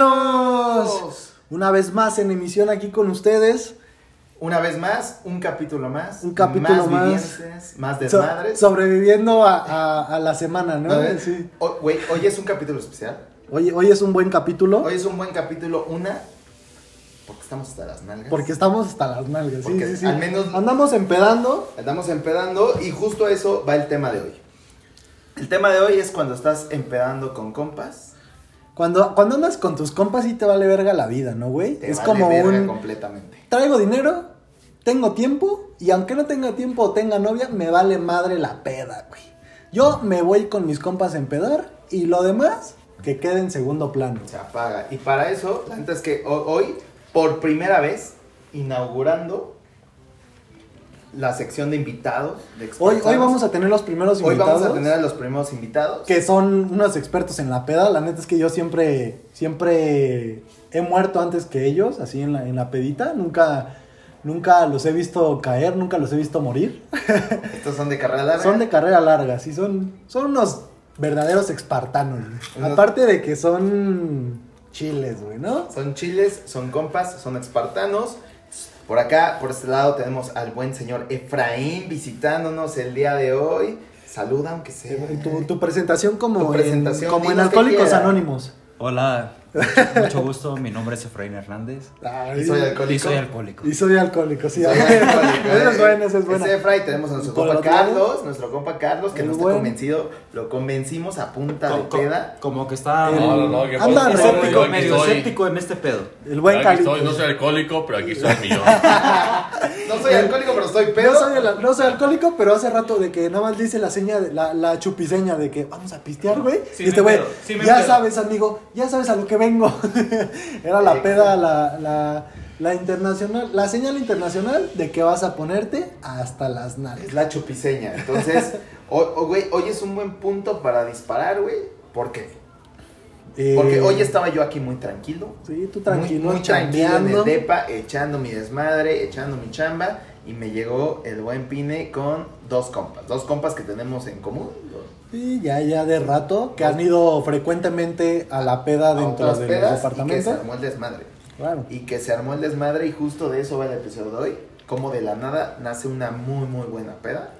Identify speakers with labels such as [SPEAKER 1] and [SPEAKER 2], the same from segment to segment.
[SPEAKER 1] ¡Expartanos! Una vez más en emisión aquí con ustedes.
[SPEAKER 2] Una vez más, un capítulo más.
[SPEAKER 1] Un capítulo más.
[SPEAKER 2] vivientes, más
[SPEAKER 1] So-
[SPEAKER 2] desmadres.
[SPEAKER 1] sobreviviendo a, a- a la semana, ¿no?
[SPEAKER 2] A ver,
[SPEAKER 1] Sí.
[SPEAKER 2] o- güey, hoy es un capítulo especial.
[SPEAKER 1] Hoy, hoy es un buen capítulo
[SPEAKER 2] Hoy es un buen capítulo, una, porque estamos hasta las nalgas.
[SPEAKER 1] porque estamos hasta las nalgas. Sí,
[SPEAKER 2] Porque
[SPEAKER 1] sí, sí.
[SPEAKER 2] al menos-
[SPEAKER 1] Andamos empedando.
[SPEAKER 2] Estamos empedando y justo a eso va el tema de hoy. El tema de hoy es cuando estás empedando con compas.
[SPEAKER 1] Cuando, cuando andas con tus compas sí te vale verga la vida, ¿no, güey?
[SPEAKER 2] Te
[SPEAKER 1] Es
[SPEAKER 2] vale
[SPEAKER 1] como
[SPEAKER 2] verga
[SPEAKER 1] un...
[SPEAKER 2] completamente.
[SPEAKER 1] Traigo dinero, tengo tiempo y aunque no tenga tiempo o tenga novia, me vale madre la peda, güey. Yo me voy con mis compas a empedar y lo demás que quede en segundo plano.
[SPEAKER 2] Se apaga. Y para eso, la neta es que ho- hoy, por primera vez, inaugurando la sección de invitados. De
[SPEAKER 1] Hoy, hoy
[SPEAKER 2] expertados.
[SPEAKER 1] vamos a tener los primeros
[SPEAKER 2] Hoy
[SPEAKER 1] invitados.
[SPEAKER 2] vamos a tener a los primeros invitados.
[SPEAKER 1] que son unos expertos en la peda. La neta es que yo siempre, siempre he muerto antes que ellos, así en la, en la pedita. Nunca, nunca los he visto caer, nunca los he visto morir.
[SPEAKER 2] Estos son de carrera larga.
[SPEAKER 1] Son de carrera larga, sí, son, son unos verdaderos espartanos. güey.
[SPEAKER 2] Unos-
[SPEAKER 1] Aparte de que son chiles, güey, ¿no?
[SPEAKER 2] Son chiles, son compas, son espartanos. Por acá, por este lado, tenemos al buen señor Efraín visitándonos el día de hoy. Saluda, aunque sea.
[SPEAKER 1] Tu, tu presentación como
[SPEAKER 2] Tu presentación,
[SPEAKER 1] en, como
[SPEAKER 2] di
[SPEAKER 1] en
[SPEAKER 2] lo que
[SPEAKER 1] Alcohólicos
[SPEAKER 2] quieras.
[SPEAKER 1] Anónimos.
[SPEAKER 3] Hola, mucho, mucho gusto. Mi nombre es Efraín Hernández
[SPEAKER 1] Ay,
[SPEAKER 2] Y soy
[SPEAKER 3] y
[SPEAKER 2] alcohólico.
[SPEAKER 3] soy alcohólico.
[SPEAKER 1] y soy alcohólico, sí.
[SPEAKER 2] Soy alcohólico, eh.
[SPEAKER 1] Esa es buena, esa es buena.
[SPEAKER 2] Ese Efraín, tenemos a nuestro
[SPEAKER 1] Por
[SPEAKER 2] compa
[SPEAKER 1] otro lado,
[SPEAKER 2] Carlos, nuestro compa Carlos, que
[SPEAKER 1] el
[SPEAKER 2] no está
[SPEAKER 1] buen-
[SPEAKER 2] convencido. Lo convencimos a punta de
[SPEAKER 3] Co- co-
[SPEAKER 2] peda.
[SPEAKER 3] Como que está
[SPEAKER 1] El-
[SPEAKER 4] No, no, no, que
[SPEAKER 1] Anda
[SPEAKER 4] por favor,
[SPEAKER 1] escéptico,
[SPEAKER 4] yo
[SPEAKER 3] escéptico,
[SPEAKER 4] aquí
[SPEAKER 3] medio
[SPEAKER 4] estoy.
[SPEAKER 3] escéptico en este pedo.
[SPEAKER 1] El buen
[SPEAKER 4] Aquí
[SPEAKER 1] Carlitos.
[SPEAKER 4] estoy, no soy alcohólico, pero aquí soy millón.
[SPEAKER 2] No soy alcohólico, pero soy pedo.
[SPEAKER 1] No soy, el- no soy alcohólico, pero hace rato de que nada más le hice la seña, de- la, la chupiseña de que vamos a pistear, güey.
[SPEAKER 3] Sí
[SPEAKER 1] y este
[SPEAKER 3] me
[SPEAKER 1] güey,
[SPEAKER 3] quedo, sí me
[SPEAKER 1] ya
[SPEAKER 3] quedo".
[SPEAKER 1] sabes, amigo, ya sabes a lo que vengo. Era la
[SPEAKER 2] Exacto.
[SPEAKER 1] peda, la, la, la internacional, la señal internacional de que vas a ponerte hasta las
[SPEAKER 2] Es
[SPEAKER 1] nalgas.
[SPEAKER 2] la chupiseña. Entonces, ho- ho- güey, hoy es un buen punto para disparar, güey. ¿Por qué?
[SPEAKER 1] Eh,
[SPEAKER 2] Porque hoy estaba yo aquí muy tranquilo.
[SPEAKER 1] Sí, tú
[SPEAKER 2] Tranquilo,
[SPEAKER 1] tranquilo,
[SPEAKER 2] muy, tranquilo en el
[SPEAKER 1] chambeando.
[SPEAKER 2] depa, echando mi desmadre, echando mi chamba. Y me llegó el buen Pine con dos compas. Dos compas que tenemos en común.
[SPEAKER 1] Sí, ya, ya de rato, que han ido frecuentemente a la peda dentro
[SPEAKER 2] Otras
[SPEAKER 1] del
[SPEAKER 2] pedas, Y que se
[SPEAKER 1] departamento.
[SPEAKER 2] armó el desmadre.
[SPEAKER 1] Claro.
[SPEAKER 2] Y que se armó el desmadre. Y justo de eso va el episodio de hoy. Como de la nada nace una muy, muy buena peda.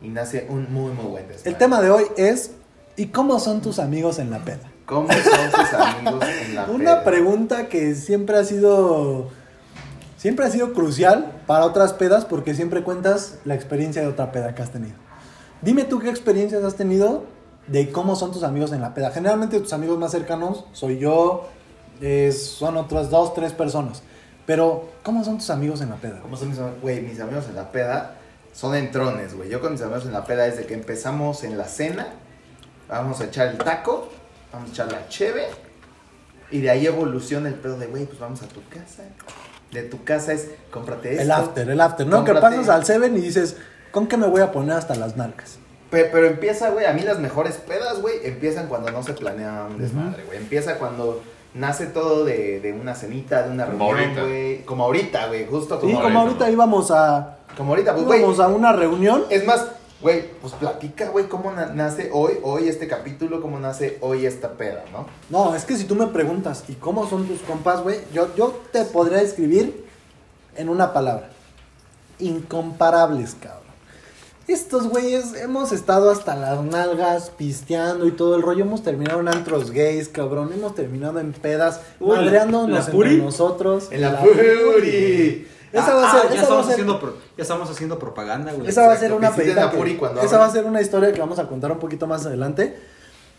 [SPEAKER 2] Y nace un muy, muy buen desmadre.
[SPEAKER 1] El tema de hoy es, ¿y cómo son tus amigos en la peda?
[SPEAKER 2] ¿Cómo son tus amigos en la
[SPEAKER 1] Una
[SPEAKER 2] peda?
[SPEAKER 1] pregunta que siempre ha sido siempre ha sido crucial para otras pedas porque siempre cuentas la experiencia de otra peda que has tenido. Dime tú qué experiencias has tenido de cómo son tus amigos en la peda. Generalmente tus amigos más cercanos soy yo, eh, son otras dos, tres personas. Pero ¿cómo son tus amigos en la peda?
[SPEAKER 2] ¿Cómo son mis amigos? Güey, mis amigos en la peda son entrones, güey. Yo con mis amigos en la peda desde que empezamos en la cena, vamos a echar el taco, vamos a echar la cheve, y de ahí evoluciona el pedo de, güey, pues vamos a tu casa. De tu casa es, cómprate esto.
[SPEAKER 1] El after, el after, ¿no? Que
[SPEAKER 2] cómprate-
[SPEAKER 1] pasas al Seven y dices, ¿con qué me voy a poner hasta las nalgas?
[SPEAKER 2] Pe- Pero empieza, güey, a mí las mejores pedas, güey, empiezan cuando no se planea un desmadre, güey. Empieza cuando nace todo de, de una cenita, de una
[SPEAKER 4] Como
[SPEAKER 2] reunión,
[SPEAKER 4] ahorita.
[SPEAKER 2] güey. Como ahorita, güey, justo
[SPEAKER 1] Y
[SPEAKER 2] como
[SPEAKER 1] como ahorita íbamos a,
[SPEAKER 2] Como ahorita, pues, güey.
[SPEAKER 1] íbamos a una reunión,
[SPEAKER 2] Es más, güey, pues platica, güey, cómo na- nace hoy, hoy este capítulo, cómo nace hoy esta peda, ¿no?
[SPEAKER 1] No, es que si tú me preguntas, ¿y cómo son tus compas, güey? Yo, yo te podría describir en una palabra. Incomparables, cabrón. Estos güeyes hemos estado hasta las nalgas pisteando y todo el rollo. Hemos terminado en antros gays, cabrón. Hemos terminado en pedas,
[SPEAKER 3] Uy, la- la
[SPEAKER 1] madreándonos entre
[SPEAKER 3] puri.
[SPEAKER 1] nosotros.
[SPEAKER 2] En la
[SPEAKER 1] puri.
[SPEAKER 2] Puri.
[SPEAKER 1] Esa va a
[SPEAKER 3] Ah,
[SPEAKER 1] ser,
[SPEAKER 3] ya,
[SPEAKER 1] esa va a
[SPEAKER 3] estamos
[SPEAKER 1] ser,
[SPEAKER 3] haciendo pro- ya estamos haciendo propaganda, güey.
[SPEAKER 1] esa va a ser
[SPEAKER 2] Exacto,
[SPEAKER 1] una
[SPEAKER 2] que hiciste
[SPEAKER 1] pedita
[SPEAKER 2] en la
[SPEAKER 1] que-
[SPEAKER 2] puri cuando
[SPEAKER 1] esa
[SPEAKER 2] abra.
[SPEAKER 1] va a ser una historia que vamos a contar un poquito más adelante.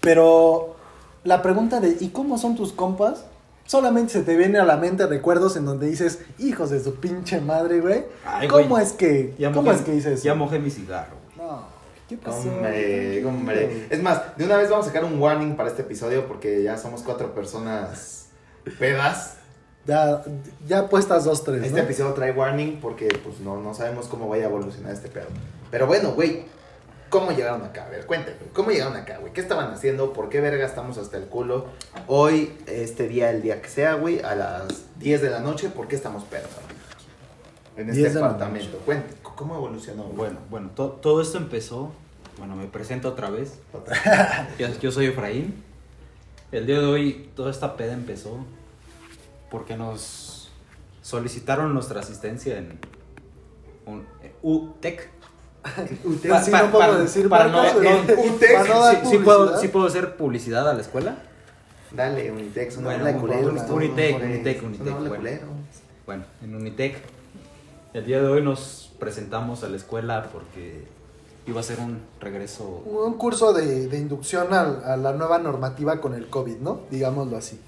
[SPEAKER 1] Pero la pregunta de ¿y cómo son tus compas? Solamente se te viene a la mente recuerdos en donde dices, hijos de su pinche madre, güey.
[SPEAKER 3] Ay,
[SPEAKER 1] ¿Cómo
[SPEAKER 3] güey.
[SPEAKER 1] es que,
[SPEAKER 3] Ya
[SPEAKER 1] cómo
[SPEAKER 3] mojé-
[SPEAKER 1] es que dices?
[SPEAKER 3] Ya mojé mi cigarro. güey.
[SPEAKER 1] No, ¿qué pasó?
[SPEAKER 2] Hombre, hombre. Es más, de una vez vamos a sacar un warning para este episodio porque ya somos cuatro personas pedas.
[SPEAKER 1] Ya, ya puestas dos, tres,
[SPEAKER 2] Este
[SPEAKER 1] ¿no?
[SPEAKER 2] episodio trae warning porque pues no, no sabemos cómo vaya a evolucionar este pedo. Pero bueno, güey, ¿cómo llegaron acá? A ver, cuéntame, ¿cómo llegaron acá, güey? ¿Qué estaban haciendo? ¿Por qué verga estamos hasta el culo? Hoy, este día, el día que sea, güey, a las 10 de la noche, ¿por qué estamos pedos? güey? En este
[SPEAKER 1] 10 de la
[SPEAKER 2] departamento. Cuéntame, ¿cómo evolucionó? güey?
[SPEAKER 3] Bueno, bueno, to- todo esto empezó. Bueno, me presento otra vez. Yo, yo soy Efraín.
[SPEAKER 5] El día de hoy toda esta peda empezó porque nos solicitaron nuestra asistencia en un eh,
[SPEAKER 3] E
[SPEAKER 5] UTEC.
[SPEAKER 1] Usted
[SPEAKER 5] Pa-
[SPEAKER 1] sí
[SPEAKER 5] pa-
[SPEAKER 1] no puedo
[SPEAKER 5] para-
[SPEAKER 1] decir
[SPEAKER 5] para
[SPEAKER 1] marcas,
[SPEAKER 5] no-
[SPEAKER 1] pero-
[SPEAKER 2] no, un text,
[SPEAKER 1] para no dar
[SPEAKER 5] Sí, sí puedo,
[SPEAKER 1] publicidad.
[SPEAKER 5] sí puedo hacer publicidad a la escuela.
[SPEAKER 2] Dale, Unitex, una
[SPEAKER 5] Bueno,
[SPEAKER 2] habla de
[SPEAKER 5] un-
[SPEAKER 2] culero.
[SPEAKER 1] un-
[SPEAKER 2] esto,
[SPEAKER 5] Unitec,
[SPEAKER 2] no, no,
[SPEAKER 5] Unitec,
[SPEAKER 2] no,
[SPEAKER 5] Unitec,
[SPEAKER 2] no habla
[SPEAKER 5] bueno.
[SPEAKER 2] culero.
[SPEAKER 5] Bueno, en Unitec. El día de hoy nos presentamos a la escuela porque iba a ser un regreso
[SPEAKER 1] Un curso de, de inducción al- a, la nueva normativa con el COVID, ¿no? Digámoslo así.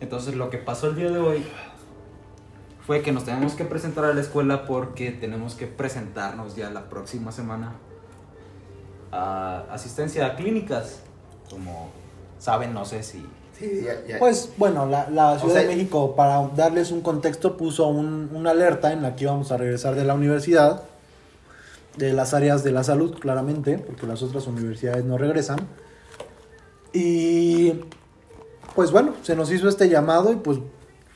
[SPEAKER 5] Entonces lo que pasó el día de hoy fue que nos tenemos que presentar a la escuela porque tenemos que presentarnos ya la próxima semana a asistencia a clínicas. Como saben, no sé si...
[SPEAKER 2] Sí, ya, ya.
[SPEAKER 1] Pues bueno, la, la Ciudad
[SPEAKER 2] sea-
[SPEAKER 1] de México, para darles un contexto, puso un- una alerta en la que íbamos a regresar de la universidad, de las áreas de la salud, claramente, porque las otras universidades no regresan. Y pues bueno, se nos hizo este llamado y pues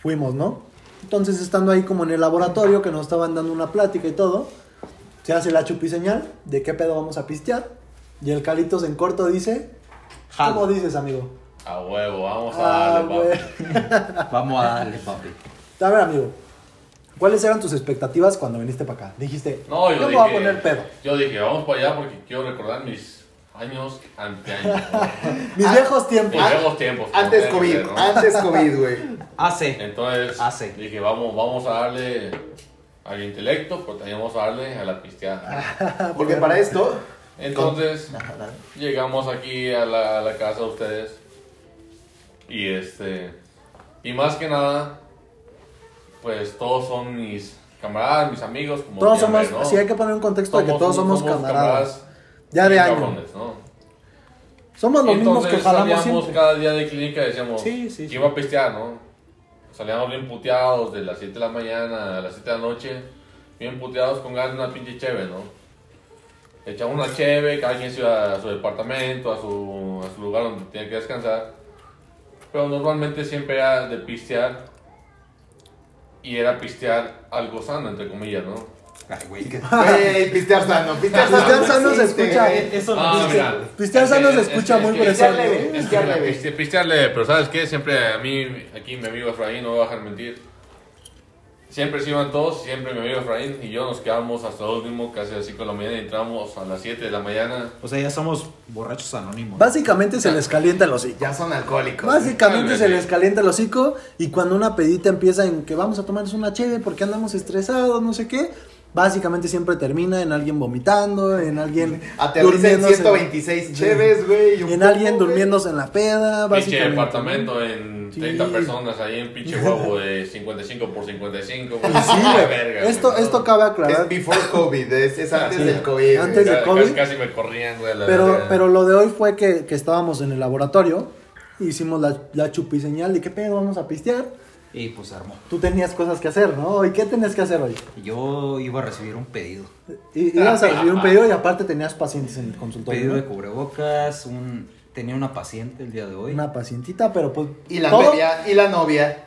[SPEAKER 1] fuimos, ¿no? Entonces estando ahí como en el laboratorio, que nos estaban dando una plática y todo, se hace la chupiseñal de qué pedo vamos a pistear. Y el Calitos en corto dice, ¿cómo
[SPEAKER 5] "Jalo,
[SPEAKER 1] dices, amigo?
[SPEAKER 4] A huevo, vamos a
[SPEAKER 1] Ah,
[SPEAKER 4] darle,
[SPEAKER 1] güey.
[SPEAKER 4] papi.
[SPEAKER 5] Vamos a darle, papi.
[SPEAKER 1] A ver, amigo, ¿cuáles eran tus expectativas cuando viniste para acá? Dijiste,
[SPEAKER 4] No, yo
[SPEAKER 1] me
[SPEAKER 4] dije,
[SPEAKER 1] voy a poner pedo.
[SPEAKER 4] Yo dije, vamos para allá porque quiero recordar mis años anteaños.
[SPEAKER 1] Mis
[SPEAKER 2] Ah,
[SPEAKER 1] viejos tiempos.
[SPEAKER 4] mis viejos tiempos. como
[SPEAKER 2] Antes
[SPEAKER 4] ustedes
[SPEAKER 2] COVID,
[SPEAKER 4] dicen, ¿no?
[SPEAKER 2] antes COVID, güey.
[SPEAKER 5] Hace.
[SPEAKER 4] Entonces,
[SPEAKER 5] Ah, sí.
[SPEAKER 4] dije, vamos, vamos a darle al intelecto, pero también vamos a darle a la
[SPEAKER 1] Ah,
[SPEAKER 4] pisteada.
[SPEAKER 5] Ah,
[SPEAKER 2] Porque para esto.
[SPEAKER 4] Entonces,
[SPEAKER 2] Ajá, dale.
[SPEAKER 4] llegamos aquí a la, a la casa de ustedes. Y este. Y más que nada, pues todos son mis camaradas, mis amigos. Como
[SPEAKER 1] todos
[SPEAKER 4] quieran
[SPEAKER 1] somos,
[SPEAKER 4] ver, ¿no?
[SPEAKER 1] si hay que poner un contexto de que todos somos, camaradas. Ya de
[SPEAKER 4] bien
[SPEAKER 1] año.
[SPEAKER 4] cabrones, ¿no?
[SPEAKER 1] Somos los mismos
[SPEAKER 4] Entonces
[SPEAKER 1] que jalamos
[SPEAKER 4] salíamos
[SPEAKER 1] siempre.
[SPEAKER 4] cada día de clínica y decíamos,
[SPEAKER 5] Sí, sí, sí.
[SPEAKER 4] iba a pistear, ¿no? Salíamos bien puteados de las 7 de la mañana a las 7 de la noche, bien puteados con ganas de una pinche cheve, ¿no? Echamos una cheve, cada quien se iba a su departamento, a su, a su lugar donde tenía que descansar. Pero normalmente siempre era de pistear y era pistear algo sano, entre comillas, ¿no?
[SPEAKER 5] Ay, güey, que-
[SPEAKER 2] Güey, pistear sano, pistear sano.
[SPEAKER 1] Pistear sano se
[SPEAKER 2] existe,
[SPEAKER 1] escucha.
[SPEAKER 2] güey.
[SPEAKER 5] Eso no
[SPEAKER 4] Ah,
[SPEAKER 5] existe.
[SPEAKER 4] mira.
[SPEAKER 1] Pistear sano se escucha muy
[SPEAKER 2] pistear
[SPEAKER 1] presente.
[SPEAKER 2] leve,
[SPEAKER 4] Es que
[SPEAKER 2] pistear
[SPEAKER 4] mira,
[SPEAKER 2] leve.
[SPEAKER 4] piste- pistearle, Este, pero ¿sabes qué? Siempre a mí, aquí mi amigo Efraín, no me va a dejar mentir. Siempre se iban todos, siempre mi amigo Efraín y yo nos quedamos hasta el último, casi a las 5 de la mañana, y entramos a las 7 de la mañana.
[SPEAKER 5] O sea, ya somos borrachos anónimos.
[SPEAKER 1] Básicamente se les calienta el hocico.
[SPEAKER 2] Ya son alcohólicos.
[SPEAKER 1] Básicamente
[SPEAKER 4] Tal
[SPEAKER 1] se
[SPEAKER 4] vez,
[SPEAKER 1] les
[SPEAKER 4] sí.
[SPEAKER 1] calienta el hocico y cuando una pedita empieza en que vamos a tomarnos una cheve porque andamos estresados, no sé qué, básicamente siempre termina en alguien vomitando, en alguien
[SPEAKER 2] Aterriza en
[SPEAKER 1] durmiéndose.
[SPEAKER 2] 126 cheves, güey. y un
[SPEAKER 1] En
[SPEAKER 2] poco,
[SPEAKER 1] alguien
[SPEAKER 2] güey.
[SPEAKER 1] durmiéndose en la peda, Ah,
[SPEAKER 4] Pinche
[SPEAKER 1] básicamente.
[SPEAKER 4] departamento en
[SPEAKER 1] Sí.
[SPEAKER 4] 30 personas, ahí en pinche huevo de 55 por 55.
[SPEAKER 1] Y sí, güey. Esto, esto cabe
[SPEAKER 2] Es
[SPEAKER 1] aclarar.
[SPEAKER 2] before COVID, es, es antes
[SPEAKER 1] Sí.
[SPEAKER 2] del COVID.
[SPEAKER 1] Antes
[SPEAKER 2] güey.
[SPEAKER 1] de COVID.
[SPEAKER 4] Casi, casi me corrían, güey. a la
[SPEAKER 1] Pero,
[SPEAKER 4] verga.
[SPEAKER 1] pero lo de hoy fue que, que estábamos en el laboratorio, hicimos la, la chupiseñal de qué pedo vamos a pistear.
[SPEAKER 5] Y pues armó.
[SPEAKER 1] Tú tenías cosas que hacer, ¿no? ¿Y qué tenías que hacer hoy?
[SPEAKER 5] Yo iba a recibir un pedido.
[SPEAKER 1] Y, ibas a recibir un pedido y aparte tenías pacientes en el consultorio.
[SPEAKER 5] pedido
[SPEAKER 1] ¿no?
[SPEAKER 5] de cubrebocas, un... tenía una paciente el día de hoy.
[SPEAKER 1] Una pacientita, pero pues.
[SPEAKER 2] Y la
[SPEAKER 1] todo-
[SPEAKER 2] novia, y la novia.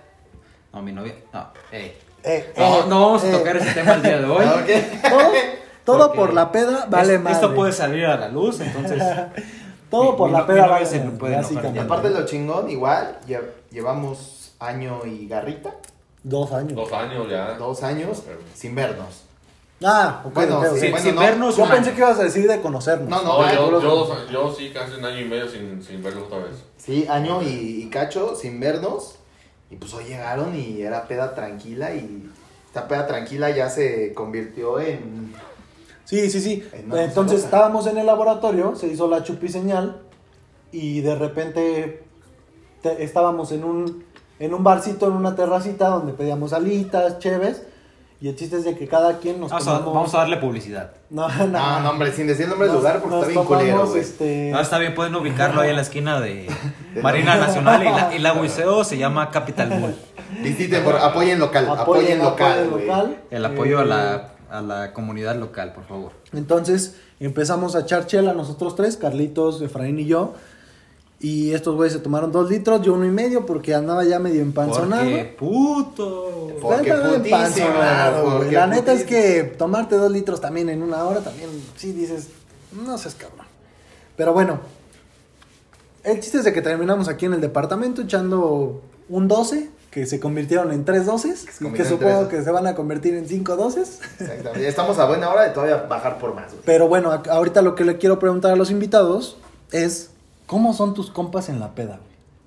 [SPEAKER 5] No, mi novia. No, ey.
[SPEAKER 1] Eh,
[SPEAKER 5] No,
[SPEAKER 1] eh,
[SPEAKER 5] no vamos a
[SPEAKER 1] eh,
[SPEAKER 5] tocar ese tema el día de hoy.
[SPEAKER 2] Ah, ok.
[SPEAKER 1] Todo, todo
[SPEAKER 5] Porque
[SPEAKER 1] por la peda vale
[SPEAKER 5] Es-
[SPEAKER 1] más.
[SPEAKER 5] Esto puede salir a la luz, entonces.
[SPEAKER 1] Todo
[SPEAKER 5] mi-
[SPEAKER 1] por
[SPEAKER 5] mi
[SPEAKER 1] la
[SPEAKER 5] no-
[SPEAKER 1] peda
[SPEAKER 5] mi novia
[SPEAKER 1] vale
[SPEAKER 5] se me puede enojar
[SPEAKER 1] básicamente.
[SPEAKER 5] ya.
[SPEAKER 2] Aparte de lo chingón, igual, lle- llevamos año y garrita,
[SPEAKER 1] Dos años.
[SPEAKER 4] Dos años ya.
[SPEAKER 2] dos años, sin vernos.
[SPEAKER 1] Ah, ok,
[SPEAKER 2] Bueno,
[SPEAKER 1] ok, ok.
[SPEAKER 2] sí,
[SPEAKER 5] sin
[SPEAKER 2] bueno,
[SPEAKER 5] sin
[SPEAKER 2] no,
[SPEAKER 5] vernos
[SPEAKER 1] Yo
[SPEAKER 5] un
[SPEAKER 1] pensé
[SPEAKER 5] año.
[SPEAKER 1] que ibas a decir de conocernos.
[SPEAKER 2] No,
[SPEAKER 4] No,
[SPEAKER 2] ah,
[SPEAKER 4] yo,
[SPEAKER 2] tú lo-
[SPEAKER 4] yo dos- yo sí, casi un año y medio sin, sin verlo otra vez.
[SPEAKER 2] Sí, año y, y cacho, sin vernos. Y pues hoy llegaron y era peda tranquila y esta peda tranquila ya se convirtió en...
[SPEAKER 1] Sí, sí, sí.
[SPEAKER 2] Eh, no,
[SPEAKER 1] Entonces
[SPEAKER 2] se nota.
[SPEAKER 1] estábamos en el laboratorio, se hizo la chupi señal y de repente te- estábamos en un, en un barcito, en una terracita donde pedíamos alitas, cheves. Y el chiste es de que cada quien nos
[SPEAKER 5] Vamos a,
[SPEAKER 1] tomamos-
[SPEAKER 5] Ah, vamos a darle publicidad.
[SPEAKER 1] No,
[SPEAKER 2] No, no, Ah, hombre, sin decir el nombre del
[SPEAKER 1] Ah, Nos-
[SPEAKER 2] lugar porque
[SPEAKER 1] nos
[SPEAKER 2] está bien culero,
[SPEAKER 1] tomamos,
[SPEAKER 2] güey.
[SPEAKER 1] este,
[SPEAKER 5] Ah, está bien, pueden ubicarlo ahí en la esquina de Marina Nacional y la, y la Buceo se llama Capital Bull.
[SPEAKER 2] Visiten, por- apoyen local, apoyen,
[SPEAKER 1] apoyen-
[SPEAKER 2] local,
[SPEAKER 1] apoyen
[SPEAKER 2] güey.
[SPEAKER 1] local.
[SPEAKER 5] El apoyo a
[SPEAKER 1] Eh,
[SPEAKER 5] la, a la comunidad local, por favor.
[SPEAKER 1] Entonces empezamos a echar chela nosotros tres, Carlitos, Efraín y yo. Y estos güeyes se tomaron dos litros, yo uno y medio porque andaba ya medio empanzonado.
[SPEAKER 5] Porque puto.
[SPEAKER 2] Porque
[SPEAKER 1] Andaba
[SPEAKER 2] putísimo,
[SPEAKER 1] empanzonado, güey.
[SPEAKER 2] porque
[SPEAKER 1] La neta es
[SPEAKER 2] putísimo.
[SPEAKER 1] que tomarte dos litros también en una hora, también sí dices, no seas cabrón. Pero bueno, El chiste es de que terminamos aquí en el departamento echando un 12, que se convirtieron en tres 12s, y
[SPEAKER 2] se
[SPEAKER 1] que
[SPEAKER 2] convirtieron en
[SPEAKER 1] supongo
[SPEAKER 2] tres.
[SPEAKER 1] que se van a convertir en cinco 12s.
[SPEAKER 2] Exactamente. Estamos a buena hora de todavía bajar por más, güey.
[SPEAKER 1] Pero bueno, a- ahorita lo que le quiero preguntar a los invitados es, ¿cómo son tus compas en la peda?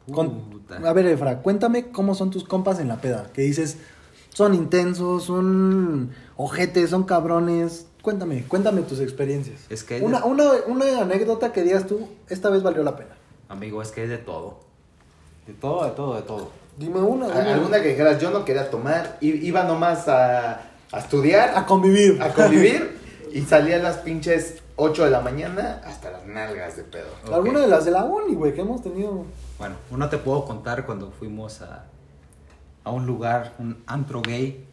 [SPEAKER 2] Uh,
[SPEAKER 1] güey? Con-
[SPEAKER 5] Puta.
[SPEAKER 1] a ver, Efra, cuéntame cómo son tus compas en la peda. Que dices, son intensos, son ojetes, son cabrones. Cuéntame, cuéntame tus experiencias.
[SPEAKER 5] Es que hay de-
[SPEAKER 1] una, una, una anécdota que digas tú, esta vez valió la pena.
[SPEAKER 5] Amigo, es que es de todo. De todo, de todo, de todo.
[SPEAKER 1] Dime una. una.
[SPEAKER 2] A- Alguna que dijeras, yo no quería tomar, i- iba nomás a, a estudiar,
[SPEAKER 1] A convivir.
[SPEAKER 2] a convivir, y salía a las pinches 8 de la mañana hasta las nalgas de pedo.
[SPEAKER 5] Ok.
[SPEAKER 1] Alguna de las de la uni, güey, que hemos tenido.
[SPEAKER 5] Bueno, una te puedo contar cuando fuimos a, a un lugar, un antro gay,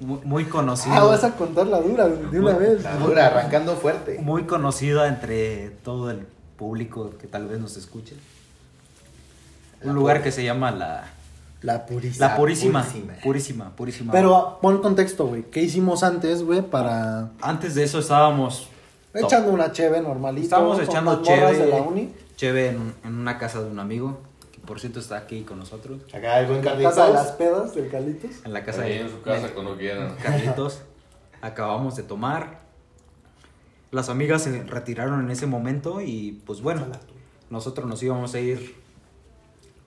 [SPEAKER 5] muy, muy conocido.
[SPEAKER 1] ah, vas a contar la dura de una vez.
[SPEAKER 2] La dura, arrancando fuerte.
[SPEAKER 5] Muy conocido entre todo el público que tal vez nos escuche. Un
[SPEAKER 2] La
[SPEAKER 5] lugar
[SPEAKER 2] pura.
[SPEAKER 5] que se llama la,
[SPEAKER 1] La purista.
[SPEAKER 5] la Purísima.
[SPEAKER 2] Purísima.
[SPEAKER 5] Purísima, Purísima.
[SPEAKER 1] Pero pon contexto, güey. ¿Qué hicimos antes, güey, para.
[SPEAKER 5] antes de eso estábamos...
[SPEAKER 1] Echando una cheve normalita.
[SPEAKER 5] Estábamos
[SPEAKER 1] ¿no? con
[SPEAKER 5] echando
[SPEAKER 1] las morras
[SPEAKER 5] cheve,
[SPEAKER 1] de la uni.
[SPEAKER 5] cheve en, un- en una casa de un amigo, que por cierto está aquí con nosotros,
[SPEAKER 2] Acá el buen
[SPEAKER 1] Casa de las
[SPEAKER 2] Carlitos.
[SPEAKER 1] pedas del Calitos.
[SPEAKER 5] en la casa
[SPEAKER 4] Ahí
[SPEAKER 5] de
[SPEAKER 4] en su casa
[SPEAKER 5] de-
[SPEAKER 4] cuando quieran.
[SPEAKER 5] Carlitos. Acabamos de tomar. Las amigas se retiraron en ese momento y pues bueno, nosotros nos íbamos a ir,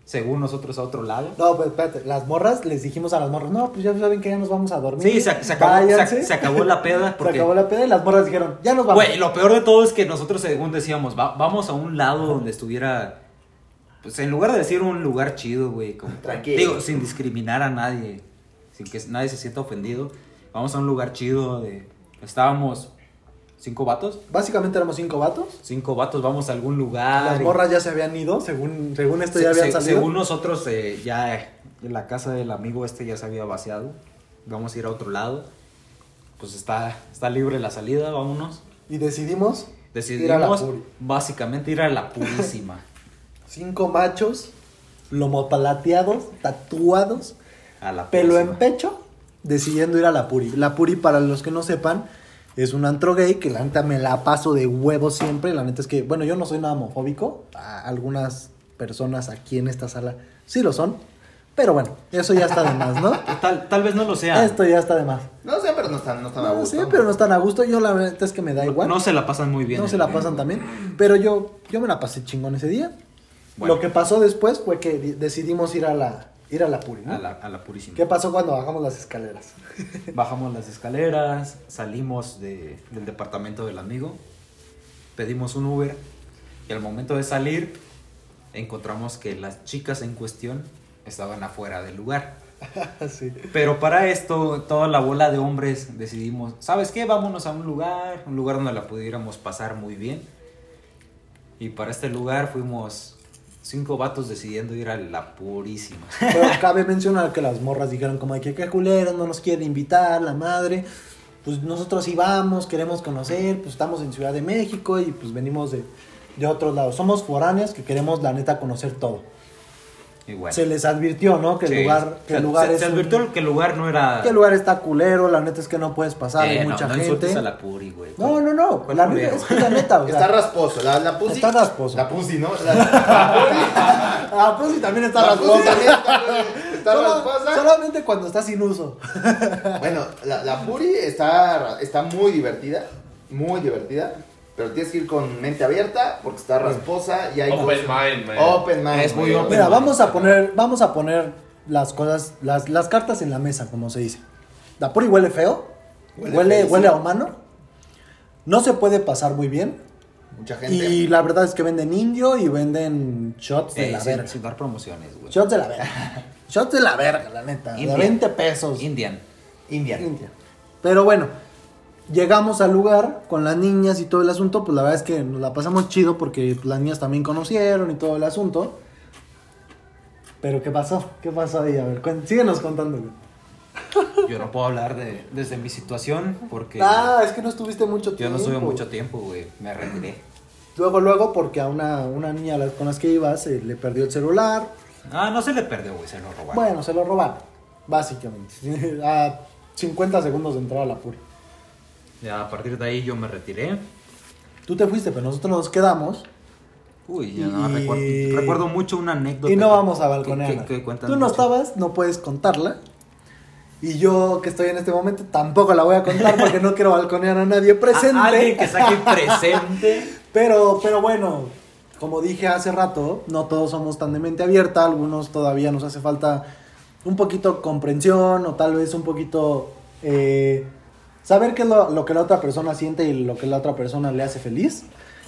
[SPEAKER 5] según nosotros, a otro lado.
[SPEAKER 1] No, pues espérate. Las morras, les dijimos a las morras, no, pues ya saben que ya nos vamos a dormir.
[SPEAKER 5] Sí, se, se acabó,
[SPEAKER 1] Váyanse.
[SPEAKER 5] se, se acabó la peda.
[SPEAKER 1] Se
[SPEAKER 5] Porque,
[SPEAKER 1] acabó la peda y las morras dijeron, ya nos vamos.
[SPEAKER 5] Güey, lo peor de todo es que nosotros, según decíamos, va- vamos a un lado donde estuviera... Pues en lugar de decir un lugar chido, güey, como...
[SPEAKER 2] Tranquilo.
[SPEAKER 5] Digo, sin discriminar a nadie, sin que nadie se sienta ofendido. Vamos a un lugar chido de... Estábamos cinco vatos.
[SPEAKER 1] Básicamente éramos cinco vatos.
[SPEAKER 5] cinco vatos, vamos a algún lugar.
[SPEAKER 1] Las
[SPEAKER 5] Y-
[SPEAKER 1] morras ya se habían ido, según, según esto
[SPEAKER 5] se-
[SPEAKER 1] ya habían
[SPEAKER 5] se-
[SPEAKER 1] salido.
[SPEAKER 5] Según nosotros, eh, ya eh, la casa del amigo este ya se había vaciado. Vamos a ir a otro lado. Pues está, está libre la salida, vámonos.
[SPEAKER 1] Y decidimos ir a la
[SPEAKER 5] Decidimos
[SPEAKER 1] puri.
[SPEAKER 5] básicamente ir a la purísima.
[SPEAKER 1] Cinco machos, lomopalateados, tatuados,
[SPEAKER 5] A la
[SPEAKER 1] pelo
[SPEAKER 5] purísima.
[SPEAKER 1] en pecho, decidiendo ir a la Puri. La Puri, para los que no sepan, es un antro gay que la neta me la paso de huevo siempre. La neta es que, bueno, yo no soy nada homofóbico. A- algunas personas aquí en esta sala sí lo son. Pero bueno, eso ya está de más, ¿no?
[SPEAKER 5] Ah, Tal, tal vez no lo sea.
[SPEAKER 1] Esto ya está de más.
[SPEAKER 2] No sé, pero no están, no están a
[SPEAKER 1] No
[SPEAKER 2] gusto.
[SPEAKER 1] sé, pero no están a gusto. Yo la neta es que me da igual.
[SPEAKER 5] No se la pasan muy bien.
[SPEAKER 1] No
[SPEAKER 5] en
[SPEAKER 1] se la
[SPEAKER 5] el-
[SPEAKER 1] pasan también. Pero yo, yo me la pasé chingón ese día.
[SPEAKER 5] Bueno.
[SPEAKER 1] Lo que pasó después fue que di- decidimos ir a la, ir a la Puri, ¿no?
[SPEAKER 5] A la, a la purísima.
[SPEAKER 1] ¿Qué pasó cuando bajamos las escaleras?
[SPEAKER 5] Bajamos las escaleras, salimos de- del departamento del amigo, pedimos un Uber y al momento de salir encontramos que las chicas en cuestión estaban afuera del lugar.
[SPEAKER 1] sí.
[SPEAKER 5] Pero para esto, toda la bola de hombres decidimos, ¿sabes qué? Vámonos a un lugar, un lugar donde la pudiéramos pasar muy bien. Y para este lugar fuimos cinco vatos decidiendo ir a la purísima.
[SPEAKER 1] Pero cabe mencionar que las morras dijeron como de que qué culeros, no nos quieren invitar, la madre. Pues nosotros íbamos, queremos conocer, pues estamos en Ciudad de México y pues venimos de, de otros lados. Somos foráneos que queremos la neta conocer todo.
[SPEAKER 5] Y bueno,
[SPEAKER 1] Se les advirtió, ¿no? Que el
[SPEAKER 5] sí.
[SPEAKER 1] lugar, que el
[SPEAKER 5] Se-
[SPEAKER 1] lugar
[SPEAKER 5] se-
[SPEAKER 1] es
[SPEAKER 5] se
[SPEAKER 1] un-
[SPEAKER 5] advirtió que el lugar no era...
[SPEAKER 1] que el lugar está culero, la neta es que no puedes pasar, hay
[SPEAKER 5] Eh, no,
[SPEAKER 1] mucha
[SPEAKER 5] no
[SPEAKER 1] gente.
[SPEAKER 5] insultes a la puri, güey. Eh,
[SPEAKER 1] No, no, no,
[SPEAKER 5] ¿Cuál
[SPEAKER 1] la
[SPEAKER 5] culero?
[SPEAKER 1] neta es que la neta, o sea,
[SPEAKER 2] Está rasposo, la, la pussy.
[SPEAKER 1] Está rasposo.
[SPEAKER 2] La pussy, ¿no? La, la,
[SPEAKER 1] Ah, pues sí, también está
[SPEAKER 2] la pussy
[SPEAKER 1] rasposa.
[SPEAKER 2] también está, está
[SPEAKER 1] Solo-
[SPEAKER 2] rasposa.
[SPEAKER 1] solamente cuando está sin uso.
[SPEAKER 2] Bueno, la, la Puri está, está muy divertida, muy divertida, pero tienes que ir con mente abierta porque está rasposa y hay...
[SPEAKER 4] Open mind, man.
[SPEAKER 2] Open mind.
[SPEAKER 5] Es muy
[SPEAKER 2] güey.
[SPEAKER 5] open.
[SPEAKER 1] Mira, vamos a poner, vamos a poner las cosas, las, las cartas en la mesa, como se dice. La puri huele feo,
[SPEAKER 2] Huele
[SPEAKER 1] huele, huele,
[SPEAKER 2] feísimo.
[SPEAKER 1] a humano, no se puede pasar muy bien.
[SPEAKER 2] Mucha gente.
[SPEAKER 1] Y la verdad es que venden indio y venden shots de
[SPEAKER 5] Eh,
[SPEAKER 1] la
[SPEAKER 5] sin-
[SPEAKER 1] verga.
[SPEAKER 5] sin dar promociones, güey.
[SPEAKER 1] Shots de la verga. Shots de la verga, la neta.
[SPEAKER 5] India.
[SPEAKER 1] De 20 pesos.
[SPEAKER 5] Indian.
[SPEAKER 2] India.
[SPEAKER 1] India. Pero bueno, llegamos al lugar con las niñas y todo el asunto. Pues la verdad es que nos la pasamos chido porque pues, las niñas también conocieron y todo el asunto. Pero ¿qué pasó? ¿Qué pasó ahí? A ver, cuen- síguenos contando. güey.
[SPEAKER 5] Yo no puedo hablar de, desde mi situación porque
[SPEAKER 1] Ah, es que no estuviste mucho
[SPEAKER 5] yo
[SPEAKER 1] tiempo.
[SPEAKER 5] no estuve mucho tiempo, güey. Me retiré.
[SPEAKER 1] Luego, luego, porque a una, una niña a la- con las que iba se le perdió el celular.
[SPEAKER 5] Ah, no se le perdió, güey. Se lo robaron.
[SPEAKER 1] Bueno, se lo robaron, básicamente. a 50 segundos de entrar a la puri.
[SPEAKER 5] Ya a partir de ahí yo me retiré.
[SPEAKER 1] Tú te fuiste, pero nosotros nos quedamos.
[SPEAKER 5] Uy, ya no
[SPEAKER 1] Y-
[SPEAKER 5] recuerdo, recuerdo mucho una anécdota.
[SPEAKER 1] Y no
[SPEAKER 5] que-
[SPEAKER 1] vamos a
[SPEAKER 5] que-
[SPEAKER 1] balconear.
[SPEAKER 5] que-
[SPEAKER 1] nada.
[SPEAKER 5] que cuentan
[SPEAKER 1] Tú no
[SPEAKER 5] mucho. Ah,
[SPEAKER 1] estabas, no puedes contarla. Y yo que estoy en este momento tampoco la voy a contar porque no quiero balconear a nadie presente.
[SPEAKER 5] A- alguien que saque presente.
[SPEAKER 1] Pero, pero bueno, como dije hace rato, no todos somos tan de mente abierta, algunos todavía nos hace falta un poquito comprensión o tal vez un poquito eh, saber qué es lo, lo que la otra persona siente y lo que la otra persona le hace feliz.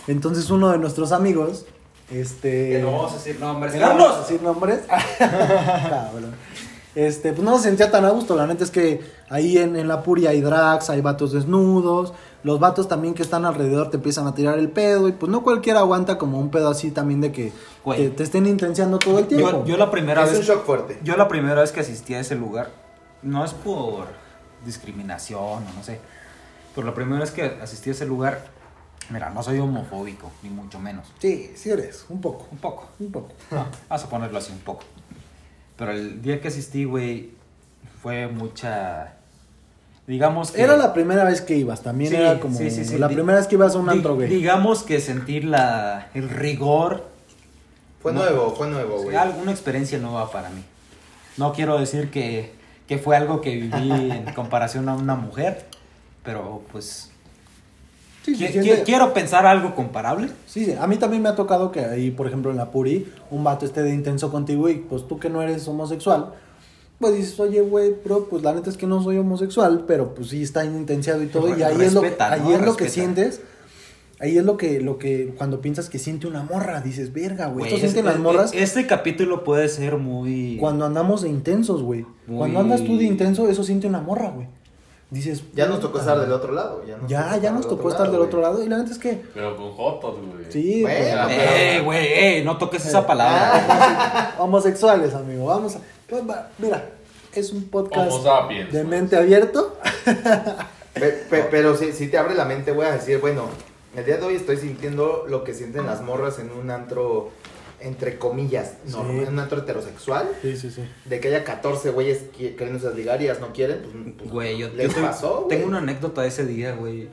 [SPEAKER 1] Entonces uno de nuestros amigos, este...
[SPEAKER 5] Que no vamos a decir nombres.
[SPEAKER 1] Que no vamos a decir nombres. Cabrón. Este, pues no se sentía tan a gusto. La neta es que ahí en, en la puria hay drags, hay vatos desnudos. Los vatos también que están alrededor te empiezan a tirar el pedo. Y pues no cualquiera aguanta como un pedo así también de que te,
[SPEAKER 5] Güey.
[SPEAKER 1] te estén intenciando todo el tiempo.
[SPEAKER 5] Yo, yo la primera
[SPEAKER 2] Es un
[SPEAKER 5] vez.
[SPEAKER 2] shock fuerte.
[SPEAKER 5] Yo la primera vez que asistí a ese lugar, no es por discriminación o no sé, pero la primera vez que asistí a ese lugar, mira, no soy homofóbico, ni mucho menos.
[SPEAKER 1] Sí, sí eres. Un poco.
[SPEAKER 5] Un poco,
[SPEAKER 1] Un poco.
[SPEAKER 5] vamos a ponerlo así, un poco. Pero el día que asistí, güey, fue mucha... Digamos que...
[SPEAKER 1] Era la primera vez que ibas. También
[SPEAKER 5] Sí,
[SPEAKER 1] era como
[SPEAKER 5] sí, sí, sí.
[SPEAKER 1] la
[SPEAKER 5] Di-
[SPEAKER 1] primera vez que ibas a un
[SPEAKER 5] di-
[SPEAKER 1] antro gay.
[SPEAKER 5] Digamos que sentir la, el rigor
[SPEAKER 2] Fue
[SPEAKER 5] No.
[SPEAKER 2] nuevo, fue nuevo, güey.
[SPEAKER 5] alguna experiencia nueva para mí. No quiero decir que, que fue algo que viví en comparación a una mujer, pero pues
[SPEAKER 1] Sí,
[SPEAKER 5] qui-
[SPEAKER 1] se
[SPEAKER 5] qui-
[SPEAKER 1] siente-
[SPEAKER 5] quiero pensar algo comparable.
[SPEAKER 1] Sí, sí, a mí también me ha tocado que ahí, por ejemplo, en la Puri, un vato esté de intenso contigo y pues tú que no eres homosexual, pues dices, oye, güey, bro, pues la neta es que no soy homosexual, pero pues sí está intensiado y todo, y ahí es lo, que-
[SPEAKER 5] Respeta, ¿no?
[SPEAKER 1] ahí es lo que
[SPEAKER 5] Respeta.
[SPEAKER 1] sientes, ahí es lo que, lo que, cuando piensas que siente una morra, dices, verga, güey, esto
[SPEAKER 5] Güey,
[SPEAKER 1] sienten
[SPEAKER 5] este-
[SPEAKER 1] las morras
[SPEAKER 5] Este capítulo puede ser muy...
[SPEAKER 1] cuando andamos de intensos, güey.
[SPEAKER 5] Muy-
[SPEAKER 1] Cuando andas tú de intenso, eso siente una morra, güey. Dices,
[SPEAKER 2] Ya nos tocó
[SPEAKER 1] "Puta,
[SPEAKER 2] estar del otro lado. Ya, nos
[SPEAKER 1] Ya, ya nos tocó estar del otro
[SPEAKER 2] güey.
[SPEAKER 1] lado, y la neta es que,
[SPEAKER 4] Pero con Jotos, güey.
[SPEAKER 1] sí,
[SPEAKER 2] Bueno,
[SPEAKER 1] pues,
[SPEAKER 4] Ah, pero-
[SPEAKER 5] ¡Eh, güey! eh, no toques esa
[SPEAKER 1] Ah.
[SPEAKER 5] palabra.
[SPEAKER 1] Homosexuales, amigo. Vamos a. pues, va, Mira, es un podcast
[SPEAKER 4] Homo sapiens.
[SPEAKER 1] de mente abierto.
[SPEAKER 2] Pe- pe- pero si, si te abre la mente, voy a decir, bueno, el día de hoy estoy sintiendo lo que sienten las morras en un antro, entre comillas, normal,
[SPEAKER 1] Sí.
[SPEAKER 2] un antro heterosexual.
[SPEAKER 1] Sí, sí, sí.
[SPEAKER 2] De que haya 14 güeyes que quieren usar ligarias, no quieren, pues, pues,
[SPEAKER 5] Güey, yo,
[SPEAKER 2] les
[SPEAKER 5] yo tengo-
[SPEAKER 2] pasó, güey.
[SPEAKER 5] tengo una anécdota de ese día, güey.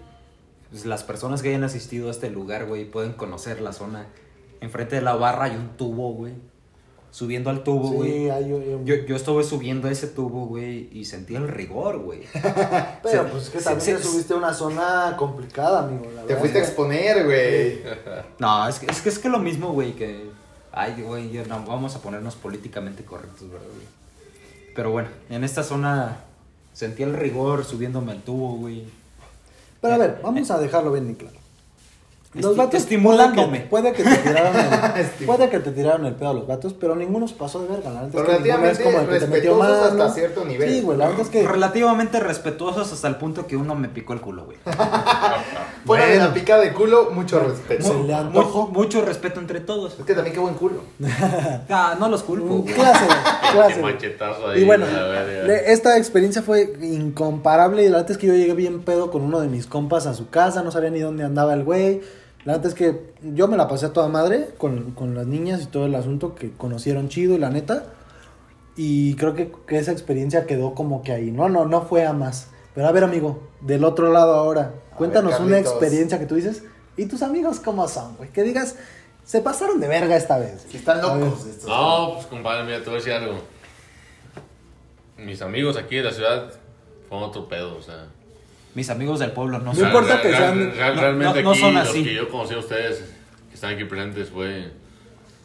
[SPEAKER 5] Pues, las personas que hayan asistido a este lugar, güey, pueden conocer la zona. Enfrente de la barra hay un tubo, güey. Subiendo al tubo, güey.
[SPEAKER 1] hay un-
[SPEAKER 5] Yo, yo estuve subiendo ese tubo, güey, y sentí el rigor, güey.
[SPEAKER 1] Pero
[SPEAKER 5] se-
[SPEAKER 1] pues que
[SPEAKER 5] se-
[SPEAKER 1] también
[SPEAKER 5] se-
[SPEAKER 1] te subiste a una zona complicada, amigo. La
[SPEAKER 2] Te
[SPEAKER 1] verdad.
[SPEAKER 2] fuiste a exponer, güey.
[SPEAKER 5] No, es que es que, es que lo mismo, güey, que... Ay, güey, ya no, vamos a ponernos políticamente correctos, ¿verdad, güey? Pero bueno, en esta zona sentí el rigor subiéndome al tubo, güey.
[SPEAKER 1] Pero a ver, vamos a dejarlo bien y claro.
[SPEAKER 5] Esti- estimulándome.
[SPEAKER 1] Puede que, puede que te tiraron el,
[SPEAKER 2] Estimulándome.
[SPEAKER 1] puede que te tiraron el pedo a los vatos, pero ninguno se pasó de verga. La neta
[SPEAKER 2] Pero
[SPEAKER 1] es que ninguno es
[SPEAKER 2] relativamente
[SPEAKER 1] como el que te metió
[SPEAKER 2] respetuosos
[SPEAKER 1] mano.
[SPEAKER 2] hasta cierto nivel.
[SPEAKER 1] Sí, güey, la verdad es que
[SPEAKER 5] Relativamente respetuosos hasta el punto que uno me picó el culo, güey.
[SPEAKER 1] Ah,
[SPEAKER 4] Ah,
[SPEAKER 2] Fuera de
[SPEAKER 1] Bueno.
[SPEAKER 2] la pica de culo, mucho respeto.
[SPEAKER 1] Se le antojó.
[SPEAKER 5] Mucho, mucho respeto entre todos.
[SPEAKER 2] Es que también qué buen culo.
[SPEAKER 5] Ah, no los culpo,
[SPEAKER 1] Mm,
[SPEAKER 5] güey.
[SPEAKER 1] Clase, clase.
[SPEAKER 4] Qué machetazo ahí,
[SPEAKER 1] Y bueno,
[SPEAKER 4] la verga.
[SPEAKER 1] le- esta experiencia fue incomparable. Y la neta es que yo llegué bien pedo con uno de mis compas a su casa. No sabía ni dónde andaba el güey. La neta es que yo me la pasé a toda madre con, con las niñas y todo el asunto que conocieron chido, y la neta. Y creo que, que esa experiencia quedó como que ahí. No, no, no fue a más. Pero a ver, amigo, del otro lado ahora,
[SPEAKER 2] ver,
[SPEAKER 1] cuéntanos una
[SPEAKER 2] Carlitos.
[SPEAKER 1] experiencia que tú dices. ¿Y tus amigos cómo son, güey? Que digas, se pasaron de verga esta vez.
[SPEAKER 2] Si están
[SPEAKER 1] A ver. Ah.
[SPEAKER 2] locos estos.
[SPEAKER 4] No, pues compadre, mira, te voy a decir algo. Mis amigos aquí de la ciudad fueron otro pedo, o sea.
[SPEAKER 5] Mis amigos del pueblo no
[SPEAKER 1] No
[SPEAKER 5] son.
[SPEAKER 1] importa que sean-
[SPEAKER 5] no-
[SPEAKER 4] realmente
[SPEAKER 5] no- no
[SPEAKER 4] aquí,
[SPEAKER 5] son
[SPEAKER 4] los
[SPEAKER 5] así.
[SPEAKER 4] que yo conocí a ustedes, que están aquí presentes, fue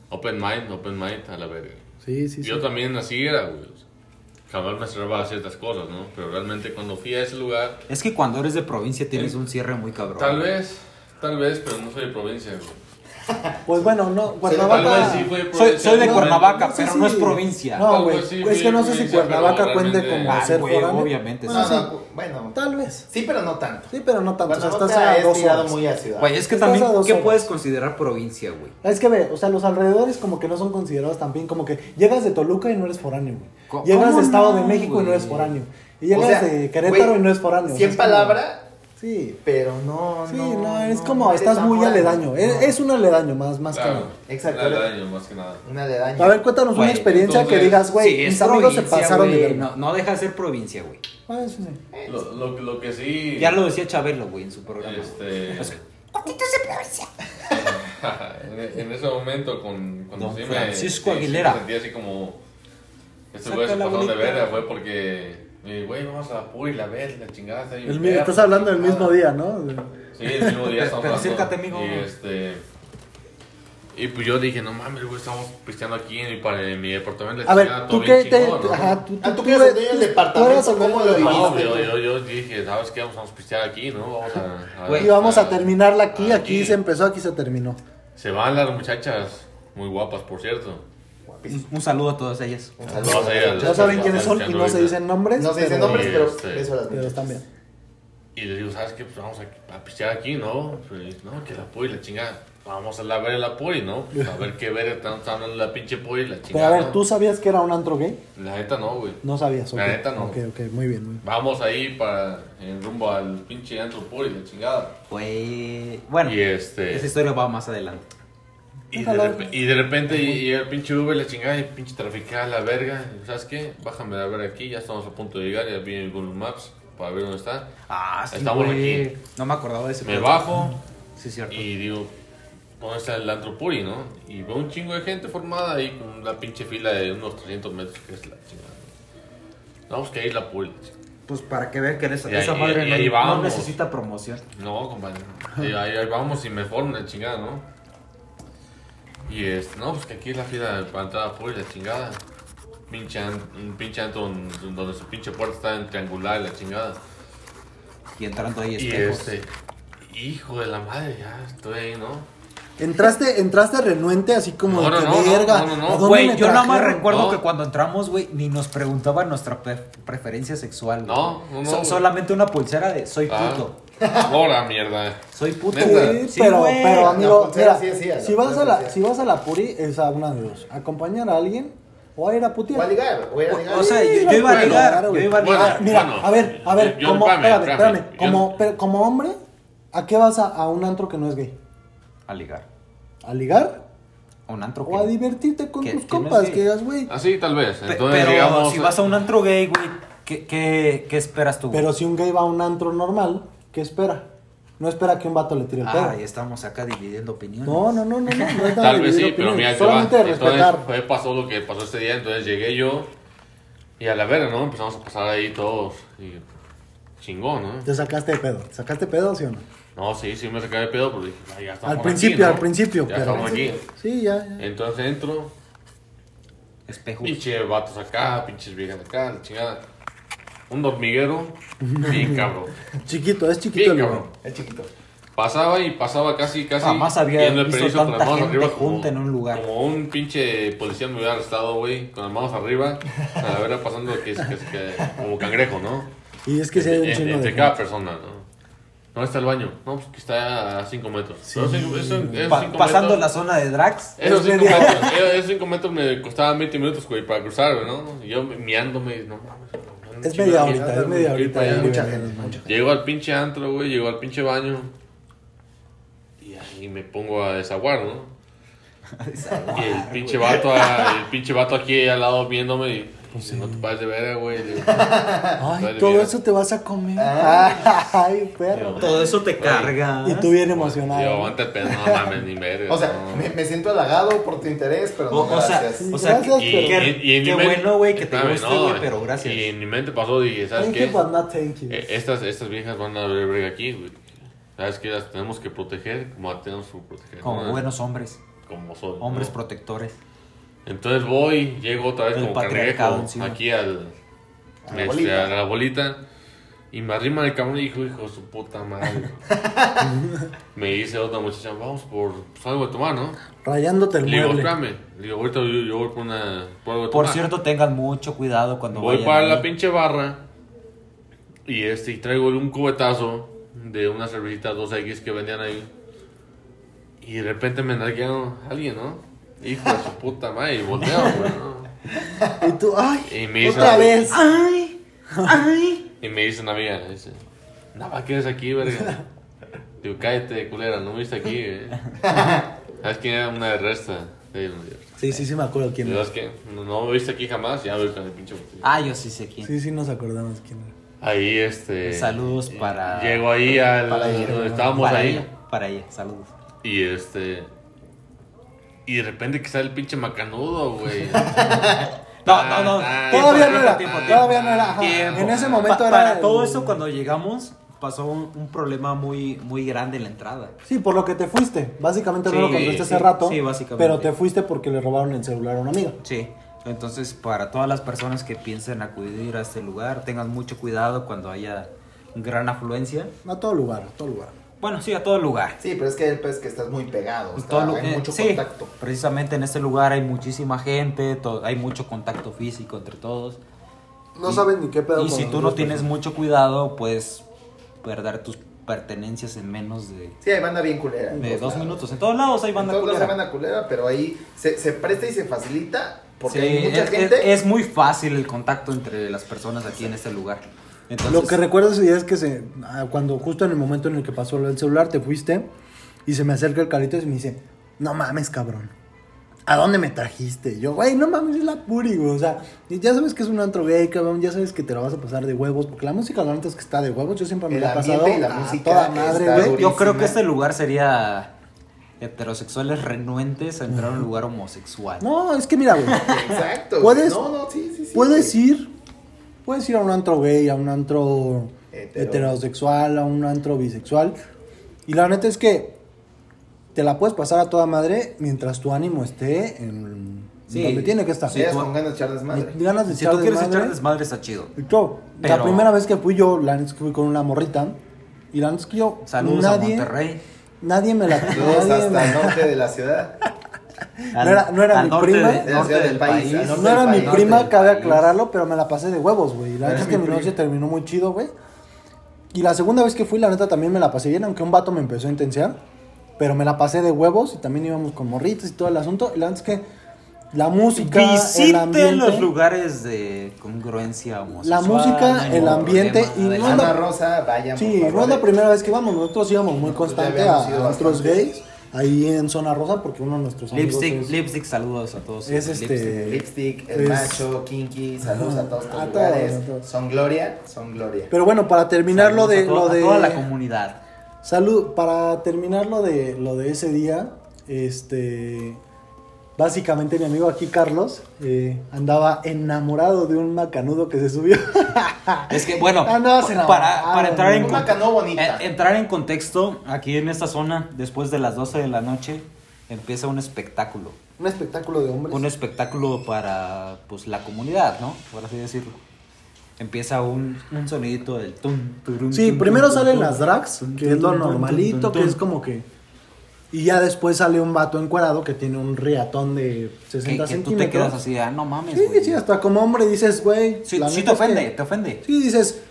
[SPEAKER 4] open mind, open mind, a la verga.
[SPEAKER 1] Sí, sí, sí.
[SPEAKER 4] Yo también así era, güey. o sea, Jamás me cerraba ciertas cosas, ¿no? Pero realmente cuando fui a ese lugar,
[SPEAKER 5] Es que cuando eres de provincia tienes
[SPEAKER 4] Eh,
[SPEAKER 5] un cierre muy cabrón.
[SPEAKER 4] tal vez, tal vez, pero no soy de provincia, güey.
[SPEAKER 1] Pues bueno, no,
[SPEAKER 4] Tal
[SPEAKER 1] Cuernavaca.
[SPEAKER 4] vez sí fue de
[SPEAKER 5] Soy,
[SPEAKER 4] provincia
[SPEAKER 5] soy de
[SPEAKER 4] en un
[SPEAKER 5] Cuernavaca,
[SPEAKER 4] momento.
[SPEAKER 1] sé
[SPEAKER 5] pero
[SPEAKER 1] si-
[SPEAKER 5] no es provincia.
[SPEAKER 1] No,
[SPEAKER 4] Tal
[SPEAKER 1] güey.
[SPEAKER 4] vez sí,
[SPEAKER 1] es que no sé si
[SPEAKER 4] provincia, pero
[SPEAKER 1] Cuernavaca cuente
[SPEAKER 4] realmente-
[SPEAKER 1] como
[SPEAKER 5] Ah,
[SPEAKER 1] ser
[SPEAKER 5] güey,
[SPEAKER 1] foráneo.
[SPEAKER 5] obviamente,
[SPEAKER 1] Bueno,
[SPEAKER 2] No,
[SPEAKER 1] sí,
[SPEAKER 2] no, cu- bueno.
[SPEAKER 1] Tal vez.
[SPEAKER 2] Sí, pero no tanto.
[SPEAKER 1] Sí, pero no tanto. O sea,
[SPEAKER 2] Cuando
[SPEAKER 1] estás a dos horas.
[SPEAKER 2] muy a ciudad.
[SPEAKER 5] Güey, es que
[SPEAKER 1] Estás
[SPEAKER 5] también,
[SPEAKER 1] a dos
[SPEAKER 5] ¿qué
[SPEAKER 1] horas.
[SPEAKER 5] puedes considerar provincia, güey?
[SPEAKER 1] Es que ve, o sea, los alrededores como que no son considerados tan bien. Como que llegas de Toluca y no eres foráneo,
[SPEAKER 5] Co-
[SPEAKER 1] güey. Llegas
[SPEAKER 5] ¿cómo
[SPEAKER 1] de Estado
[SPEAKER 5] no,
[SPEAKER 1] de México y no eres
[SPEAKER 5] güey?
[SPEAKER 1] foráneo. Y llegas
[SPEAKER 2] O sea,
[SPEAKER 1] de Querétaro
[SPEAKER 2] güey,
[SPEAKER 1] y no eres foráneo. O sea,
[SPEAKER 2] Cien
[SPEAKER 1] es como-
[SPEAKER 2] palabras,
[SPEAKER 1] Sí.
[SPEAKER 2] pero no,
[SPEAKER 1] Sí,
[SPEAKER 2] no.
[SPEAKER 1] no, es como,
[SPEAKER 2] eres
[SPEAKER 1] estás
[SPEAKER 2] tan
[SPEAKER 1] muy
[SPEAKER 2] foráneo.
[SPEAKER 1] aledaño. Es,
[SPEAKER 2] No.
[SPEAKER 1] es un aledaño más, más que
[SPEAKER 4] Claro,
[SPEAKER 1] nada.
[SPEAKER 2] Exacto.
[SPEAKER 4] Un aledaño, más que nada.
[SPEAKER 2] Un aledaño.
[SPEAKER 1] A ver, cuéntanos
[SPEAKER 5] Güey,
[SPEAKER 1] una experiencia que
[SPEAKER 4] entonces,
[SPEAKER 1] digas, güey,
[SPEAKER 5] Sí, es
[SPEAKER 1] mis amigos se
[SPEAKER 5] provincia,
[SPEAKER 1] pasaron de
[SPEAKER 5] güey.
[SPEAKER 1] verga.
[SPEAKER 5] No, no deja de ser provincia, güey.
[SPEAKER 1] Ah, eso sí.
[SPEAKER 4] Lo, lo, lo que sí.
[SPEAKER 5] Ya lo decía Chabelo, güey, en su programa.
[SPEAKER 4] Este.
[SPEAKER 5] Es-
[SPEAKER 4] en, en ese momento, con, cuando
[SPEAKER 3] Don
[SPEAKER 4] sí me-
[SPEAKER 3] Francisco
[SPEAKER 4] sí, sí
[SPEAKER 3] Aguilera.
[SPEAKER 4] me sentí así como. Este
[SPEAKER 3] Saca
[SPEAKER 4] güey se
[SPEAKER 3] la
[SPEAKER 4] pasó de
[SPEAKER 3] bolita.
[SPEAKER 4] verga, fue porque. eh, Güey, vamos a la pura y la ver, la chingada. está bien
[SPEAKER 1] El mi-
[SPEAKER 4] perro,
[SPEAKER 1] estás hablando del mismo
[SPEAKER 4] chingada.
[SPEAKER 1] día, ¿no?
[SPEAKER 4] Sí, el mismo día estamos
[SPEAKER 3] Pero
[SPEAKER 4] hablando.
[SPEAKER 3] acércate, amigo.
[SPEAKER 4] Y este. Y pues yo dije, no mames, güey, estamos pisteando aquí en mi, pare- en mi departamento. la
[SPEAKER 1] A ver,
[SPEAKER 4] chingada,
[SPEAKER 1] tú
[SPEAKER 4] todo
[SPEAKER 1] qué
[SPEAKER 4] bien
[SPEAKER 1] te.
[SPEAKER 4] chingón, ¿no?
[SPEAKER 1] Ajá, tú,
[SPEAKER 2] Ah, tú que eres
[SPEAKER 1] eres-
[SPEAKER 2] dueño del
[SPEAKER 1] tú eres
[SPEAKER 2] departamento,
[SPEAKER 1] el
[SPEAKER 2] ¿cómo
[SPEAKER 1] dueño del
[SPEAKER 2] lo
[SPEAKER 1] departamento.
[SPEAKER 4] No, yo, yo, yo dije, ¿sabes qué? Vamos, vamos a pistear aquí, ¿no? Vamos a.
[SPEAKER 3] Güey,
[SPEAKER 1] Y vamos a terminarla aquí,
[SPEAKER 4] Aquí.
[SPEAKER 1] aquí se empezó, aquí se terminó.
[SPEAKER 4] Se van las muchachas, muy guapas, por cierto.
[SPEAKER 5] Pues,
[SPEAKER 3] Un, un saludo a todas ellas.
[SPEAKER 2] Un
[SPEAKER 4] No, sí, el-
[SPEAKER 1] Ya
[SPEAKER 4] Las
[SPEAKER 1] saben
[SPEAKER 4] que
[SPEAKER 1] quiénes
[SPEAKER 4] están
[SPEAKER 1] son y no se
[SPEAKER 4] escuchando ahorita.
[SPEAKER 1] dicen nombres.
[SPEAKER 2] No se dicen
[SPEAKER 1] pero-
[SPEAKER 2] nombres, pero
[SPEAKER 4] Este.
[SPEAKER 2] beso a las
[SPEAKER 1] Pero
[SPEAKER 2] muchachas.
[SPEAKER 1] están bien.
[SPEAKER 4] Y les digo, ¿sabes qué? Pues vamos a, a pistear aquí, ¿no? Pues, no, que la puri, la chingada. Vamos a la ver la puri, ¿no? Pues, a ver qué ver están están hablando la pinche puri, la
[SPEAKER 1] Pero a
[SPEAKER 4] chingada.
[SPEAKER 1] ver,
[SPEAKER 4] ¿no?
[SPEAKER 1] ¿tú sabías que era un antro gay?
[SPEAKER 4] La neta no, güey.
[SPEAKER 1] No sabías, ok.
[SPEAKER 4] La neta no.
[SPEAKER 1] Ok, ok, muy bien, muy bien.
[SPEAKER 4] Vamos ahí para en rumbo al pinche antro puri, la chingada.
[SPEAKER 3] Fue. Bueno,
[SPEAKER 4] Y este.
[SPEAKER 3] esa historia va más adelante.
[SPEAKER 4] Y de,
[SPEAKER 1] Déjalo.
[SPEAKER 4] repe- y de repente y, y el pinche Uber, la chingada, y pinche traficada, la verga. Y, ¿Sabes qué? Bájame a ver aquí, ya estamos a punto de llegar, ya vi en Google Maps para ver dónde está.
[SPEAKER 3] Ah, sí,
[SPEAKER 4] Estamos
[SPEAKER 3] güey.
[SPEAKER 4] aquí.
[SPEAKER 3] No me acordaba de ese.
[SPEAKER 4] Me
[SPEAKER 3] pedo.
[SPEAKER 4] bajo
[SPEAKER 3] Sí, cierto.
[SPEAKER 4] y digo, ¿dónde está el antropuri, no? Y veo un chingo de gente formada ahí con una pinche fila de unos 300 metros, que es la chingada. Vamos que ir la puri. la chingada.
[SPEAKER 3] Pues para que vean que esa,
[SPEAKER 4] Y ahí-
[SPEAKER 3] esa madre
[SPEAKER 4] y
[SPEAKER 3] no,
[SPEAKER 4] ahí
[SPEAKER 3] no
[SPEAKER 4] vamos.
[SPEAKER 3] necesita promoción.
[SPEAKER 4] No, compadre. Y ahí, ahí vamos y me formo la chingada, ¿no? Y este, no, pues que aquí es la fila de para entrar a puri, la chingada. Pinche, an- un pinche antro donde donde su pinche puerta está en triangular, la chingada.
[SPEAKER 3] Y entrando ahí
[SPEAKER 4] Y
[SPEAKER 3] espejos.
[SPEAKER 4] este, hijo de la madre, ya estoy ahí, ¿no?
[SPEAKER 1] Entraste, entraste renuente, así como
[SPEAKER 4] No,
[SPEAKER 1] de
[SPEAKER 4] no,
[SPEAKER 1] que
[SPEAKER 4] no, no,
[SPEAKER 1] verga.
[SPEAKER 4] no, no, no.
[SPEAKER 1] ¿a dónde me
[SPEAKER 3] Güey, yo nada más
[SPEAKER 1] trajeron?"
[SPEAKER 3] recuerdo
[SPEAKER 4] No.
[SPEAKER 3] que cuando entramos, güey, ni nos preguntaban nuestra pre- preferencia sexual. güey.
[SPEAKER 4] No, no, no, güey.
[SPEAKER 3] solamente una pulsera de soy
[SPEAKER 4] Ah.
[SPEAKER 3] puto.
[SPEAKER 4] Ahora mierda.
[SPEAKER 3] Soy puto,
[SPEAKER 4] Neta.
[SPEAKER 3] güey.
[SPEAKER 1] Sí, pero,
[SPEAKER 3] güey.
[SPEAKER 1] pero
[SPEAKER 2] La
[SPEAKER 1] amigo,
[SPEAKER 2] pulsera
[SPEAKER 1] mira,
[SPEAKER 2] sí decía, la
[SPEAKER 1] si, vas a
[SPEAKER 2] pulsera
[SPEAKER 1] la,
[SPEAKER 2] sí
[SPEAKER 1] si vas a la puri, es a una de dos. Acompañar a alguien o a ir a putear.
[SPEAKER 2] Voy a ligar, voy a ligar.
[SPEAKER 3] O, o sea, yo, yo iba a
[SPEAKER 4] Bueno,
[SPEAKER 3] ligar,
[SPEAKER 1] claro,
[SPEAKER 3] yo
[SPEAKER 1] güey.
[SPEAKER 3] iba a
[SPEAKER 4] Bueno,
[SPEAKER 3] ligar.
[SPEAKER 1] Mira,
[SPEAKER 4] Bueno, eh,
[SPEAKER 1] a ver, a ver,
[SPEAKER 4] yo- yo-
[SPEAKER 1] como,
[SPEAKER 4] espérame,
[SPEAKER 1] espérame,
[SPEAKER 4] espérame,
[SPEAKER 1] espérame,
[SPEAKER 4] yo-
[SPEAKER 1] como, pero como hombre, ¿a qué vas a, a un antro que no es gay?
[SPEAKER 3] A ligar.
[SPEAKER 1] ¿A ligar?
[SPEAKER 3] A un antro
[SPEAKER 1] ¿O a
[SPEAKER 3] gay.
[SPEAKER 1] divertirte con
[SPEAKER 3] Que-
[SPEAKER 1] tus
[SPEAKER 3] que no es
[SPEAKER 1] compas?
[SPEAKER 3] gay.
[SPEAKER 1] Que digas, güey.
[SPEAKER 4] Así tal vez.
[SPEAKER 3] Pe-
[SPEAKER 4] Entonces,
[SPEAKER 3] pero
[SPEAKER 4] digamos, eh.
[SPEAKER 3] si vas a un antro gay, güey, ¿qué, qué, qué esperas tú? güey?
[SPEAKER 1] Pero si un gay va a un antro normal, ¿qué espera? No espera que un vato le tire el
[SPEAKER 3] Ah,
[SPEAKER 1] pedo.
[SPEAKER 3] ya estamos acá dividiendo opiniones.
[SPEAKER 1] No, no, no, no, no. no es nada
[SPEAKER 4] tal
[SPEAKER 1] de
[SPEAKER 4] vez sí,
[SPEAKER 1] dividir
[SPEAKER 4] pero
[SPEAKER 1] opiniones,
[SPEAKER 4] mira, ahí te va.
[SPEAKER 1] solamente de
[SPEAKER 4] Entonces, pues.
[SPEAKER 1] respetar.
[SPEAKER 4] fue- pasó lo que pasó este día, entonces llegué yo y a la verga, ¿no? Empezamos a pasar ahí todos y chingón, ¿no?
[SPEAKER 1] Te sacaste de pedo. ¿Te ¿Sacaste de pedo, sí o no?
[SPEAKER 4] No, sí, sí me saqué de pedo, pero dije, "Ah, ya estamos
[SPEAKER 1] Al
[SPEAKER 4] aquí,
[SPEAKER 1] principio,
[SPEAKER 4] ¿no?
[SPEAKER 1] al principio.
[SPEAKER 4] Ya
[SPEAKER 1] pero-
[SPEAKER 4] estamos aquí. Eh.
[SPEAKER 1] Sí, ya, ya.
[SPEAKER 4] Entonces entro,
[SPEAKER 3] Espejos.
[SPEAKER 4] pinche vatos acá, pinches viejas acá, la chingada. Un hormiguero, bien cabrón.
[SPEAKER 1] Chiquito, es chiquito
[SPEAKER 4] Bien
[SPEAKER 1] el
[SPEAKER 4] cabrón.
[SPEAKER 1] lugar.
[SPEAKER 2] Es chiquito.
[SPEAKER 4] Pasaba y pasaba casi, casi.
[SPEAKER 3] Jamás había
[SPEAKER 4] yendo el
[SPEAKER 3] visto
[SPEAKER 4] periódico con
[SPEAKER 3] tanta
[SPEAKER 4] las manos
[SPEAKER 3] gente
[SPEAKER 4] arriba como-
[SPEAKER 3] junta en un lugar.
[SPEAKER 4] Como un pinche policía me hubiera arrestado, güey, con las manos arriba, a la vera pasando que es, que es que- como cangrejo, ¿no?
[SPEAKER 1] Y es que se
[SPEAKER 4] En-
[SPEAKER 1] un
[SPEAKER 4] en-
[SPEAKER 1] chingo
[SPEAKER 4] entre
[SPEAKER 1] de.
[SPEAKER 4] cada persona, ¿no? No está el baño, no, pues que está a 5 metros. Pero cinco- eso- esos
[SPEAKER 3] Pa-
[SPEAKER 4] cinco
[SPEAKER 3] pasando
[SPEAKER 4] metros-
[SPEAKER 3] la zona de drags.
[SPEAKER 4] Esos
[SPEAKER 1] Es
[SPEAKER 4] 5
[SPEAKER 1] media
[SPEAKER 4] metros, esos cinco metros me costaban 20 minutos, güey, para cruzar, güey, ¿no? Y yo miándome, no mames. no,
[SPEAKER 1] Es
[SPEAKER 4] chingo,
[SPEAKER 1] media
[SPEAKER 4] ya-
[SPEAKER 1] horita, es media
[SPEAKER 4] ir
[SPEAKER 1] horita.
[SPEAKER 4] para allá.
[SPEAKER 1] ahí,
[SPEAKER 2] Mucha
[SPEAKER 1] güey,
[SPEAKER 2] gente,
[SPEAKER 1] no
[SPEAKER 2] mucha
[SPEAKER 1] manches.
[SPEAKER 4] Llego al pinche antro, güey, llego al pinche baño. Y ahí me pongo a desaguar, ¿no? Y el pinche vato, a- el pinche vato aquí al lado viéndome y dice, no te pares de verga, güey. Le digo,
[SPEAKER 1] Ay,
[SPEAKER 4] Madre
[SPEAKER 1] todo
[SPEAKER 4] mía.
[SPEAKER 1] eso te vas a comer.
[SPEAKER 5] Ah.
[SPEAKER 1] Ay, perro.
[SPEAKER 3] Todo eso te carga.
[SPEAKER 1] Y tú bien
[SPEAKER 4] Digo,
[SPEAKER 1] emocionado.
[SPEAKER 4] aguanta el pedo, no mames, ni verga.
[SPEAKER 2] O sea,
[SPEAKER 4] no.
[SPEAKER 2] me, me siento halagado por tu interés, pero no
[SPEAKER 3] O, o sea,
[SPEAKER 2] gracias.
[SPEAKER 3] o sea,
[SPEAKER 1] Gracias,
[SPEAKER 3] que-
[SPEAKER 4] Y-
[SPEAKER 1] pero-
[SPEAKER 3] qué,
[SPEAKER 4] y- y en mi
[SPEAKER 3] qué
[SPEAKER 4] men-
[SPEAKER 3] bueno, güey, que te
[SPEAKER 4] espérame,
[SPEAKER 3] guste,
[SPEAKER 4] no,
[SPEAKER 3] güey, pero gracias.
[SPEAKER 4] Y en mi mente pasó, dije, ¿sabes
[SPEAKER 1] Thank
[SPEAKER 4] qué?
[SPEAKER 1] you, but not thank you.
[SPEAKER 4] Eh, Estas, estas viejas van a ver verga aquí, güey. ¿Sabes qué? Las tenemos que proteger como las tenemos que proteger.
[SPEAKER 3] Como
[SPEAKER 4] ¿no?
[SPEAKER 3] buenos hombres,
[SPEAKER 4] Como son. ¿no?
[SPEAKER 3] hombres protectores.
[SPEAKER 4] Entonces voy, llego otra vez
[SPEAKER 3] El
[SPEAKER 4] como
[SPEAKER 3] patriarcado
[SPEAKER 4] cangrejo
[SPEAKER 3] encima.
[SPEAKER 4] aquí al,
[SPEAKER 2] A la
[SPEAKER 4] este,
[SPEAKER 2] bolita.
[SPEAKER 4] a la bolita y me arrima el cabrón y dijo, hijo de su puta madre. me dice otra muchacha, vamos por pues, algo de tomar, ¿no?
[SPEAKER 1] Rayándote el
[SPEAKER 4] Le digo,
[SPEAKER 1] mueble.
[SPEAKER 4] espérame. Le digo, ahorita yo, yo voy por, una, por algo de
[SPEAKER 3] Por
[SPEAKER 4] tomar.
[SPEAKER 3] cierto, tengan mucho cuidado cuando
[SPEAKER 4] voy
[SPEAKER 3] vayan
[SPEAKER 4] para
[SPEAKER 3] ahí.
[SPEAKER 4] la pinche barra y este y traigo un cubetazo de unas cervecitas 2X que vendían ahí. Y de repente me narguearon a alguien, ¿no? Hijo de su puta madre, y volteo, güey, ¿no?
[SPEAKER 1] Y tú, ay,
[SPEAKER 4] Y me dice-
[SPEAKER 1] otra vez.
[SPEAKER 3] Ay, ay.
[SPEAKER 4] Y me dice una amiga, dice, nada, ¿qué eres aquí, verga? Digo, cállate, culera, no me viste aquí, eh. ¿Sabes quién era una de resta? Sí, no, digo,
[SPEAKER 1] Sí, sí, sí, me acuerdo quién
[SPEAKER 4] "Digo,
[SPEAKER 1] era.
[SPEAKER 4] "Es que no- no me viste aquí jamás, ya ves con el pinche botella".
[SPEAKER 3] Ah, yo sí sé quién. Eh,
[SPEAKER 1] Sí, sí, nos acordamos quién era.
[SPEAKER 4] Ahí,
[SPEAKER 5] Eh,
[SPEAKER 4] este...
[SPEAKER 3] Saludos para.
[SPEAKER 4] Llego ahí al...
[SPEAKER 2] Para ir,
[SPEAKER 4] donde
[SPEAKER 2] ¿no?
[SPEAKER 4] estábamos
[SPEAKER 3] para
[SPEAKER 4] ahí.
[SPEAKER 3] Ella, para ella, saludos.
[SPEAKER 4] Y este... Y de repente que sale el pinche macanudo, güey.
[SPEAKER 5] No, no, no.
[SPEAKER 4] Ah,
[SPEAKER 1] Todavía no
[SPEAKER 5] tiempo,
[SPEAKER 1] era,
[SPEAKER 5] tiempo,
[SPEAKER 1] todavía no era. ajá.
[SPEAKER 4] tiempo.
[SPEAKER 1] En ese momento
[SPEAKER 5] Pa-
[SPEAKER 1] era.
[SPEAKER 5] para
[SPEAKER 1] el-
[SPEAKER 5] todo eso, cuando llegamos, pasó un, un problema muy, muy grande en la entrada.
[SPEAKER 1] Sí, por lo que te fuiste. Básicamente no
[SPEAKER 5] Sí,
[SPEAKER 1] lo contesté
[SPEAKER 5] sí,
[SPEAKER 1] hace rato.
[SPEAKER 5] sí, básicamente.
[SPEAKER 1] Pero te fuiste porque le robaron el celular a una amiga.
[SPEAKER 5] Sí. Entonces, para todas las personas que piensen acudir a este lugar, tengan mucho cuidado cuando haya gran afluencia.
[SPEAKER 1] A todo lugar, a todo lugar.
[SPEAKER 5] Bueno, sí, a todo lugar.
[SPEAKER 2] Sí, pero es que el pez que estás muy pegado.
[SPEAKER 5] En
[SPEAKER 2] está-
[SPEAKER 5] todo lo
[SPEAKER 2] Pues hay
[SPEAKER 5] que-
[SPEAKER 2] mucho
[SPEAKER 5] sí,
[SPEAKER 2] contacto.
[SPEAKER 5] Precisamente en este lugar hay muchísima gente, to- hay mucho contacto físico entre todos.
[SPEAKER 1] No
[SPEAKER 5] Y-
[SPEAKER 1] saben ni qué pedo.
[SPEAKER 5] Y
[SPEAKER 1] con
[SPEAKER 5] si
[SPEAKER 1] las
[SPEAKER 5] tú no
[SPEAKER 1] dos
[SPEAKER 5] tienes
[SPEAKER 1] personas.
[SPEAKER 5] mucho cuidado, puedes perder tus pertenencias en menos de,
[SPEAKER 2] Sí, hay banda bien culera.
[SPEAKER 5] de
[SPEAKER 2] Entonces,
[SPEAKER 5] dos
[SPEAKER 2] nada.
[SPEAKER 5] minutos. En todos lados hay
[SPEAKER 2] En
[SPEAKER 5] banda
[SPEAKER 2] todos lados
[SPEAKER 5] culera.
[SPEAKER 2] hay banda culera, pero ahí se, se presta y se facilita porque
[SPEAKER 5] Sí,
[SPEAKER 2] hay mucha
[SPEAKER 5] es,
[SPEAKER 2] gente.
[SPEAKER 5] es- es muy fácil el contacto entre las personas aquí en este lugar. Entonces,
[SPEAKER 1] Lo que recuerdo ese día es que se, ah, cuando justo en el momento en el que pasó lo del celular, te fuiste y se me acerca el carito y me dice, no mames, cabrón. ¿A dónde me trajiste? Y Yo, güey, no mames, es la puri, güey. O sea, y ya sabes que es un antro gay, cabrón. Ya sabes que te la vas a pasar de huevos. Porque la música, la neta es que está de huevos. Yo siempre me
[SPEAKER 2] El
[SPEAKER 1] la he
[SPEAKER 2] ambiente
[SPEAKER 1] pasado
[SPEAKER 2] y la
[SPEAKER 1] a
[SPEAKER 2] música
[SPEAKER 1] toda madre,
[SPEAKER 2] está
[SPEAKER 1] güey.
[SPEAKER 5] yo, yo creo
[SPEAKER 2] durísima.
[SPEAKER 5] que este lugar sería heterosexuales renuentes a entrar a un lugar homosexual.
[SPEAKER 1] No, es que mira, güey.
[SPEAKER 2] Exacto.
[SPEAKER 1] Puedes-
[SPEAKER 2] No, no, sí, sí, sí.
[SPEAKER 1] Puedes
[SPEAKER 2] güey.
[SPEAKER 1] ir, puedes ir a un antro gay, a un antro
[SPEAKER 2] Hetero.
[SPEAKER 1] heterosexual, a un antro bisexual. Y la neta es que te la puedes pasar a toda madre mientras tu ánimo esté en
[SPEAKER 5] Sí.
[SPEAKER 1] donde tiene que estar.
[SPEAKER 5] Sí,
[SPEAKER 2] Llegas
[SPEAKER 5] tú-
[SPEAKER 2] con ganas de echar desmadre.
[SPEAKER 1] Y Ganas de
[SPEAKER 5] Si
[SPEAKER 1] echar
[SPEAKER 5] tú quieres
[SPEAKER 1] desmadre.
[SPEAKER 5] echar desmadre, está chido.
[SPEAKER 1] Y yo, La
[SPEAKER 5] Pero-
[SPEAKER 1] primera vez que fui yo, la neta es que fui con una morrita. Y la neta es que yo,
[SPEAKER 5] Saludos
[SPEAKER 1] nadie,
[SPEAKER 5] a Monterrey.
[SPEAKER 1] nadie me la...
[SPEAKER 2] Saludos
[SPEAKER 1] nadie me-
[SPEAKER 2] hasta el norte de la ciudad.
[SPEAKER 1] No era- no era
[SPEAKER 5] al
[SPEAKER 1] mi
[SPEAKER 5] norte
[SPEAKER 1] prima.
[SPEAKER 5] del-
[SPEAKER 2] De la
[SPEAKER 5] norte
[SPEAKER 2] ciudad
[SPEAKER 5] del
[SPEAKER 2] del país,
[SPEAKER 5] país.
[SPEAKER 2] al
[SPEAKER 1] No era mi
[SPEAKER 2] país.
[SPEAKER 1] prima,
[SPEAKER 5] Norte del
[SPEAKER 1] cabe
[SPEAKER 5] país.
[SPEAKER 1] aclaramente aclararlo, pero me la pasé de huevos, güey. La
[SPEAKER 2] Era
[SPEAKER 1] neta es
[SPEAKER 2] mi
[SPEAKER 1] que mi
[SPEAKER 2] prima.
[SPEAKER 1] noche terminó muy chido, güey. Y la segunda vez que fui, la neta también me la pasé bien, aunque un vato me empezó a intensear. Pero me la pasé de huevos y también íbamos con morritas y todo el asunto. Y la neta es que la música, el
[SPEAKER 5] Visiten
[SPEAKER 1] ambiente,
[SPEAKER 5] los lugares de congruencia homosexual.
[SPEAKER 1] la música, el ambiente y no
[SPEAKER 2] Ana
[SPEAKER 1] anda-
[SPEAKER 2] Rosa, vayan.
[SPEAKER 1] Sí,
[SPEAKER 2] por
[SPEAKER 1] no es
[SPEAKER 2] favor,
[SPEAKER 1] la primera vez que vamos. Nosotros íbamos muy
[SPEAKER 2] Nosotros ya
[SPEAKER 1] constante a,
[SPEAKER 2] habíamos ido
[SPEAKER 1] a otros
[SPEAKER 2] bastante.
[SPEAKER 1] gays ahí en Zona Rosa porque uno de nuestros amigos
[SPEAKER 5] Lipstick,
[SPEAKER 1] es-
[SPEAKER 5] lipstick, saludos a todos.
[SPEAKER 1] es este...
[SPEAKER 2] Lipstick, el
[SPEAKER 1] Es-
[SPEAKER 2] macho, Kinky, saludos a todos estos
[SPEAKER 1] A todos,
[SPEAKER 2] lugares.
[SPEAKER 1] a todos.
[SPEAKER 2] Son gloria, son gloria.
[SPEAKER 1] Pero bueno, para terminar lo de...
[SPEAKER 5] Saludos a
[SPEAKER 1] lo
[SPEAKER 5] to-
[SPEAKER 1] de...
[SPEAKER 5] a toda la comunidad.
[SPEAKER 1] Salud, para terminar lo de, lo de ese día, este, básicamente mi amigo aquí, Carlos, eh, andaba enamorado de un macanudo que se subió.
[SPEAKER 5] Es que, bueno,
[SPEAKER 1] Ah, no, se
[SPEAKER 5] pa-
[SPEAKER 1] la
[SPEAKER 5] para,
[SPEAKER 1] mamaron.
[SPEAKER 5] para entrar, en,
[SPEAKER 2] Una canoa bonita.
[SPEAKER 5] en- Eh,
[SPEAKER 4] Eh,
[SPEAKER 5] entrar en contexto, aquí en esta zona, después de las 12 de la noche, empieza un espectáculo.
[SPEAKER 1] un espectáculo de hombres.
[SPEAKER 5] Un espectáculo para pues, la comunidad, ¿no? Por así decirlo. Empieza un, un sonidito del tum, turum,
[SPEAKER 1] Sí,
[SPEAKER 5] tum,
[SPEAKER 1] primero
[SPEAKER 5] tum,
[SPEAKER 1] salen
[SPEAKER 5] tum,
[SPEAKER 1] las drags,
[SPEAKER 5] tum,
[SPEAKER 1] que
[SPEAKER 5] tum,
[SPEAKER 1] es lo
[SPEAKER 5] tum, tum,
[SPEAKER 1] normalito,
[SPEAKER 5] tum,
[SPEAKER 1] que
[SPEAKER 5] tum.
[SPEAKER 1] es como que... Y ya después sale un vato encuerado que tiene un riatón de
[SPEAKER 5] Que,
[SPEAKER 1] 60
[SPEAKER 5] que tú te
[SPEAKER 1] centímetros.
[SPEAKER 5] quedas así, ah, no mames,
[SPEAKER 1] Sí,
[SPEAKER 5] güey.
[SPEAKER 1] sí, hasta como hombre dices, güey...
[SPEAKER 5] Sí,
[SPEAKER 1] la
[SPEAKER 5] sí
[SPEAKER 1] neta
[SPEAKER 5] te
[SPEAKER 1] es que-
[SPEAKER 5] ofende, te ofende.
[SPEAKER 1] Sí, dices,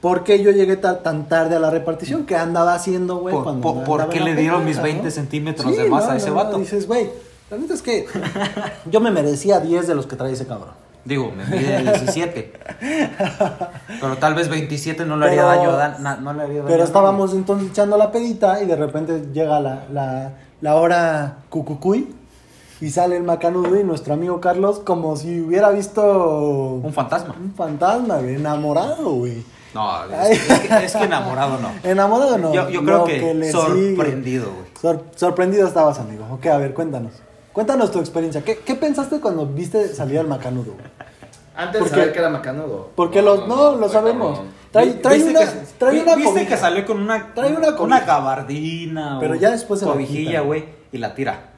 [SPEAKER 1] ¿por qué yo llegué ta- tan tarde a la repartición? ¿Qué andaba haciendo, güey?
[SPEAKER 5] Por-
[SPEAKER 1] cuando
[SPEAKER 5] por-
[SPEAKER 1] andaba
[SPEAKER 5] ¿por
[SPEAKER 1] en
[SPEAKER 5] qué
[SPEAKER 1] la
[SPEAKER 5] le dieron
[SPEAKER 1] pendeja,
[SPEAKER 5] mis 20 centímetros de más a ese vato?
[SPEAKER 1] Dices, güey, la neta es que yo me merecía 10 de los que trae ese cabrón.
[SPEAKER 5] Digo, me mide 17. pero tal vez 27 no le haría
[SPEAKER 1] Pero-
[SPEAKER 5] daño a Dan- na- no le haría daño a
[SPEAKER 1] Pero
[SPEAKER 5] nadie.
[SPEAKER 1] estábamos entonces echando la pedita y de repente llega la, la, la hora cucucuy y sale el macanudo y nuestro amigo Carlos como si hubiera visto
[SPEAKER 5] Un fantasma.
[SPEAKER 1] un fantasma, güey, enamorado, güey.
[SPEAKER 5] No,
[SPEAKER 1] Ay.
[SPEAKER 5] es, es que, es que enamorado no.
[SPEAKER 1] Enamorado no.
[SPEAKER 5] Yo, yo
[SPEAKER 1] lo
[SPEAKER 5] creo que,
[SPEAKER 1] le sigue.
[SPEAKER 5] sorprendido, güey.
[SPEAKER 1] Sor- sorprendido estabas, amigo. Ok, a ver, cuéntanos. Cuéntanos tu experiencia. ¿Qué, qué pensaste cuando viste salir al macanudo? güey?
[SPEAKER 2] Antes de
[SPEAKER 1] ¿Por
[SPEAKER 2] saber
[SPEAKER 1] qué?
[SPEAKER 2] que era macanudo.
[SPEAKER 1] Porque
[SPEAKER 4] No,
[SPEAKER 1] los,
[SPEAKER 4] no,
[SPEAKER 1] no,
[SPEAKER 4] no,
[SPEAKER 1] lo
[SPEAKER 4] está
[SPEAKER 1] sabemos.
[SPEAKER 4] cabrón.
[SPEAKER 1] Trae,
[SPEAKER 5] Vi-
[SPEAKER 1] trae
[SPEAKER 5] viste
[SPEAKER 1] una,
[SPEAKER 5] que-
[SPEAKER 1] trae
[SPEAKER 5] vi-
[SPEAKER 1] una
[SPEAKER 5] Viste
[SPEAKER 1] cobija.
[SPEAKER 5] que salió con una,
[SPEAKER 1] Trae una cobija.
[SPEAKER 5] gabardina
[SPEAKER 1] Pero
[SPEAKER 5] o
[SPEAKER 1] ya después se la
[SPEAKER 5] cobijilla,
[SPEAKER 1] quitan.
[SPEAKER 5] güey, y la tira.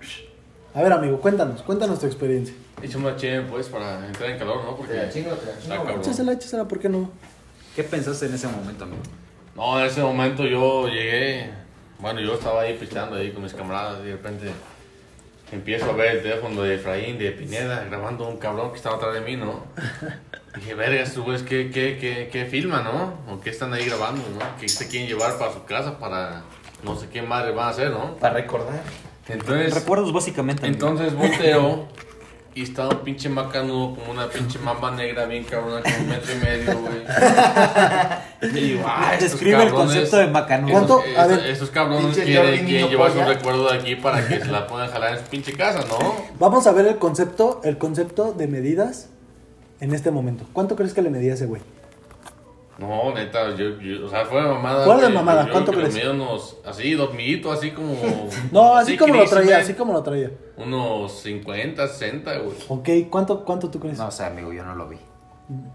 [SPEAKER 1] A ver, amigo, cuéntanos, cuéntanos tu experiencia.
[SPEAKER 4] Echa una chen, pues, para entrar en calor, ¿no? Porque.
[SPEAKER 2] Te la chingo, te la chingo,
[SPEAKER 4] Está
[SPEAKER 2] güey.
[SPEAKER 4] cabrón.
[SPEAKER 1] Échasela, échasela, ¿por qué no?
[SPEAKER 5] ¿Qué pensaste en ese momento, amigo?
[SPEAKER 4] No, en ese momento yo llegué, bueno, yo estaba ahí pichando ahí con mis camaradas y de repente empiezo a ver el teléfono de Efraín, de Pineda, grabando un cabrón que estaba atrás de mí, ¿no? Dije, verga, estos güeyes, ¿qué, qué, qué, qué filman, no? ¿O qué están ahí grabando, no? ¿Qué se quieren llevar para su casa para no sé qué madre van a hacer, no?
[SPEAKER 2] Para recordar.
[SPEAKER 4] Entonces,
[SPEAKER 5] Recuerdos básicamente. amigo.
[SPEAKER 4] entonces volteo y estaba un pinche macanudo como una pinche mamba negra bien cabrona, como un metro y medio, güey. Y digo, ah, estos
[SPEAKER 5] Describe el
[SPEAKER 4] cabrones-
[SPEAKER 5] concepto de macanudo.
[SPEAKER 1] ¿Cuánto?
[SPEAKER 4] Estos,
[SPEAKER 1] A
[SPEAKER 4] estos-
[SPEAKER 1] ver.
[SPEAKER 4] estos cabrones
[SPEAKER 2] Pinche
[SPEAKER 4] quieren,
[SPEAKER 2] Jordi
[SPEAKER 4] quieren
[SPEAKER 2] niño
[SPEAKER 4] llevar su
[SPEAKER 2] polla.
[SPEAKER 4] recuerdo de aquí para que se la puedan jalar en su pinche casa, ¿no?
[SPEAKER 1] Vamos a ver el concepto, el concepto de medidas en este momento. ¿Cuánto crees que le medía ese güey?
[SPEAKER 4] No, neta, yo, yo- o sea, fue mamada.
[SPEAKER 1] ¿Cuál de
[SPEAKER 4] güey.
[SPEAKER 1] mamada?
[SPEAKER 4] Yo
[SPEAKER 1] ¿Cuánto
[SPEAKER 4] creo que
[SPEAKER 1] crees?
[SPEAKER 4] medí unos, así, dormidito, así como.
[SPEAKER 1] No, así como lo
[SPEAKER 4] crispy,
[SPEAKER 1] traía,
[SPEAKER 4] güey.
[SPEAKER 1] así como lo traía.
[SPEAKER 4] Unos 50, 60, güey.
[SPEAKER 1] Ok, ¿cuánto, cuánto tú crees?
[SPEAKER 5] No sé, amigo, yo no lo vi.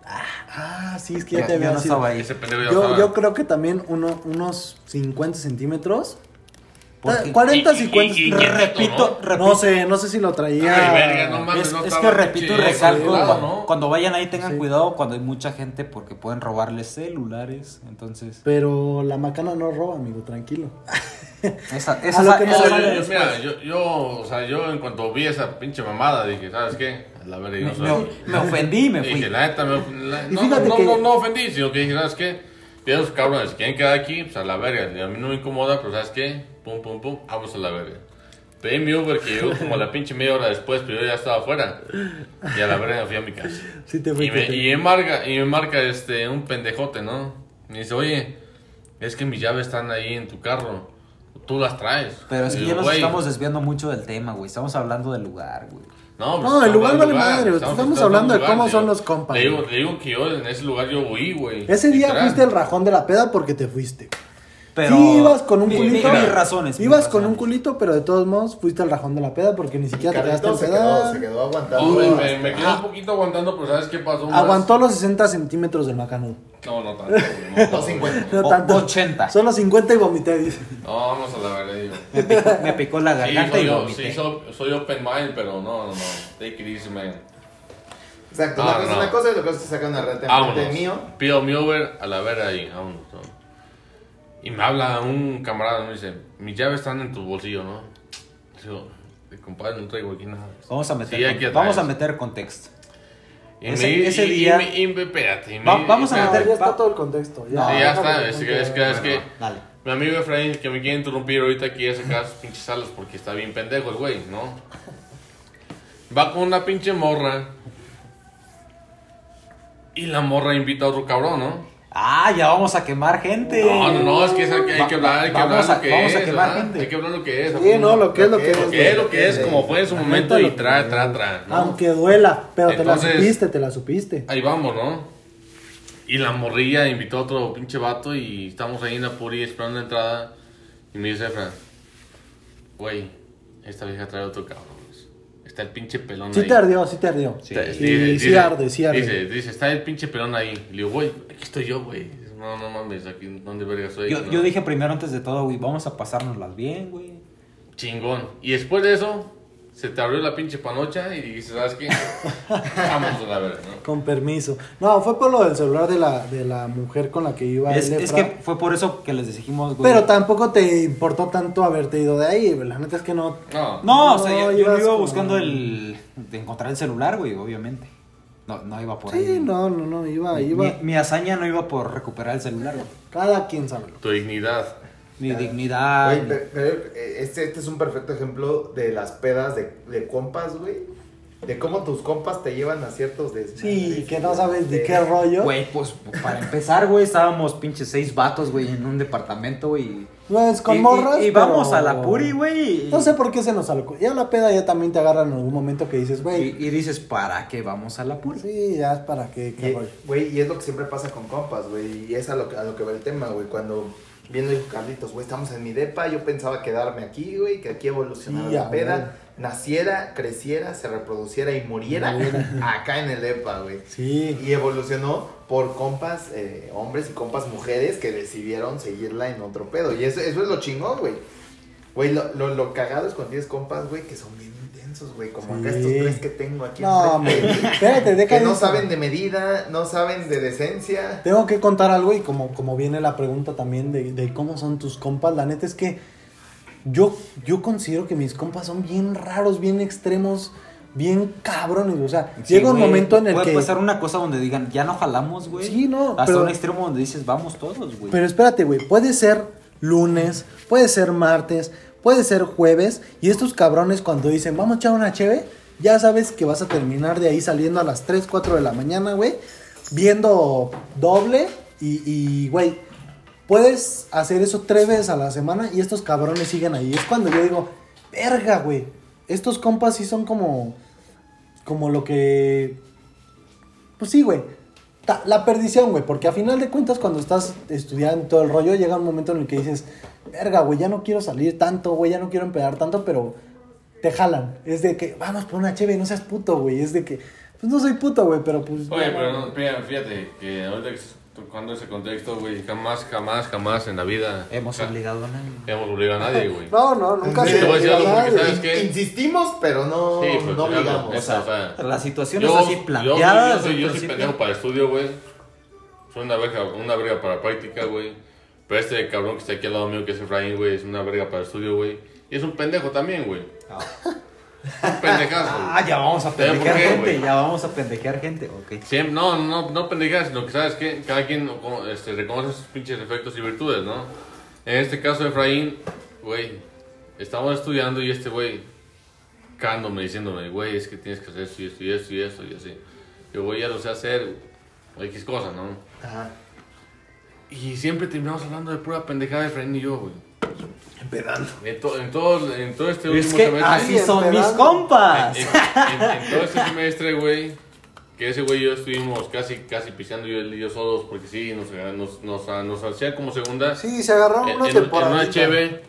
[SPEAKER 1] Ah, sí, es que ya
[SPEAKER 5] Yo-
[SPEAKER 1] te había
[SPEAKER 5] yo no
[SPEAKER 1] sido.
[SPEAKER 5] estaba ahí.
[SPEAKER 4] Ese pendejo ya
[SPEAKER 1] Yo,
[SPEAKER 4] estaba.
[SPEAKER 1] yo creo que también uno, unos 50 centímetros.
[SPEAKER 5] ¿Por
[SPEAKER 1] Ta-
[SPEAKER 5] qué?
[SPEAKER 1] 40,
[SPEAKER 4] Y- y-
[SPEAKER 1] 50.
[SPEAKER 4] y- y quieto,
[SPEAKER 1] repito,
[SPEAKER 4] ¿no?
[SPEAKER 1] repito. No sé, no sé si lo traía.
[SPEAKER 4] Ay, verga, no mames,
[SPEAKER 5] es,
[SPEAKER 4] no
[SPEAKER 5] es
[SPEAKER 4] estaba
[SPEAKER 5] que repito y
[SPEAKER 4] pinche
[SPEAKER 5] recalco,
[SPEAKER 4] colgado,
[SPEAKER 5] cuando,
[SPEAKER 4] ¿no?
[SPEAKER 5] cuando vayan ahí tengan
[SPEAKER 1] Sí.
[SPEAKER 5] cuidado cuando hay mucha gente porque pueden robarles celulares. Entonces,
[SPEAKER 1] Pero la macana no roba, amigo, tranquilo.
[SPEAKER 5] esa, esa-
[SPEAKER 1] lo que me
[SPEAKER 5] esa-
[SPEAKER 4] No,
[SPEAKER 1] vale
[SPEAKER 4] yo- yo, mira, yo, yo, o sea, yo en cuanto vi esa pinche mamada dije, ¿sabes qué? A La verga, yo
[SPEAKER 5] me,
[SPEAKER 4] no soy
[SPEAKER 5] me-
[SPEAKER 4] así".
[SPEAKER 5] me ofendí y me fui.
[SPEAKER 4] Dije, la neta, me, of- la-
[SPEAKER 1] Y
[SPEAKER 4] no,
[SPEAKER 1] fíjate
[SPEAKER 4] no,
[SPEAKER 1] que-
[SPEAKER 4] no, no ofendí, sino que dije, ¿sabes qué? Y esos cabrones quieren quedar aquí, pues a la verga. Y a mí no me incomoda, pero ¿sabes qué? Pum, pum, pum, vamos a la verga. Pedí mi Uber que llegó como a la pinche media hora después, pero yo ya estaba afuera. Y a la verga fui a mi casa.
[SPEAKER 1] Sí te
[SPEAKER 4] Y em- me,
[SPEAKER 1] fuiste.
[SPEAKER 4] y me marca, y me marca este, un pendejote, ¿no? Me dice, oye, es que mis llaves están ahí en tu carro. Tú las traes.
[SPEAKER 5] Pero es
[SPEAKER 4] Y
[SPEAKER 5] que
[SPEAKER 4] yo,
[SPEAKER 5] ya nos
[SPEAKER 4] "Güey,
[SPEAKER 5] estamos desviando mucho del tema, güey. Estamos hablando del lugar, güey.
[SPEAKER 4] No, pues,
[SPEAKER 1] No, el
[SPEAKER 4] estamos
[SPEAKER 1] lugar
[SPEAKER 4] hablando
[SPEAKER 1] vale
[SPEAKER 4] del
[SPEAKER 1] madre, güey. Estamos hablando de
[SPEAKER 4] del lugar,
[SPEAKER 1] cómo
[SPEAKER 4] le
[SPEAKER 1] son
[SPEAKER 4] digo-
[SPEAKER 1] los compas,
[SPEAKER 4] Le digo,
[SPEAKER 1] güey.
[SPEAKER 4] le digo que yo en ese lugar yo huí, güey.
[SPEAKER 1] Ese día
[SPEAKER 4] Literal.
[SPEAKER 1] fuiste el rajón de la peda porque te fuiste.
[SPEAKER 5] Pero
[SPEAKER 1] sí, ibas con un
[SPEAKER 5] Mi-
[SPEAKER 1] culito.
[SPEAKER 5] mi- mis razones. mis
[SPEAKER 1] Ibas con un
[SPEAKER 5] razones.
[SPEAKER 1] culito, pero de todos modos fuiste al rajón de la peda porque ni
[SPEAKER 2] Y
[SPEAKER 1] siquiera te quedaste
[SPEAKER 2] Carlitos se quedó, se
[SPEAKER 1] en
[SPEAKER 2] quedó aguantando.
[SPEAKER 4] No, Oh, güey,
[SPEAKER 2] hasta-
[SPEAKER 4] me, me quedé un poquito aguantando, pero ¿sabes qué pasó? más?
[SPEAKER 1] Ah. Aguantó los 60 centímetros del macanudo.
[SPEAKER 4] No, no tanto. güey, No,
[SPEAKER 2] Los 50.
[SPEAKER 1] No
[SPEAKER 5] O-
[SPEAKER 1] tanto.
[SPEAKER 5] 80.
[SPEAKER 1] Solo 50 y vomité, dice.
[SPEAKER 4] No, vamos a la verga, digo.
[SPEAKER 5] Me picó, me picó la
[SPEAKER 4] Sí,
[SPEAKER 5] garganta
[SPEAKER 4] soy,
[SPEAKER 5] y
[SPEAKER 4] yo,
[SPEAKER 5] vomité.
[SPEAKER 4] sí, soy, soy open mind, pero no, no, no. Take it easy, man.
[SPEAKER 2] Exacto,
[SPEAKER 4] Ah,
[SPEAKER 2] una cosa es
[SPEAKER 4] no.
[SPEAKER 2] una cosa y otra cosa es sacar una reta enfrente
[SPEAKER 4] Vámonos.
[SPEAKER 2] de mío.
[SPEAKER 4] Pido mi Uber a la verga ahí, vámonos. ¿no? Y me habla un camarada, me dice, mis llaves están en tu bolsillo, ¿no? Digo, compadre, no traigo aquí nada.
[SPEAKER 5] Vamos a
[SPEAKER 4] Sí,
[SPEAKER 5] meter,
[SPEAKER 4] aquí atrás.
[SPEAKER 5] vamos a meter contexto.
[SPEAKER 4] Y me-
[SPEAKER 5] Ese-
[SPEAKER 4] y-
[SPEAKER 5] ese
[SPEAKER 4] y-
[SPEAKER 5] día-
[SPEAKER 4] y me- y me- espérate, y me-
[SPEAKER 5] Va- vamos a
[SPEAKER 4] espérate.
[SPEAKER 5] meter-
[SPEAKER 1] ya está
[SPEAKER 5] pa-
[SPEAKER 1] todo el contexto. Ya,
[SPEAKER 5] No,
[SPEAKER 4] Ah, Sí, ya
[SPEAKER 1] déjame
[SPEAKER 4] está, es que, es que, es que
[SPEAKER 5] Dale.
[SPEAKER 4] mi amigo Efraín que me quiere interrumpir ahorita quiere sacar sus pinches alas porque está bien pendejo el güey, ¿no? Va con una pinche morra y la morra invita a otro cabrón, ¿no?
[SPEAKER 5] Ah, ya vamos a quemar gente.
[SPEAKER 4] No, no, no, es que, es que hay que hablar, hay que
[SPEAKER 5] Va-
[SPEAKER 4] hablar
[SPEAKER 5] vamos a-
[SPEAKER 4] lo que
[SPEAKER 5] vamos
[SPEAKER 4] es.
[SPEAKER 5] a quemar
[SPEAKER 4] ¿verdad?
[SPEAKER 5] gente.
[SPEAKER 4] Hay que hablar lo que es.
[SPEAKER 1] Sí, no, lo que es, lo que es.
[SPEAKER 4] Lo que es, lo que es,
[SPEAKER 2] Sí.
[SPEAKER 4] como fue en su momento y tra, tra, tra. ¿no?
[SPEAKER 1] Aunque duela, pero te la
[SPEAKER 4] Entonces-
[SPEAKER 1] supiste, te la supiste.
[SPEAKER 4] Ahí vamos, ¿no? Y la morrilla invitó a otro pinche vato y estamos ahí en la puri esperando la entrada. Y me dice Fran, güey, esta vieja trae otro cabrón. Está el pinche pelón
[SPEAKER 1] Sí
[SPEAKER 4] ahí.
[SPEAKER 1] te ardió, sí te ardió.
[SPEAKER 4] Sí,
[SPEAKER 1] Sí,
[SPEAKER 4] dice-
[SPEAKER 1] sí
[SPEAKER 4] dice-
[SPEAKER 1] arde, sí arde.
[SPEAKER 4] Dice, dice, está el pinche pelón ahí. Le digo, güey, aquí estoy yo, güey. No, no mames, aquí, ¿dónde verga soy?
[SPEAKER 5] Yo,
[SPEAKER 4] No.
[SPEAKER 5] yo dije primero antes de todo, güey, vamos a pasárnoslas bien, güey.
[SPEAKER 4] Chingón. Y después de eso, se te abrió la pinche panocha y dices, ¿sabes qué? Vamos a la verga, ¿no?
[SPEAKER 1] Con permiso. No, fue por lo del celular de la, de la mujer con la que iba
[SPEAKER 5] Es,
[SPEAKER 1] el
[SPEAKER 5] es
[SPEAKER 1] Efra.
[SPEAKER 5] que fue por eso que les dijimos, güey.
[SPEAKER 1] Pero tampoco te importó tanto haberte ido de ahí. La neta es que no.
[SPEAKER 4] No.
[SPEAKER 5] No, o sea,
[SPEAKER 1] No,
[SPEAKER 5] yo, yo
[SPEAKER 1] ibas
[SPEAKER 5] no iba
[SPEAKER 1] con-
[SPEAKER 5] buscando el. de encontrar el celular, güey, obviamente. No, no iba por
[SPEAKER 1] Sí,
[SPEAKER 5] ahí.
[SPEAKER 1] no, no, no. Iba,
[SPEAKER 5] Mi-
[SPEAKER 1] iba.
[SPEAKER 5] Mi, mi hazaña no iba por recuperar el celular, güey.
[SPEAKER 1] Cada quien sabe.
[SPEAKER 4] Tu dignidad.
[SPEAKER 5] Ni
[SPEAKER 2] Claro.
[SPEAKER 5] dignidad.
[SPEAKER 2] Güey, pero- pero, eh, este, este es un perfecto ejemplo de las pedas de, de compas, güey. De cómo tus compas te llevan a ciertos desmadres.
[SPEAKER 1] Sí, que no sabes ni
[SPEAKER 2] de-
[SPEAKER 1] qué rollo.
[SPEAKER 5] Güey, pues para empezar, güey, estábamos pinches seis vatos, güey, en un departamento, güey.
[SPEAKER 1] Pues con
[SPEAKER 5] Y- y-
[SPEAKER 1] morras.
[SPEAKER 5] Y,
[SPEAKER 1] pero-
[SPEAKER 5] vamos a la puri, güey. y-
[SPEAKER 1] No sé por qué se nos alocó. Ya la peda ya también te agarra en algún momento que dices,
[SPEAKER 5] Y,
[SPEAKER 1] güey.
[SPEAKER 5] y dices, ¿para qué vamos a la puri?
[SPEAKER 1] Sí, ya es para qué, qué
[SPEAKER 2] Y-
[SPEAKER 1] rollo.
[SPEAKER 2] Güey, y es lo que siempre pasa con compas, güey. Y es a lo, que- a lo que va el tema, güey. Cuando viendo dijo Carlitos, güey, estamos en mi depa, yo pensaba quedarme aquí, güey, que aquí evolucionara
[SPEAKER 1] Sí,
[SPEAKER 2] la
[SPEAKER 1] a
[SPEAKER 2] peda,
[SPEAKER 1] ver.
[SPEAKER 2] naciera, creciera, se reproduciera y muriera acá en el depa, güey.
[SPEAKER 1] Sí.
[SPEAKER 2] Y evolucionó por compas eh, hombres y compas mujeres que decidieron seguirla en otro pedo. Y eso, eso es lo chingón, güey. Güey, lo, lo, lo cagado es con 10 compas, güey, que son bien intensos, güey. Como acá
[SPEAKER 1] Sí.
[SPEAKER 2] estos tres que tengo aquí.
[SPEAKER 1] No,
[SPEAKER 2] enfrente,
[SPEAKER 1] hombre, espérate, deja
[SPEAKER 2] que no
[SPEAKER 1] eso.
[SPEAKER 2] saben de medida, no saben de decencia.
[SPEAKER 1] Tengo que contar algo y como, como viene la pregunta también de, de cómo son tus compas, la neta es que yo, yo considero que mis compas son bien raros, bien extremos, bien cabrones. O sea,
[SPEAKER 5] Sí,
[SPEAKER 1] llega un
[SPEAKER 5] güey,
[SPEAKER 1] momento en el
[SPEAKER 5] puede
[SPEAKER 1] que...
[SPEAKER 5] pasar una cosa donde digan, ya no jalamos, güey.
[SPEAKER 1] Sí, no,
[SPEAKER 5] Hasta
[SPEAKER 1] pero-
[SPEAKER 5] un extremo donde dices, vamos todos, güey.
[SPEAKER 1] Pero espérate, güey, puede ser lunes, puede ser martes, puede ser jueves, y estos cabrones cuando dicen, vamos a echar una cheve, ya sabes que vas a terminar de ahí saliendo a las 3, 4 de la mañana, güey, viendo doble, y, y, güey, puedes hacer eso tres veces a la semana y estos cabrones siguen ahí. Es cuando yo digo, verga, güey, estos compas sí son como, como lo que... Pues sí, güey. ta- la perdición, güey, porque a final de cuentas cuando estás estudiando y todo el rollo, llega un momento en el que dices, verga, güey, ya no quiero salir tanto, güey, ya no quiero empedar tanto, pero te jalan. Es de que, vamos por una cheve, no seas puto, güey. Es de que, pues no soy puto, güey, pero pues...
[SPEAKER 4] Oye,
[SPEAKER 1] ya,
[SPEAKER 4] pero no, mira, fíjate que ahorita que estás tocando ese contexto, güey, jamás, jamás, jamás en la vida
[SPEAKER 5] Hemos
[SPEAKER 4] ja-
[SPEAKER 5] obligado a nadie.
[SPEAKER 4] hemos obligado a nadie, güey.
[SPEAKER 1] No, no, nunca
[SPEAKER 4] Sí,
[SPEAKER 1] se
[SPEAKER 4] te voy a decir algo
[SPEAKER 1] nada,
[SPEAKER 4] porque
[SPEAKER 1] güey.
[SPEAKER 4] sabes qué?
[SPEAKER 2] Insistimos, pero no,
[SPEAKER 4] Sí, pues,
[SPEAKER 2] no
[SPEAKER 4] claro,
[SPEAKER 2] obligamos.
[SPEAKER 4] esa, o sea,
[SPEAKER 5] Las situaciones
[SPEAKER 4] yo,
[SPEAKER 5] así
[SPEAKER 4] yo-
[SPEAKER 5] planteadas.
[SPEAKER 4] Yo, soy- yo
[SPEAKER 5] al
[SPEAKER 4] soy
[SPEAKER 5] principio.
[SPEAKER 4] pendejo para estudio, güey. Soy una verga, una verga para práctica, güey. Pero este cabrón que está aquí al lado mío, que es Efraín, güey, es una verga para estudio, güey. Y es un pendejo también, güey. Un pendejazo. güey.
[SPEAKER 5] Ah, ya vamos a
[SPEAKER 4] ¿Saben por
[SPEAKER 5] pendejear
[SPEAKER 4] qué,
[SPEAKER 5] gente,
[SPEAKER 4] güey? Este
[SPEAKER 5] ya vamos a pendejear gente. Ok.
[SPEAKER 4] Siem- no, no, no pendejas, sino que sabes que cada quien como, este, reconoce sus pinches defectos y virtudes, ¿no? En este caso, Efraín, güey, estamos estudiando y este güey cándome, diciéndome, güey, es que tienes que hacer esto y esto y esto y esto y así. Yo, güey, ya lo sé hacer, o X cosas, ¿no?
[SPEAKER 2] Ajá.
[SPEAKER 4] Y siempre terminamos hablando de pura pendejada de Efraín y yo, güey.
[SPEAKER 2] Empedando.
[SPEAKER 4] En, to- en todo, en todo este
[SPEAKER 5] Es
[SPEAKER 4] último
[SPEAKER 5] que
[SPEAKER 4] semestre-
[SPEAKER 5] así
[SPEAKER 1] Alguien
[SPEAKER 5] son
[SPEAKER 1] te
[SPEAKER 5] mis
[SPEAKER 1] da-
[SPEAKER 4] en,
[SPEAKER 5] compas.
[SPEAKER 4] en- en- en todo este semestre, güey, que ese güey y yo estuvimos casi, casi pisando yo, él y yo solos, porque sí, nos, nos, nos, nos hacía como segunda.
[SPEAKER 1] Sí, se agarraron
[SPEAKER 4] en,
[SPEAKER 1] una
[SPEAKER 4] en- en
[SPEAKER 1] temporadita.
[SPEAKER 4] una cheve.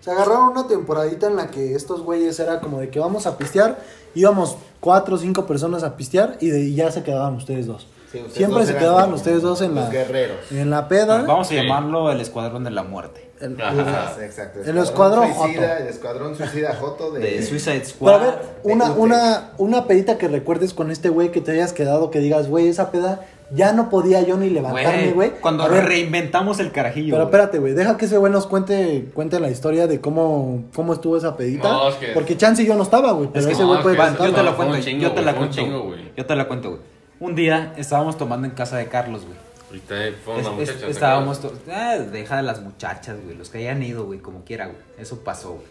[SPEAKER 1] Se agarraron una temporadita en la que estos güeyes era como de que vamos a pistear, íbamos cuatro o cinco personas a pistear y, de, y ya se quedaban ustedes dos.
[SPEAKER 2] Sí, ustedes
[SPEAKER 1] Siempre
[SPEAKER 2] dos
[SPEAKER 1] se
[SPEAKER 2] eran
[SPEAKER 1] quedaban
[SPEAKER 2] como
[SPEAKER 1] ustedes dos en
[SPEAKER 2] los
[SPEAKER 1] la,
[SPEAKER 2] guerreros.
[SPEAKER 1] en la peda.
[SPEAKER 5] Vamos a
[SPEAKER 4] Sí.
[SPEAKER 5] llamarlo el Escuadrón de la Muerte.
[SPEAKER 1] el-
[SPEAKER 4] Ajá.
[SPEAKER 2] Ah, exacto.
[SPEAKER 1] El escuadrón
[SPEAKER 2] suicida,
[SPEAKER 1] Joto.
[SPEAKER 2] El escuadrón suicida Joto de,
[SPEAKER 5] De Suicide
[SPEAKER 1] Pero
[SPEAKER 5] Squad.
[SPEAKER 1] a ver, una,
[SPEAKER 2] Tengo
[SPEAKER 1] una, una pedita que recuerdes con este güey que te hayas quedado, que digas, güey, esa peda ya no podía yo ni levantarme, güey.
[SPEAKER 5] Cuando
[SPEAKER 1] A ver,
[SPEAKER 5] reinventamos el carajillo.
[SPEAKER 1] Pero
[SPEAKER 5] güey.
[SPEAKER 1] espérate, güey, deja que ese güey nos cuente, cuente la historia de cómo, cómo estuvo esa pedita.
[SPEAKER 4] No, es que-
[SPEAKER 1] Porque Chance y yo no estaba, güey, pero
[SPEAKER 5] que-
[SPEAKER 1] ese
[SPEAKER 4] no,
[SPEAKER 1] güey
[SPEAKER 4] es
[SPEAKER 1] puede
[SPEAKER 4] que-
[SPEAKER 5] Va,
[SPEAKER 1] contar.
[SPEAKER 5] yo te
[SPEAKER 4] Fue
[SPEAKER 5] la
[SPEAKER 4] un
[SPEAKER 5] cuento,
[SPEAKER 4] chingo,
[SPEAKER 5] yo te
[SPEAKER 4] güey,
[SPEAKER 5] la
[SPEAKER 4] fue un
[SPEAKER 5] cuento,
[SPEAKER 4] chingo,
[SPEAKER 5] güey.
[SPEAKER 4] güey.
[SPEAKER 5] Yo te la cuento, güey. Un día estábamos tomando en casa de Carlos, güey.
[SPEAKER 4] Y también fue una
[SPEAKER 5] Es- es-
[SPEAKER 4] muchacha. ¿te
[SPEAKER 5] estábamos
[SPEAKER 4] acuerdas?
[SPEAKER 5] to- ah, deja de las muchachas, güey, los que hayan ido, güey, como quiera, güey. Eso pasó, güey.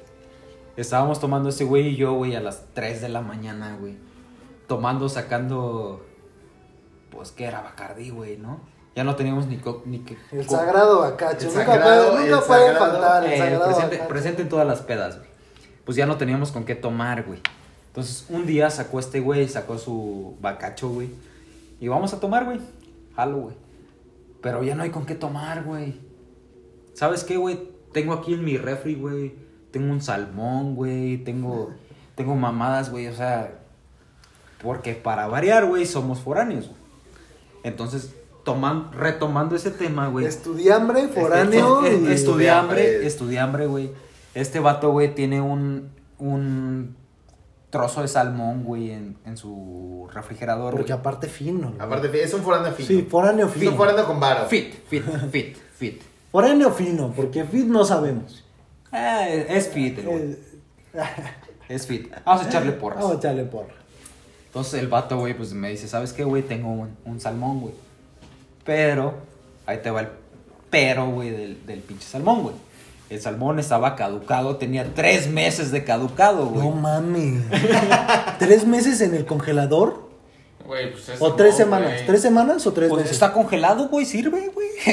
[SPEAKER 5] Estábamos tomando ese güey y yo, güey, a las 3 de la mañana, güey. Tomando, sacando pues que era Bacardí, güey, ¿no? Ya no teníamos ni co- ni que
[SPEAKER 1] El
[SPEAKER 5] co-
[SPEAKER 1] sagrado bacacho.
[SPEAKER 2] El
[SPEAKER 1] Nunca
[SPEAKER 2] sagrado,
[SPEAKER 1] puede,
[SPEAKER 2] el
[SPEAKER 1] nunca puede
[SPEAKER 2] sagrado,
[SPEAKER 1] faltar el
[SPEAKER 5] Eh,
[SPEAKER 1] sagrado
[SPEAKER 5] presente,
[SPEAKER 1] bacacho.
[SPEAKER 5] presente en todas las pedas, güey. Pues ya no teníamos con qué tomar, güey. Entonces, un día sacó este güey, sacó su bacacho, güey. Y vamos a tomar, güey. Jalo, güey. Pero ya no hay con qué tomar, güey. ¿Sabes qué, güey? Tengo aquí en mi refri, güey. Tengo un salmón, güey. Tengo, tengo mamadas, güey. O sea, porque para variar, güey, somos foráneos, güey. Entonces, toman, retomando ese tema, güey.
[SPEAKER 1] Estudiambre, foráneo.
[SPEAKER 5] Estu-
[SPEAKER 1] y-
[SPEAKER 5] Estudiambre,
[SPEAKER 2] Estudiambre.
[SPEAKER 5] estudiambre, güey. Este vato, güey, tiene un, un trozo de salmón, güey, en, en su refrigerador.
[SPEAKER 1] Porque
[SPEAKER 5] güey.
[SPEAKER 1] aparte fino. güey.
[SPEAKER 2] Aparte, es un foráneo fino.
[SPEAKER 1] Sí, foráneo
[SPEAKER 2] Es un
[SPEAKER 1] fino.
[SPEAKER 2] foráneo con varo.
[SPEAKER 5] Fit, fit, fit, fit.
[SPEAKER 1] Foráneo fino, porque fit no sabemos.
[SPEAKER 5] Ah, es es fit, el güey.
[SPEAKER 1] Eh,
[SPEAKER 5] Es fit. Vamos a echarle porras.
[SPEAKER 1] Vamos a echarle porra.
[SPEAKER 5] Entonces el vato, güey, pues me dice, ¿sabes qué, güey? Tengo un, un salmón, güey. Pero, ahí te va el pero, güey, del, del pinche salmón, güey. El salmón estaba caducado, tenía tres meses de caducado, güey.
[SPEAKER 1] No mames. ¿Tres meses en el congelador?
[SPEAKER 4] Güey, pues es
[SPEAKER 1] ¿O tres
[SPEAKER 4] no,
[SPEAKER 1] semanas?
[SPEAKER 4] güey.
[SPEAKER 1] ¿Tres semanas o tres
[SPEAKER 5] Pues
[SPEAKER 1] meses?
[SPEAKER 5] está congelado, güey, sirve, güey.
[SPEAKER 4] Sí,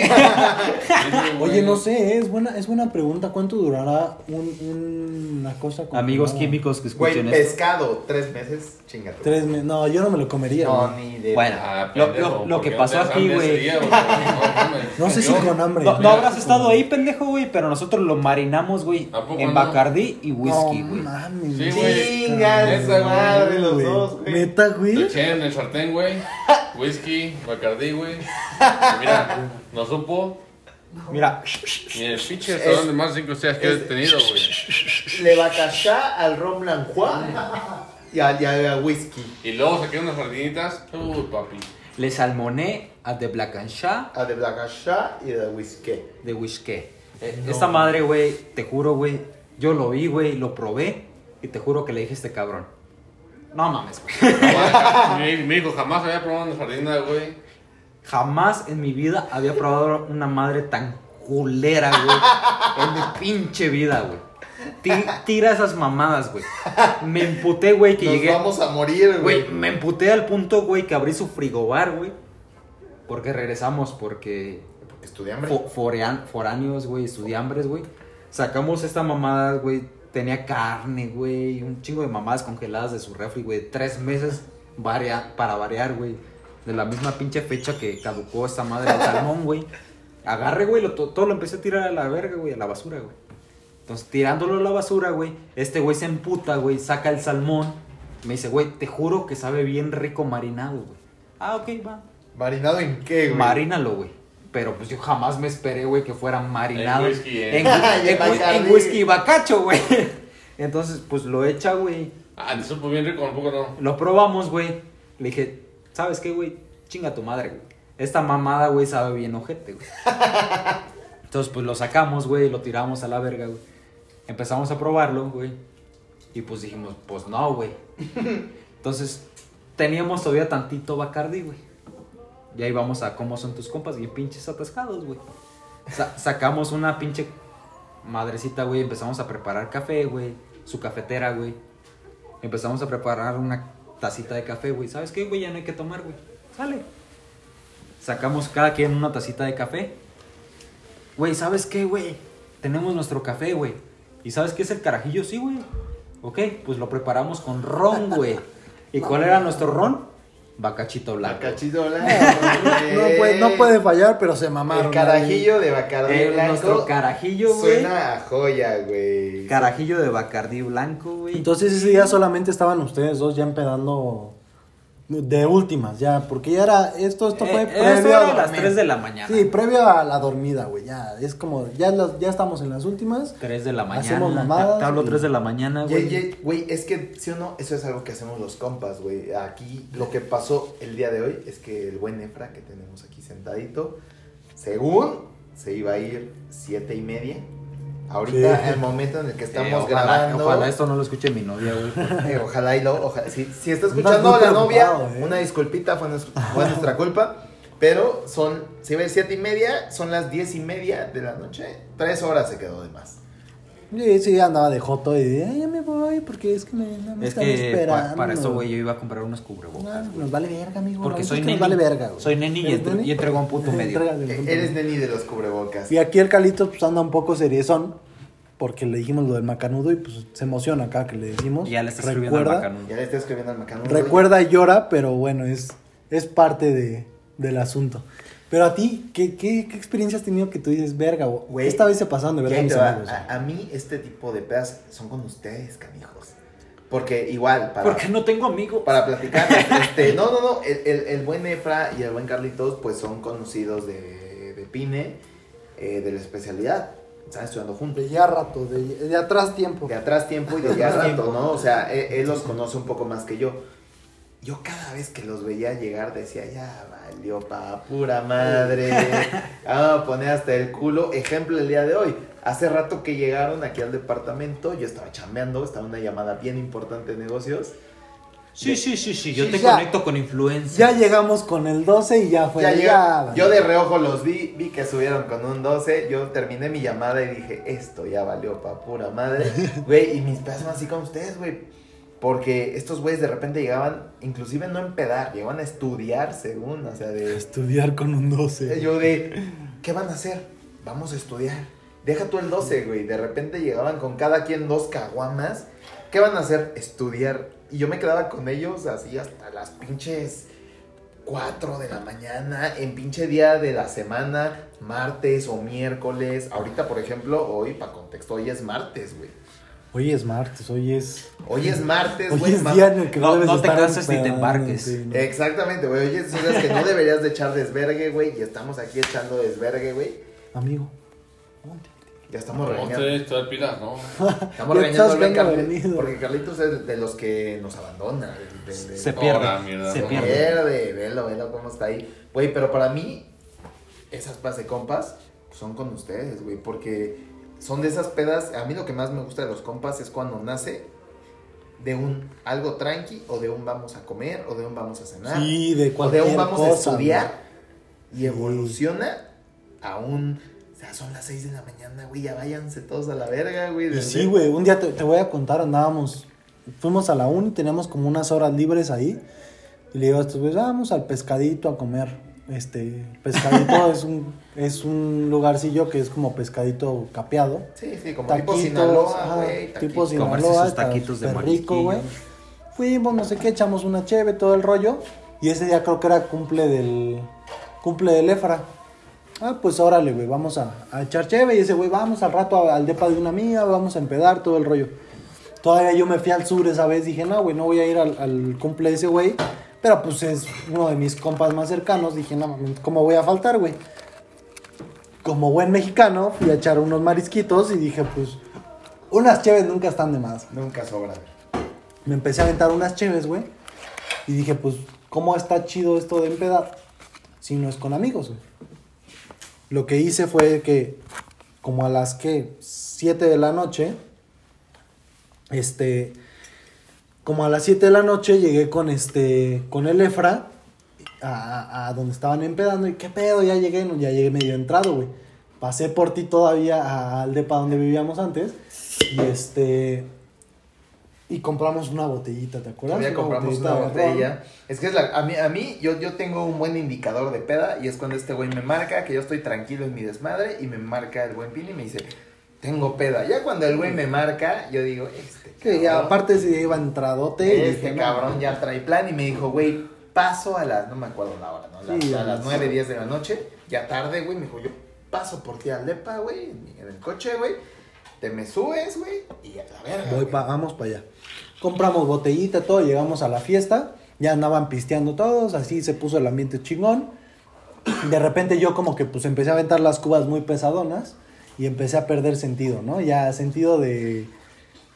[SPEAKER 4] güey.
[SPEAKER 1] Oye, no sé, ¿eh? es buena, es buena pregunta. ¿Cuánto durará un- una cosa congelada?
[SPEAKER 5] Amigos químicos que
[SPEAKER 2] Güey,
[SPEAKER 5] escuchen esto.
[SPEAKER 2] pescado, tres meses, chingate.
[SPEAKER 1] Tres meses. No, yo no me lo comería.
[SPEAKER 2] No,
[SPEAKER 1] güey.
[SPEAKER 2] ni de.
[SPEAKER 5] Bueno.
[SPEAKER 4] Ah,
[SPEAKER 5] Lo-
[SPEAKER 4] pendejo,
[SPEAKER 5] lo- lo
[SPEAKER 4] ¿por
[SPEAKER 5] que
[SPEAKER 4] qué
[SPEAKER 5] pasó
[SPEAKER 4] no te
[SPEAKER 5] aquí,
[SPEAKER 4] dejan
[SPEAKER 5] güey.
[SPEAKER 4] ese día, güey? No mames.
[SPEAKER 1] No sé si
[SPEAKER 4] Yo-
[SPEAKER 1] con hambre.
[SPEAKER 5] No, no
[SPEAKER 4] Mira,
[SPEAKER 5] habrás estado ahí, pendejo, güey, pero nosotros lo marinamos, güey,
[SPEAKER 4] ¿A poco
[SPEAKER 5] en
[SPEAKER 4] no?
[SPEAKER 5] Bacardí y
[SPEAKER 1] No
[SPEAKER 5] whisky, güey.
[SPEAKER 1] mames.
[SPEAKER 4] Sí, güey.
[SPEAKER 2] Chinga, esa madre, los
[SPEAKER 1] güey.
[SPEAKER 2] dos, güey.
[SPEAKER 1] Neta, güey.
[SPEAKER 4] Lo eché en el sartén, güey. Whisky, Bacardí, güey. Y Mira, no supo
[SPEAKER 5] Mira,
[SPEAKER 4] ni el pinche restaurante más cinco estrellas que he tenido, güey.
[SPEAKER 2] Le bacachá al ron blancois y al, y al whisky.
[SPEAKER 4] Y luego saqué unas sardinitas. Uy, papi.
[SPEAKER 5] le salmoné a The Black and Shah
[SPEAKER 2] Al de bacachá y de whisky.
[SPEAKER 5] de whisky. Eh, Esta madre, güey, te juro, güey, yo lo vi, güey, lo probé y te juro que le dije a este cabrón. No mames, güey.
[SPEAKER 4] Me me dijo, jamás había probado una sardina, güey.
[SPEAKER 5] Jamás en mi vida había probado una madre tan culera, güey. En mi pinche vida, güey. Ti- Tira esas mamadas, güey. Me emputé, güey, que
[SPEAKER 2] Nos
[SPEAKER 5] llegué.
[SPEAKER 2] vamos a morir, güey.
[SPEAKER 5] Güey, me emputé al punto, güey, que abrí su frigobar, güey. Porque regresamos, porque
[SPEAKER 2] Estudiambre.
[SPEAKER 5] fo- forean- foráneos, güey, estudiambres, güey. Sacamos esta mamada, güey. Tenía carne, güey. Un chingo de mamadas congeladas de su refri, güey. Tres meses varia- para variar, güey. de la misma pinche fecha que caducó esta madre del salmón, güey. Agarre, güey, lo, to- todo lo empecé a tirar a la verga, güey, a la basura, güey. Entonces, tirándolo a la basura, güey, este güey se emputa, güey, saca el salmón. Me dice, güey, te juro que sabe bien rico marinado, güey. Ah, ok, va.
[SPEAKER 2] ¿Marinado en qué, güey?
[SPEAKER 5] Marínalo, güey. Pero pues yo jamás me esperé, güey, que fuera marinado.
[SPEAKER 4] En whisky, ¿eh?
[SPEAKER 5] En, en-
[SPEAKER 2] Y en
[SPEAKER 5] en- en
[SPEAKER 2] Bacardí.
[SPEAKER 5] whisky y bacacho, güey. Entonces, pues lo echa, güey.
[SPEAKER 4] Ah, te supo bien rico, tampoco no.
[SPEAKER 5] Lo probamos, güey. Le dije, ¿sabes qué, güey? Chinga tu madre, güey. Esta mamada, güey, sabe bien ojete, güey. Entonces, pues lo sacamos, güey, lo tiramos a la verga, güey. Empezamos a probarlo, güey. Y pues dijimos, pues no, güey. Entonces, teníamos todavía tantito Bacardi, güey. Y ahí vamos a cómo son tus compas, bien pinches atascados, güey. Sa- sacamos una pinche madrecita, güey. Empezamos a preparar café, güey. Su cafetera, güey. Empezamos a preparar una tacita de café, güey. ¿Sabes qué, güey? Ya no hay que tomar, güey. Sale. Sacamos cada quien una tacita de café. Güey, ¿sabes qué, güey? Tenemos nuestro café, güey. ¿Y sabes qué es el carajillo? Sí, güey. Ok, pues lo preparamos con ron, güey. ¿Y cuál era nuestro ron? Bacachito blanco.
[SPEAKER 2] Bacachito blanco.
[SPEAKER 1] No puede, no puede fallar, pero se mamaron.
[SPEAKER 2] El carajillo de Bacardí
[SPEAKER 5] Eh,
[SPEAKER 2] blanco.
[SPEAKER 5] nuestro carajillo, güey.
[SPEAKER 2] Suena a joya, güey.
[SPEAKER 5] Carajillo de Bacardí blanco, güey.
[SPEAKER 1] Entonces ese día solamente estaban ustedes dos ya empedando de últimas, ya, porque ya era, esto, esto fue
[SPEAKER 5] Eh,
[SPEAKER 1] previo
[SPEAKER 5] eso era a las
[SPEAKER 1] dormir.
[SPEAKER 5] 3 de la mañana.
[SPEAKER 1] Sí, previo a la dormida, güey, ya, es como, ya, las- ya estamos en las últimas.
[SPEAKER 5] 3 de la mañana.
[SPEAKER 1] Hacemos mamadas,
[SPEAKER 5] Te- te hablo
[SPEAKER 1] y-
[SPEAKER 5] 3 de la mañana,
[SPEAKER 2] Ye-
[SPEAKER 5] güey.
[SPEAKER 2] ye- Güey, es que, sí o no, eso es algo que hacemos los compas, güey. Aquí lo que pasó el día de hoy es que el buen Efra que tenemos aquí sentadito, según se iba a ir siete y media. Ahorita,
[SPEAKER 1] Sí.
[SPEAKER 2] el momento en el que estamos
[SPEAKER 5] Eh, ojalá,
[SPEAKER 2] grabando.
[SPEAKER 5] Ojalá esto no lo escuche mi novia, güey.
[SPEAKER 2] Eh, ojalá y lo, ojalá. Si, si está
[SPEAKER 1] Andas
[SPEAKER 2] escuchando
[SPEAKER 1] muy
[SPEAKER 2] la novia,
[SPEAKER 1] preocupado, eh.
[SPEAKER 2] una disculpita, fue, nues- fue nuestra culpa. Pero son, si ves siete y media, son las diez y media de la noche. Tres horas se quedó de más.
[SPEAKER 1] Sí, sí, andaba de joto y de, "Ay, ya me voy, porque es que me, no me
[SPEAKER 5] es
[SPEAKER 1] están
[SPEAKER 5] que pa-
[SPEAKER 1] esperando.
[SPEAKER 5] para eso, güey, yo iba a comprar unos cubrebocas.
[SPEAKER 1] No, nos vale verga, amigo.
[SPEAKER 5] Porque
[SPEAKER 1] eso
[SPEAKER 5] soy
[SPEAKER 1] es que
[SPEAKER 5] neni.
[SPEAKER 1] Nos vale verga, güey.
[SPEAKER 5] Soy neni y
[SPEAKER 1] ¿Eres
[SPEAKER 5] entr- y entrego un punto medio.
[SPEAKER 1] Entregas el
[SPEAKER 2] E-
[SPEAKER 1] punto
[SPEAKER 2] Eres
[SPEAKER 1] medio.
[SPEAKER 2] Nelly de los cubrebocas.
[SPEAKER 1] Y aquí el Carlitos pues anda un poco seriezón, porque le dijimos lo del macanudo y pues se emociona acá que le decimos.
[SPEAKER 5] Y ya le está escribiendo al
[SPEAKER 1] Recuerda-
[SPEAKER 5] bacano.
[SPEAKER 2] Ya le estoy escribiendo al macano.
[SPEAKER 1] Recuerda y llora, pero bueno, es, es parte de, del asunto. Pero a ti, ¿qué, qué, qué experiencia has tenido que tú dices, verga, güey?
[SPEAKER 2] Güey,
[SPEAKER 1] Esta vez se pasaron de
[SPEAKER 2] Y
[SPEAKER 1] verga
[SPEAKER 2] ahí
[SPEAKER 1] mis
[SPEAKER 2] te va.
[SPEAKER 1] amigos. ¿eh?
[SPEAKER 2] A, a mí este tipo de pedas son con ustedes, canijos. Porque igual, para,
[SPEAKER 5] Porque no tengo amigo.
[SPEAKER 2] para platicar, este, no, no, no, el, el- el buen Efra y el buen Carlitos pues son conocidos de, de Pine, eh, de la especialidad. Están estudiando juntos.
[SPEAKER 1] De ya rato, de, de atrás tiempo.
[SPEAKER 2] De atrás tiempo y de ya rato, ¿no? O sea, él, él los conoce un poco más que yo. Yo cada vez que los veía llegar decía, ya valió pa' pura madre. Vamos a poner hasta el culo. Ejemplo el día de hoy. Hace rato que llegaron aquí al departamento, yo estaba chambeando, estaba en una llamada bien importante de negocios.
[SPEAKER 5] Sí, sí, sí, sí. Yo
[SPEAKER 1] Sí,
[SPEAKER 5] te
[SPEAKER 1] ya.
[SPEAKER 5] conecto con influencia.
[SPEAKER 1] Ya llegamos con el 12 y ya fue.
[SPEAKER 2] Ya
[SPEAKER 1] ya,
[SPEAKER 2] llegaron.
[SPEAKER 1] vale.
[SPEAKER 2] Yo de reojo los vi, vi que subieron con un 12. Yo terminé mi llamada y dije, esto ya valió pa' pura madre. Güey, y mis pedazos así como ustedes, güey. Porque estos güeyes de repente llegaban, inclusive no a empedar, llegaban a estudiar según, o sea, de...
[SPEAKER 1] Estudiar con un
[SPEAKER 5] Eh,
[SPEAKER 1] 12.
[SPEAKER 2] Yo de, ¿qué van a hacer? Vamos a estudiar. Deja tú el 12, güey. De repente llegaban con cada quien dos caguamas. ¿Qué van a hacer? Estudiar. Y yo me quedaba con ellos así hasta las pinches 4 de la mañana, en pinche día de la semana, martes o miércoles. Ahorita, por ejemplo, hoy, para contexto, hoy es martes, güey.
[SPEAKER 1] Hoy es martes, hoy es.
[SPEAKER 2] Hoy es martes,
[SPEAKER 1] Hoy
[SPEAKER 2] güey.
[SPEAKER 1] es
[SPEAKER 2] ma-
[SPEAKER 1] día en el que
[SPEAKER 5] No-
[SPEAKER 1] debes
[SPEAKER 5] no te
[SPEAKER 1] estar
[SPEAKER 5] canses ni te
[SPEAKER 1] empedando,
[SPEAKER 5] embarques. Eh.
[SPEAKER 1] sí, ¿no?
[SPEAKER 2] Exactamente, güey. Hoy es son días que no deberías de echar desvergue, güey. Y estamos aquí echando desvergue, güey.
[SPEAKER 1] Amigo.
[SPEAKER 2] Ya estamos
[SPEAKER 4] No,
[SPEAKER 2] regañando.
[SPEAKER 4] ustedes, todas pilas, ¿no?
[SPEAKER 2] Estamos
[SPEAKER 1] Ya
[SPEAKER 2] regañando
[SPEAKER 1] estás
[SPEAKER 2] al buen
[SPEAKER 1] venga
[SPEAKER 2] Carlitos,
[SPEAKER 1] venido.
[SPEAKER 2] porque Carlitos es de los que nos abandona. de- de- de-
[SPEAKER 5] Se
[SPEAKER 2] no,
[SPEAKER 5] pierde.
[SPEAKER 4] la mierda,
[SPEAKER 5] se
[SPEAKER 4] no.
[SPEAKER 5] pierde.
[SPEAKER 2] pierde, velo, velo cómo está ahí. Güey, pero para mí, esas pedas de compas son con ustedes, güey, porque son de esas pedas. A mí lo que más me gusta de los compas es cuando nace de un algo tranqui o de un vamos a comer o de un vamos a cenar.
[SPEAKER 1] Sí, de
[SPEAKER 2] O de
[SPEAKER 1] cualquier
[SPEAKER 2] un vamos a
[SPEAKER 1] cosa,
[SPEAKER 2] estudiar y
[SPEAKER 1] Sí.
[SPEAKER 2] evoluciona a un. O sea, son las 6 de la mañana, güey. Ya váyanse todos a la verga, güey.
[SPEAKER 1] Y
[SPEAKER 2] desde-
[SPEAKER 1] sí, güey, un día te, te voy a contar, andábamos, fuimos a la uni, teníamos como unas horas libres ahí, y le digo a estos güeyes, vamos al pescadito a comer, este, pescadito es un, es un lugarcillo que es como pescadito capeado,
[SPEAKER 2] Sí, sí, como tipo
[SPEAKER 1] taquitos,
[SPEAKER 2] Sinaloa,
[SPEAKER 1] ajá,
[SPEAKER 2] güey.
[SPEAKER 1] tipo
[SPEAKER 2] taquitos.
[SPEAKER 5] Comerse
[SPEAKER 1] Sinaloa,
[SPEAKER 5] sus
[SPEAKER 1] está
[SPEAKER 5] taquitos de
[SPEAKER 1] súper rico, güey,
[SPEAKER 5] marisquillo.
[SPEAKER 1] fuimos, no sé qué, echamos una cheve, todo el rollo, Y ese día creo que era cumple del. Cumple del Efra. Ah, pues órale, güey, vamos a, a echar cheve. Y ese güey, vamos al rato a- al depa de una amiga, vamos a empedar todo el rollo. Todavía yo me fui al sur esa vez, dije, no, güey, no voy a ir al, al cumple de ese güey. Pero pues es uno de mis compas más cercanos. Dije, no, mames, ¿cómo voy a faltar, güey? Como buen mexicano, fui a echar unos marisquitos y dije, pues, unas cheves nunca están de más.
[SPEAKER 2] Nunca sobra.
[SPEAKER 1] Me empecé a aventar unas cheves, güey. Y dije, pues, ¿cómo está chido esto de empedar? Si no es con amigos, güey. Lo que hice fue que, como a las que, 7 de la noche, este, como a las 7 de la noche llegué con este, con el Efra a, a- a donde estaban empedando y qué pedo, ya llegué, no, ya llegué medio entrado, güey. Pasé por ti todavía a- al depa donde vivíamos antes y este, y compramos una botellita, ¿te acuerdas?
[SPEAKER 2] Todavía compramos una
[SPEAKER 1] de ron.
[SPEAKER 2] botella. Es que es la, a mí, a mí yo, yo tengo un buen indicador de peda y es cuando este güey me marca que yo estoy tranquilo en mi desmadre y me marca el buen pin y me dice, tengo peda. Ya cuando el güey me marca, yo digo, este
[SPEAKER 1] Que ya,
[SPEAKER 2] cabrón,
[SPEAKER 1] aparte se iba entradote. y
[SPEAKER 2] este
[SPEAKER 1] dije, no,
[SPEAKER 2] cabrón ya trae plan y me dijo, güey, paso a las, no me acuerdo la hora, ¿no? Las-
[SPEAKER 1] Sí,
[SPEAKER 2] a
[SPEAKER 1] a
[SPEAKER 2] las
[SPEAKER 1] las-
[SPEAKER 2] 9, 10 de la noche, ya tarde, güey, me dijo, yo paso por ti al depa, güey, en en el coche, güey, te me subes, güey, y a la verga.
[SPEAKER 1] Voy
[SPEAKER 2] güey".
[SPEAKER 1] pa- vamos para allá. Compramos botellita, todo, llegamos a la fiesta. Ya andaban pisteando todos, así se puso el ambiente chingón. De repente yo como que pues empecé a aventar las cubas muy pesadonas y empecé a perder sentido, ¿no? Ya sentido de,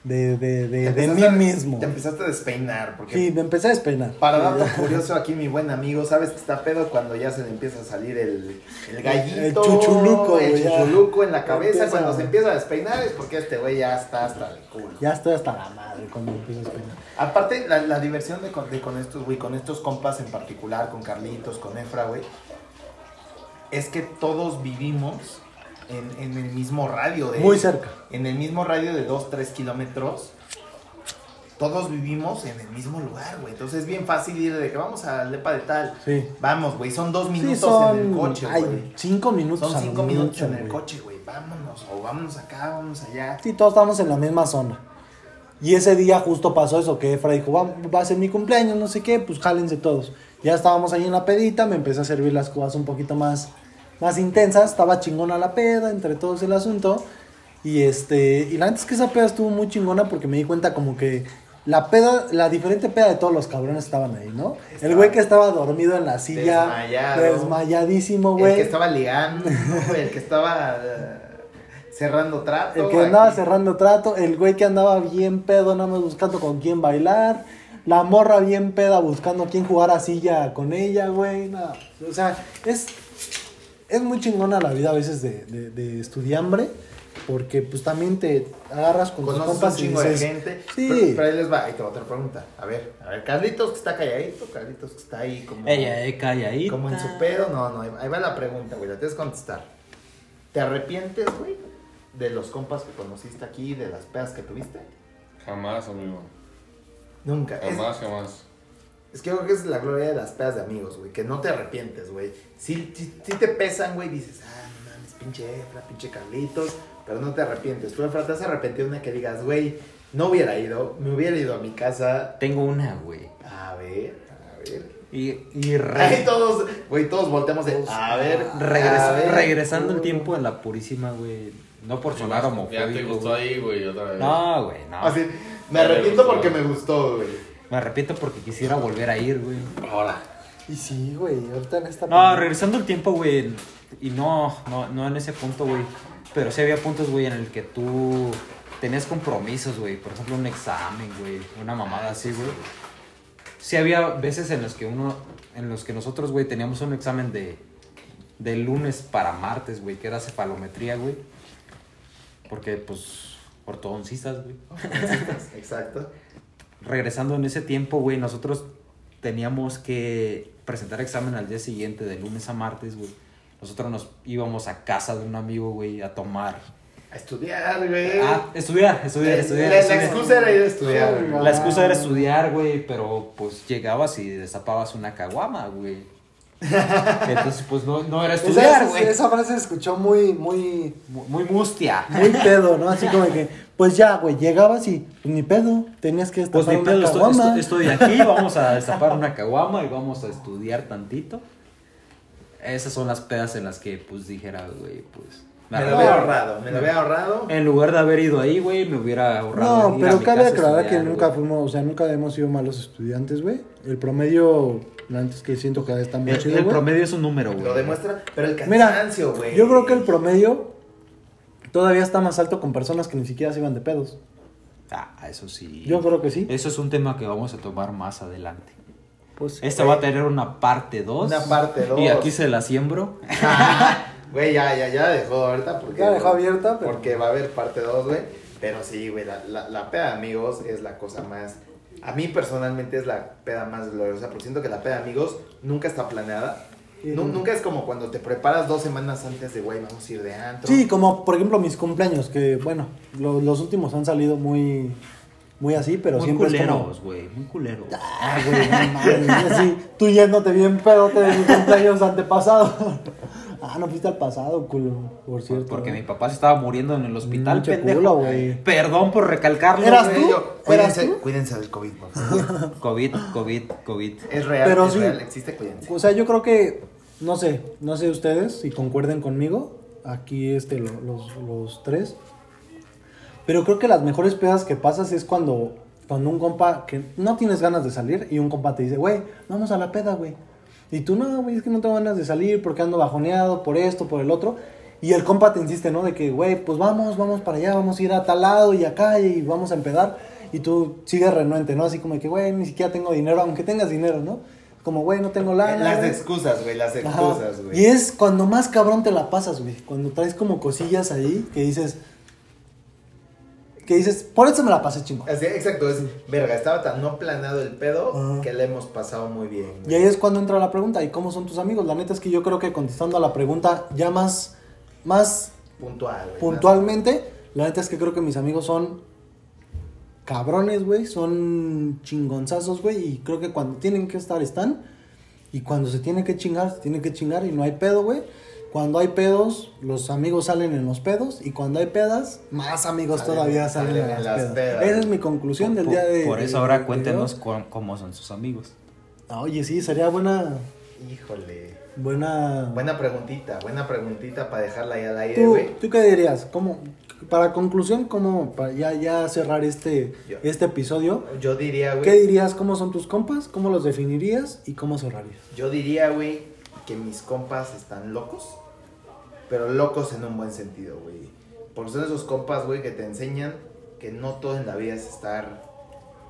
[SPEAKER 1] de, de, de,
[SPEAKER 2] Te
[SPEAKER 1] de mí
[SPEAKER 2] empezaste a-
[SPEAKER 1] mismo.
[SPEAKER 2] Te empezaste a despeinar, porque
[SPEAKER 1] Sí, me empecé a despeinar.
[SPEAKER 2] Para dato curioso, aquí mi buen amigo, ¿sabes que está pedo cuando ya se le empieza a salir el, el gallito?
[SPEAKER 1] El chuchuluco,
[SPEAKER 2] el
[SPEAKER 1] güey, ya.
[SPEAKER 2] chuchuluco en la cabeza.
[SPEAKER 1] Empieza-
[SPEAKER 2] Cuando se empieza a despeinar es porque este güey ya está hasta el culo.
[SPEAKER 1] Ya estoy hasta la madre cuando me empiezo a despeinar.
[SPEAKER 2] Aparte, la, la diversión de con, de con estos, güey, con estos compas en particular, con Carlitos, con Efra, güey, es que todos vivimos en, en el mismo radio de...
[SPEAKER 1] Muy cerca.
[SPEAKER 2] En el mismo radio de 2, 3 kilómetros. Todos vivimos en el mismo lugar, güey. Entonces es bien fácil ir de que vamos al depa de tal.
[SPEAKER 1] Sí.
[SPEAKER 2] Vamos, güey, son dos minutos
[SPEAKER 1] Sí, son
[SPEAKER 2] en el coche,
[SPEAKER 1] ay,
[SPEAKER 2] güey.
[SPEAKER 1] cinco minutos.
[SPEAKER 2] Son
[SPEAKER 1] a lo
[SPEAKER 2] cinco minutos
[SPEAKER 1] mucho,
[SPEAKER 2] en el
[SPEAKER 1] güey.
[SPEAKER 2] coche, güey. Vámonos, o vámonos acá, vámonos allá.
[SPEAKER 1] Sí, todos estábamos en la misma zona. Y ese día justo pasó eso, que Efra dijo, va, va a ser mi cumpleaños, no sé qué, pues jálense todos. Ya estábamos ahí en la pedita, me empecé a servir las cubas un poquito más, más intensas, estaba chingona la peda, entre todos el asunto. Y este, y la neta es que esa peda estuvo muy chingona porque me di cuenta como que la peda, la diferente peda de todos los cabrones estaban ahí, ¿no? El güey que estaba dormido en la silla,
[SPEAKER 2] Desmayado.
[SPEAKER 1] desmayadísimo,
[SPEAKER 2] El
[SPEAKER 1] güey.
[SPEAKER 2] que estaba ligando, el que estaba eh, cerrando trato.
[SPEAKER 1] El que andaba cerrando trato, el güey que andaba bien pedo, nada más buscando con quién bailar, la morra bien peda buscando quién jugar a silla con ella, güey. nada. O sea, es, es muy chingona la vida a veces de, de, de estudiambre, porque pues también te agarras con tus
[SPEAKER 2] Conoces
[SPEAKER 1] compas
[SPEAKER 2] un
[SPEAKER 1] y
[SPEAKER 2] chingo de
[SPEAKER 1] dices,
[SPEAKER 2] gente.
[SPEAKER 1] Sí.
[SPEAKER 2] Pero, pero ahí les va, ahí te va otra pregunta. A ver, a ver, Carlitos que está calladito, Carlitos que está ahí como,
[SPEAKER 5] Ella, eh, calladita.
[SPEAKER 2] como en su pedo. No, no, ahí- ahí va la pregunta, güey, la tienes que contestar. ¿Te arrepientes, güey, de los compas que conociste aquí, de las pedas que tuviste?
[SPEAKER 4] Jamás, amigo.
[SPEAKER 2] Nunca. Es-
[SPEAKER 4] Jamás, jamás.
[SPEAKER 2] Es que yo creo que esa es la gloria de las pedas de amigos, güey. Que no te arrepientes, güey. Si, te pesan, güey, dices, ah, no mames, pinche Efra, pinche Carlitos. Pero no te arrepientes. Tú, Efra, te has arrepentido una que digas, güey, no hubiera ido, me hubiera ido a mi casa.
[SPEAKER 5] Tengo una, güey.
[SPEAKER 2] A ver, a ver.
[SPEAKER 5] Y, y re- Ah,
[SPEAKER 2] Ahí todos, güey, todos volteamos de, a ver,
[SPEAKER 5] regresa-
[SPEAKER 2] a ver.
[SPEAKER 5] regresando el tiempo en la purísima, güey. No por sonar
[SPEAKER 4] Ya te
[SPEAKER 5] homofóbico.
[SPEAKER 4] gustó
[SPEAKER 5] güey.
[SPEAKER 4] ahí, güey, otra vez.
[SPEAKER 5] No, güey, no.
[SPEAKER 2] Así, me arrepiento porque me gustó, güey.
[SPEAKER 5] Me arrepiento porque quisiera volver a ir, güey.
[SPEAKER 4] Ahora.
[SPEAKER 1] Y sí, güey, ahorita en esta...
[SPEAKER 5] No, regresando al tiempo, güey. Y no, no, no en ese punto, güey. Pero sí había puntos, güey, en el que tú tenías compromisos, güey. Por ejemplo, un examen, güey. Una mamada así, güey. Sí había veces en los que uno, en los que nosotros, güey, teníamos un examen de, de lunes para martes, güey, que era cefalometría, güey. Porque, pues, ortodoncistas, güey
[SPEAKER 2] Exacto.
[SPEAKER 5] regresando en ese tiempo, güey, nosotros teníamos que presentar examen al día siguiente, de lunes a martes, güey. Nosotros nos íbamos a casa de un amigo, güey, a tomar.
[SPEAKER 2] A estudiar, güey.
[SPEAKER 5] Ah, estudiar, estudiar, estudiar.
[SPEAKER 2] La, la
[SPEAKER 5] estudiar.
[SPEAKER 2] excusa era ir a estudiar, güey.
[SPEAKER 5] La excusa era estudiar, güey, pero pues llegabas y destapabas una caguama, güey. Entonces, pues no, no era
[SPEAKER 1] Esa,
[SPEAKER 5] estudiar,
[SPEAKER 1] esa-
[SPEAKER 5] güey.
[SPEAKER 1] esa frase se escuchó muy, muy,
[SPEAKER 5] Mu- Muy mustia.
[SPEAKER 1] muy pedo, ¿no? Así como que, pues ya, güey, llegabas y pues, ni pedo, tenías que
[SPEAKER 5] Pues
[SPEAKER 1] destapar
[SPEAKER 5] ni
[SPEAKER 1] una
[SPEAKER 5] pedo, estoy,
[SPEAKER 1] caguama.
[SPEAKER 5] estoy- estoy aquí, vamos a destapar una caguama y vamos a estudiar tantito. Esas son las pedas en las que, pues, dijera, güey, pues... me
[SPEAKER 2] Me lo
[SPEAKER 5] arreglo.
[SPEAKER 2] había ahorrado, me lo había ahorrado.
[SPEAKER 1] Eh,
[SPEAKER 5] En lugar de haber ido ahí, güey, me hubiera ahorrado.
[SPEAKER 1] No,
[SPEAKER 5] el ir a
[SPEAKER 1] pero
[SPEAKER 5] mi
[SPEAKER 1] cabe
[SPEAKER 5] casa a
[SPEAKER 1] aclarar que
[SPEAKER 5] estudiar,
[SPEAKER 1] nunca
[SPEAKER 5] güey.
[SPEAKER 1] fuimos, o sea, nunca hemos sido malos estudiantes, güey. El promedio, antes que siento que está muy
[SPEAKER 5] El,
[SPEAKER 1] chido,
[SPEAKER 5] el
[SPEAKER 1] güey.
[SPEAKER 5] promedio es un número, güey.
[SPEAKER 2] Lo demuestra, pero el
[SPEAKER 1] Mira,
[SPEAKER 2] cansancio, güey.
[SPEAKER 1] yo creo que el promedio todavía está más alto con personas que ni siquiera se iban de pedos.
[SPEAKER 5] Ah, eso sí.
[SPEAKER 1] Yo creo que sí.
[SPEAKER 5] Eso es un tema que vamos a tomar más adelante.
[SPEAKER 1] Pues,
[SPEAKER 5] Esta va a tener una parte 2.
[SPEAKER 2] Una parte dos.
[SPEAKER 5] Y aquí se la siembro.
[SPEAKER 2] Güey, ya, ya, ya dejó ahorita porque.
[SPEAKER 1] Ya dejó abierta, pero-
[SPEAKER 2] Porque va a haber parte 2, güey. Pero sí, güey, la, la, la peda de amigos es la cosa más. A mí personalmente es la peda más gloriosa, porque siento que la peda de amigos nunca está planeada. Nu-
[SPEAKER 1] Ujú.
[SPEAKER 2] Nunca es como cuando te preparas dos semanas antes de, güey, vamos a ir de antro.
[SPEAKER 1] Sí, como por ejemplo mis cumpleaños, que bueno, lo- los últimos han salido muy, muy así, pero
[SPEAKER 5] muy
[SPEAKER 1] siempre es como...
[SPEAKER 5] culeros, güey. Muy culeros.
[SPEAKER 1] Ah, güey, no mames, así, tú yéndote bien pedote de mi cumpleaños antepasado. Ah, no fuiste al pasado, culo, por cierto.
[SPEAKER 5] Porque
[SPEAKER 1] ¿no?
[SPEAKER 5] mi papá se estaba muriendo en el hospital,
[SPEAKER 1] Mucho
[SPEAKER 5] pendejo.
[SPEAKER 1] culo, güey.
[SPEAKER 5] Perdón por recalcarlo.
[SPEAKER 1] Eras
[SPEAKER 5] güey.
[SPEAKER 2] Güey,
[SPEAKER 1] tú?
[SPEAKER 2] yo-
[SPEAKER 1] ¿Eras
[SPEAKER 2] cuídense,
[SPEAKER 1] tú?
[SPEAKER 2] cuídense del COVID, por favor.
[SPEAKER 5] COVID, COVID, COVID.
[SPEAKER 2] Es real,
[SPEAKER 1] Pero
[SPEAKER 2] es
[SPEAKER 1] sí.
[SPEAKER 2] real, existe, cuídense.
[SPEAKER 1] O sea, yo creo que, no sé, no sé ustedes si concuerden conmigo, aquí este, lo- los, los tres, pero creo que las mejores pedas que pasas es cuando, cuando un compa que no tienes ganas de salir y un compa te dice, güey, vamos a la peda, güey. Y tú, no, güey, es que no tengo ganas de salir porque ando bajoneado por esto, por el otro. Y el compa te insiste, ¿no? De que, güey, pues vamos, vamos para allá, vamos a ir a tal lado y acá y vamos a empedar. Y tú sigues renuente, ¿no? Así como de que, güey, ni siquiera tengo dinero, aunque tengas dinero, ¿no? Como, güey, no tengo lana.
[SPEAKER 2] Las
[SPEAKER 1] güey".
[SPEAKER 2] excusas, güey, las
[SPEAKER 1] Ajá.
[SPEAKER 2] excusas,
[SPEAKER 1] Y
[SPEAKER 2] güey.
[SPEAKER 1] es cuando más cabrón te la pasas, güey. Cuando traes como cosillas ahí que dices. Que dices, por eso me la pasé chingón.
[SPEAKER 2] Así, exacto, es, verga, estaba tan no planeado el pedo
[SPEAKER 1] Ajá.
[SPEAKER 2] que le hemos pasado muy bien.
[SPEAKER 1] Ah. Y ahí es cuando entra la pregunta, ¿y cómo son tus amigos? La neta es que yo creo que contestando a la pregunta ya más, más
[SPEAKER 2] puntual, güey.
[SPEAKER 1] puntualmente, la neta es que creo que mis amigos son cabrones, güey, son chingonzazos, güey, y creo que cuando tienen que estar están, y cuando se tienen que chingar, se tienen que chingar y no hay pedo, güey. Cuando hay pedos, los amigos salen en los pedos, y cuando hay pedas, más amigos
[SPEAKER 2] Salen-
[SPEAKER 1] todavía salen,
[SPEAKER 2] salen
[SPEAKER 1] en las pedas. Esa
[SPEAKER 2] pedas.
[SPEAKER 1] es mi conclusión del
[SPEAKER 5] Por-
[SPEAKER 1] día de...
[SPEAKER 5] Por eso
[SPEAKER 1] de-
[SPEAKER 5] ahora
[SPEAKER 1] de-
[SPEAKER 5] cuéntenos cu- cómo son sus amigos.
[SPEAKER 1] Oye, sí, sería buena...
[SPEAKER 2] Híjole.
[SPEAKER 1] Buena...
[SPEAKER 2] Buena preguntita, buena preguntita para dejarla ahí al aire,
[SPEAKER 1] ¿Tú,
[SPEAKER 2] güey.
[SPEAKER 1] tú qué dirías? ¿Cómo, para conclusión, cómo, para ya, ya cerrar este,
[SPEAKER 2] Yo.
[SPEAKER 1] este episodio,
[SPEAKER 2] Yo diría,
[SPEAKER 1] ¿qué
[SPEAKER 2] güey.
[SPEAKER 1] dirías? ¿Cómo son tus compas? ¿Cómo los definirías? ¿Y cómo cerrarías?
[SPEAKER 2] Yo diría, güey, que mis compas están locos, pero locos en un buen sentido, güey. Porque son esos compas, güey, que te enseñan que no todo en la vida es estar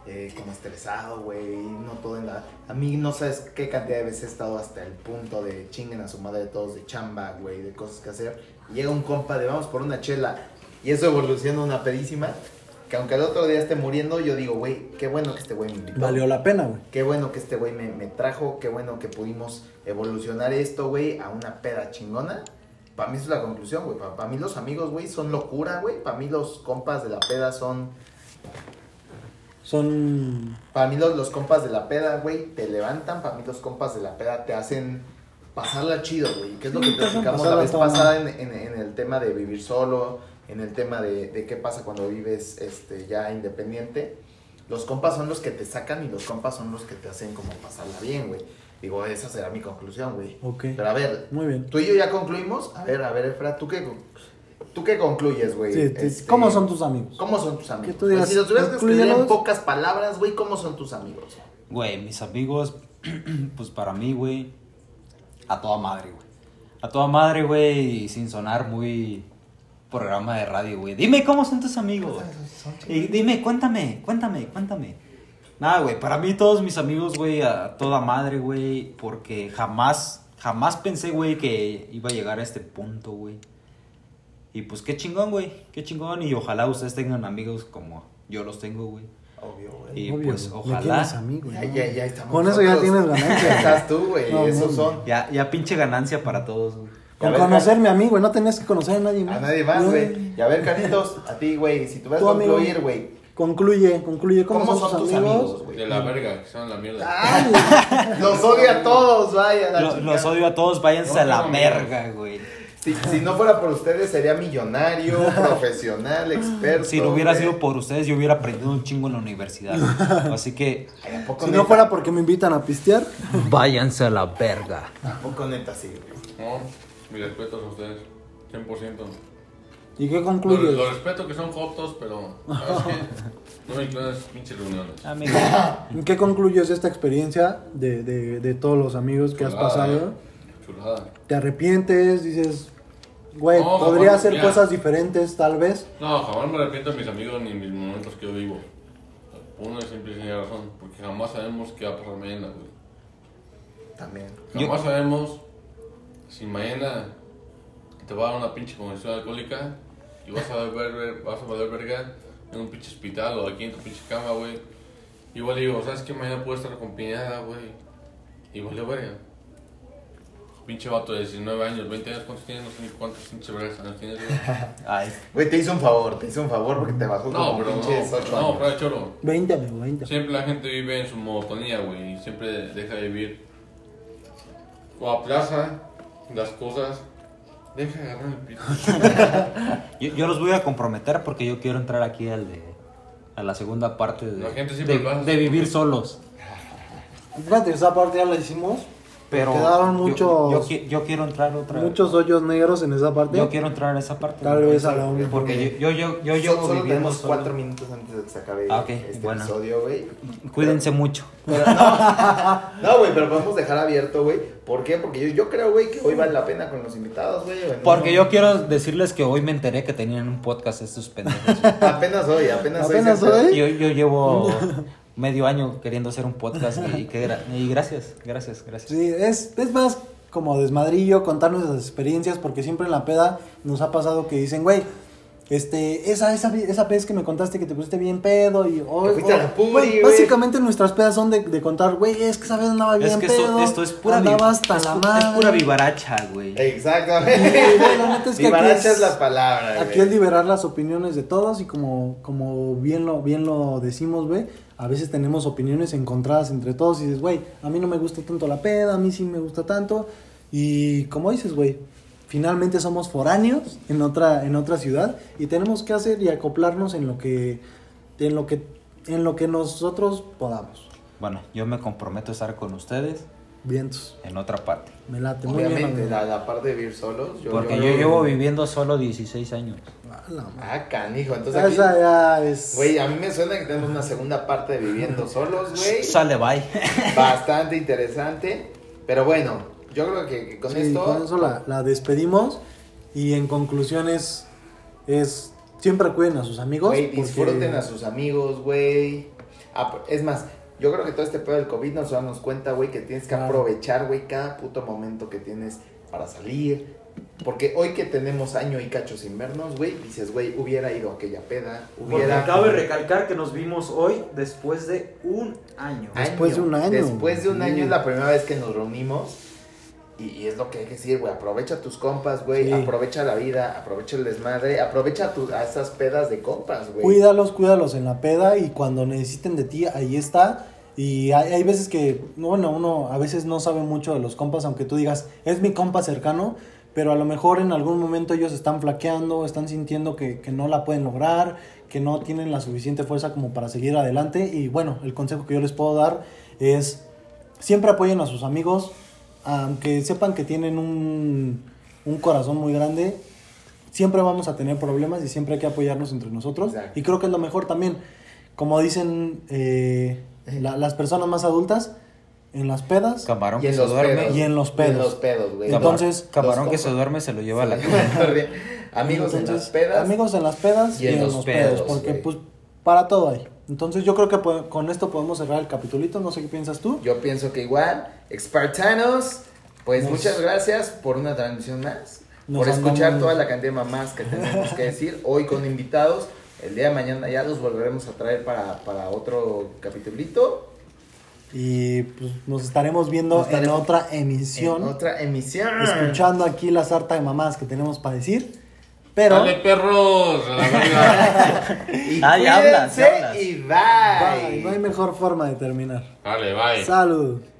[SPEAKER 2] eh, como estresado, güey. No todo en la. A mí no sabes qué cantidad de veces he estado hasta el punto de chinguen a su madre todos de chamba, güey, de cosas que hacer. Llega un compa de vamos por una chela y eso evoluciona a una pedísima. Que aunque al otro día esté muriendo, yo digo, güey, qué bueno que este güey me invitó.
[SPEAKER 1] Valió la pena, güey.
[SPEAKER 2] Qué bueno que este güey me, me trajo, qué bueno que pudimos evolucionar esto, güey, a una peda chingona. Para mí esa es la conclusión, güey. Para mí los amigos, güey, son locura, güey. Para mí los compas de la peda son...
[SPEAKER 1] Son...
[SPEAKER 2] Para mí los, los compas de la peda, güey, te levantan. Para mí los compas de la peda te hacen pasarla chido, güey. Que es lo
[SPEAKER 1] Sí,
[SPEAKER 2] que
[SPEAKER 1] te hacen
[SPEAKER 2] platicamos la
[SPEAKER 1] pasarla
[SPEAKER 2] vez
[SPEAKER 1] toda
[SPEAKER 2] pasada en, en- en el tema de vivir solo, en el tema de, de qué pasa cuando vives este, ya independiente. Los compas son los que te sacan y los compas son los que te hacen como pasarla bien, güey. Digo, esa será mi conclusión, güey.
[SPEAKER 1] Ok.
[SPEAKER 2] Pero a ver,
[SPEAKER 1] Muy bien.
[SPEAKER 2] tú y yo ya concluimos. A ver, a ver, Efra, ¿tú qué, con- tú qué concluyes, güey?
[SPEAKER 1] Sí, te-
[SPEAKER 2] Este,
[SPEAKER 1] ¿Cómo son tus amigos?
[SPEAKER 2] ¿Cómo son tus amigos?
[SPEAKER 1] Que tú digas,
[SPEAKER 2] Pues, si los tuvieras que escribir en
[SPEAKER 1] inclúyelos.
[SPEAKER 2] pocas palabras, güey, ¿cómo son tus amigos?
[SPEAKER 5] Güey, mis amigos, pues para mí, güey, a toda madre, güey. A toda madre, güey, y sin sonar muy programa de radio, güey. Dime cómo son tus amigos, güey. Y dime, cuéntame, cuéntame, cuéntame. Nada, güey, para mí todos mis amigos, güey, a toda madre, güey, porque jamás, jamás pensé, güey, que iba a llegar a este punto, güey. Y pues qué chingón, güey, qué chingón, y ojalá ustedes tengan amigos como yo los tengo, güey.
[SPEAKER 2] Obvio, güey.
[SPEAKER 5] Y
[SPEAKER 1] Obvio,
[SPEAKER 5] pues
[SPEAKER 1] güey.
[SPEAKER 5] ojalá.
[SPEAKER 1] Ya tienes amigos,
[SPEAKER 2] Ya,
[SPEAKER 1] ¿no?
[SPEAKER 2] ya, ya estamos.
[SPEAKER 1] Con eso ya
[SPEAKER 2] nosotros.
[SPEAKER 1] tienes ganancia.
[SPEAKER 2] Estás tú, güey.
[SPEAKER 1] No,
[SPEAKER 2] Esos
[SPEAKER 1] no,
[SPEAKER 2] son.
[SPEAKER 5] Ya, ya pinche ganancia para todos, güey.
[SPEAKER 2] Ya
[SPEAKER 1] Con
[SPEAKER 2] ves,
[SPEAKER 1] conocerme a mí, güey. No tenías que conocer a nadie más.
[SPEAKER 2] A nadie más, güey. Y a ver, Carlitos, a ti, güey, si tuvieras
[SPEAKER 1] Tú,
[SPEAKER 2] que
[SPEAKER 1] amigo.
[SPEAKER 2] concluir, güey,
[SPEAKER 1] Concluye, concluye. ¿Cómo, son, tus amigos?
[SPEAKER 4] De la verga, que son la mierda.
[SPEAKER 2] Ay, los odio a todos, vaya. la
[SPEAKER 5] Lo-
[SPEAKER 2] chingada.
[SPEAKER 5] los odio a todos, váyanse
[SPEAKER 4] No,
[SPEAKER 5] a la
[SPEAKER 4] no,
[SPEAKER 5] verga, güey.
[SPEAKER 2] Si, si no fuera por ustedes, sería millonario, profesional, experto.
[SPEAKER 5] Si lo hubiera
[SPEAKER 2] güey.
[SPEAKER 5] sido por ustedes, yo hubiera aprendido un chingo en la universidad. güey. Así que
[SPEAKER 2] Ay, ¿a poco
[SPEAKER 1] Si no
[SPEAKER 2] neta?
[SPEAKER 1] fuera porque me invitan a pistear,
[SPEAKER 5] váyanse a la verga.
[SPEAKER 2] ¿A poco neta sí, güey?
[SPEAKER 4] No, mi respeto a ustedes. 100%.
[SPEAKER 1] ¿y qué
[SPEAKER 4] Lo,
[SPEAKER 1] concluyes?
[SPEAKER 4] lo respeto que son coptos, pero ¿sabes qué? no me incluyen esas pinches reuniones.
[SPEAKER 5] Amigo.
[SPEAKER 1] ¿En qué concluyes esta experiencia de, de- de todos los amigos que has
[SPEAKER 4] Chulada,
[SPEAKER 1] pasado?
[SPEAKER 4] eh. Chulada.
[SPEAKER 1] ¿Te arrepientes? Dices, güey,
[SPEAKER 4] No,
[SPEAKER 1] podría
[SPEAKER 4] jamás,
[SPEAKER 1] hacer
[SPEAKER 4] mira.
[SPEAKER 1] cosas diferentes tal vez.
[SPEAKER 4] No, jamás me arrepiento de mis amigos ni mis momentos que yo vivo. Por una simple y sencilla razón, porque jamás sabemos qué va a pasar mañana, güey.
[SPEAKER 2] También.
[SPEAKER 4] Jamás sabemos si mañana te va a dar una pinche congestión alcohólica y vas a beber, vas a valer verga en un pinche hospital o aquí en tu pinche cama, güey. Igual digo, ¿sabes qué? Mañana puedo estar acompañada, güey. Y vale verga. Pinche vato de 19 años, 20 años, ¿cuántos tienes? No sé ni cuántos pinches vergas años tienes, güey.
[SPEAKER 5] Ay,
[SPEAKER 2] Güey, te hizo un favor, te hizo un favor porque te bajó
[SPEAKER 4] No,
[SPEAKER 2] como
[SPEAKER 4] pero
[SPEAKER 2] pinches ocho
[SPEAKER 4] no, no,
[SPEAKER 2] años.
[SPEAKER 4] fuera de choro.
[SPEAKER 1] 20, amigo, 20.
[SPEAKER 4] Siempre la gente vive en su monotonía, güey, y siempre deja de vivir. O aplaza las cosas. Deja de agarrar el pito.
[SPEAKER 5] yo, yo los voy a comprometer porque yo quiero entrar aquí al de, a la segunda parte de,
[SPEAKER 4] La gente siempre
[SPEAKER 5] de-
[SPEAKER 4] va.
[SPEAKER 5] de vivir solos.
[SPEAKER 1] Fíjate, esa parte ya la hicimos.
[SPEAKER 5] Pero
[SPEAKER 1] Quedaron
[SPEAKER 5] yo-
[SPEAKER 1] muchos-
[SPEAKER 5] Yo, qui- yo quiero entrar otra
[SPEAKER 1] Muchos hoyos negros en esa parte.
[SPEAKER 5] Yo quiero entrar a esa parte.
[SPEAKER 1] Tal
[SPEAKER 5] güey.
[SPEAKER 1] vez a la una.
[SPEAKER 5] Porque yo, yo, yo, yo
[SPEAKER 2] Sol-
[SPEAKER 5] llevo
[SPEAKER 2] solo
[SPEAKER 5] viviendo
[SPEAKER 2] tenemos
[SPEAKER 5] solo.
[SPEAKER 2] cuatro minutos antes de que se acabe
[SPEAKER 5] Ah, ok,
[SPEAKER 2] este
[SPEAKER 5] bueno.
[SPEAKER 2] episodio, güey.
[SPEAKER 5] Cuídense mucho.
[SPEAKER 2] Pero no, no, güey, pero podemos dejar abierto, güey. ¿Por qué? Porque yo, yo creo, güey, que hoy vale la pena con los invitados, güey. o en
[SPEAKER 5] Porque
[SPEAKER 2] un-
[SPEAKER 5] yo quiero decirles que hoy me enteré que tenían un podcast estos pendejos.
[SPEAKER 2] Apenas hoy, apenas,
[SPEAKER 1] Apenas
[SPEAKER 2] hoy. se-
[SPEAKER 1] hoy.
[SPEAKER 5] Yo, yo llevo medio año queriendo hacer un podcast y, y que gra- y gracias, gracias, gracias.
[SPEAKER 1] Sí, es, es más como desmadrillo contar nuestras experiencias, porque siempre en la peda nos ha pasado que dicen, güey, este, esa, esa, vi- esa vez que me contaste que te pusiste bien pedo y hoy.
[SPEAKER 2] Que fuiste a la
[SPEAKER 1] hoy-
[SPEAKER 2] puri,
[SPEAKER 1] güey,
[SPEAKER 2] güey.
[SPEAKER 1] Básicamente nuestras pedas son de, de contar, güey, es que esa vez andaba bien
[SPEAKER 5] Es que
[SPEAKER 1] pedo.
[SPEAKER 5] esto, esto es pura vi-
[SPEAKER 1] andaba hasta
[SPEAKER 5] es
[SPEAKER 1] la
[SPEAKER 5] pu-
[SPEAKER 1] madre.
[SPEAKER 5] Es pura vivaracha, güey.
[SPEAKER 2] Exactamente.
[SPEAKER 1] Sí, güey, la neta es que aquí
[SPEAKER 2] Vivaracha
[SPEAKER 1] es-
[SPEAKER 2] es la palabra,
[SPEAKER 1] Aquí es
[SPEAKER 2] güey.
[SPEAKER 1] liberar las opiniones de todos y como, como bien, lo, bien lo decimos, güey, a veces tenemos opiniones encontradas entre todos y dices, güey, a mí no me gusta tanto la peda, a mí sí me gusta tanto. Y como dices, güey, finalmente somos foráneos en otra, en otra ciudad y tenemos que hacer y acoplarnos en lo que, en lo que, en lo que nosotros podamos.
[SPEAKER 5] Bueno, yo me comprometo a estar con ustedes
[SPEAKER 1] Vientos,
[SPEAKER 5] en otra parte.
[SPEAKER 1] me late muy bien.
[SPEAKER 2] Obviamente,
[SPEAKER 1] amigo.
[SPEAKER 2] la, la parte de vivir solos.
[SPEAKER 5] Porque yo llevo viviendo solo 16 años.
[SPEAKER 1] Ah, la madre.
[SPEAKER 2] Ah, canijo. Entonces, aquí-
[SPEAKER 1] Esa ya es...
[SPEAKER 2] güey, a mí me suena que tenemos una segunda parte de viviendo solos, güey.
[SPEAKER 5] Sale, bye.
[SPEAKER 2] Bastante interesante. Pero bueno, yo creo que, que con
[SPEAKER 1] Sí,
[SPEAKER 2] esto.
[SPEAKER 1] con eso la, la despedimos. Y en conclusión es, es siempre cuiden a sus amigos.
[SPEAKER 2] Güey,
[SPEAKER 1] porque-
[SPEAKER 2] disfruten a sus amigos, güey. Ah, pero- es más, yo creo que todo este pedo del COVID nos damos cuenta, güey, que tienes que
[SPEAKER 1] Claro.
[SPEAKER 2] aprovechar, güey, cada puto momento que tienes para salir. Porque hoy que tenemos año y cacho sin vernos, güey, dices, güey, hubiera ido a aquella peda, hubiera...
[SPEAKER 5] recalcar que nos vimos hoy después de un año.
[SPEAKER 2] Año.
[SPEAKER 1] Después de un año,
[SPEAKER 2] Después de un
[SPEAKER 1] sí.
[SPEAKER 2] año es la primera vez que nos reunimos. Y, y es lo que hay que decir, güey. Aprovecha tus compas, güey.
[SPEAKER 1] Sí.
[SPEAKER 2] Aprovecha la vida. Aprovecha el desmadre. Aprovecha tus, a esas pedas de compas, güey.
[SPEAKER 1] Cuídalos, cuídalos en la peda y cuando necesiten de ti, ahí está. Y hay, hay veces que, bueno, uno a veces no sabe mucho de los compas, aunque tú digas, es mi compa cercano, pero a lo mejor en algún momento ellos están flaqueando, están sintiendo que, que no la pueden lograr, que no tienen la suficiente fuerza como para seguir adelante. Y bueno, el consejo que yo les puedo dar es, siempre apoyen a sus amigos, aunque sepan que tienen un, un corazón muy grande, siempre vamos a tener problemas y siempre hay que apoyarnos entre nosotros.
[SPEAKER 2] Exacto.
[SPEAKER 1] Y creo que es lo mejor también. Como dicen eh, la- las personas más adultas, en las pedas
[SPEAKER 5] Camarón
[SPEAKER 2] Y
[SPEAKER 5] que
[SPEAKER 2] en
[SPEAKER 5] se
[SPEAKER 2] los
[SPEAKER 5] duerme.
[SPEAKER 2] pedos.
[SPEAKER 1] Y en los
[SPEAKER 2] Y en
[SPEAKER 1] pedos.
[SPEAKER 2] los pedos, güey.
[SPEAKER 1] Entonces,
[SPEAKER 5] Entonces, camarón
[SPEAKER 2] los
[SPEAKER 5] que se
[SPEAKER 2] compas.
[SPEAKER 5] duerme se lo lleva a la
[SPEAKER 2] amigos en las
[SPEAKER 1] Entonces,
[SPEAKER 2] pedas.
[SPEAKER 1] Amigos en las pedas y, en, los, pedos.
[SPEAKER 2] pedos,
[SPEAKER 1] porque,
[SPEAKER 2] güey.
[SPEAKER 1] pues, para todo hay. Entonces, yo creo que po- con esto podemos cerrar el capitulito. No sé qué piensas tú.
[SPEAKER 2] Yo pienso que igual. Espartanos. Pues
[SPEAKER 1] Nos-
[SPEAKER 2] muchas gracias por una transmisión más.
[SPEAKER 1] Nos
[SPEAKER 2] Por escuchar
[SPEAKER 1] andamos-
[SPEAKER 2] toda la cantidad de mamás que tenemos que decir. Hoy con invitados. El día de mañana ya los volveremos a traer para, para otro capitulito.
[SPEAKER 1] Y pues, nos estaremos viendo
[SPEAKER 2] Nos estaremos-
[SPEAKER 1] en otra
[SPEAKER 2] En
[SPEAKER 1] emisión.
[SPEAKER 2] otra emisión.
[SPEAKER 1] Escuchando aquí la sarta de mamás que tenemos para decir. Pero.
[SPEAKER 4] Dale, perros, a la verga.
[SPEAKER 2] Y
[SPEAKER 5] Ah, ya hablas, ya
[SPEAKER 2] cuídense
[SPEAKER 5] hablas.
[SPEAKER 2] y
[SPEAKER 1] Bye, No hay mejor forma de terminar.
[SPEAKER 4] Dale, bye.
[SPEAKER 1] Salud.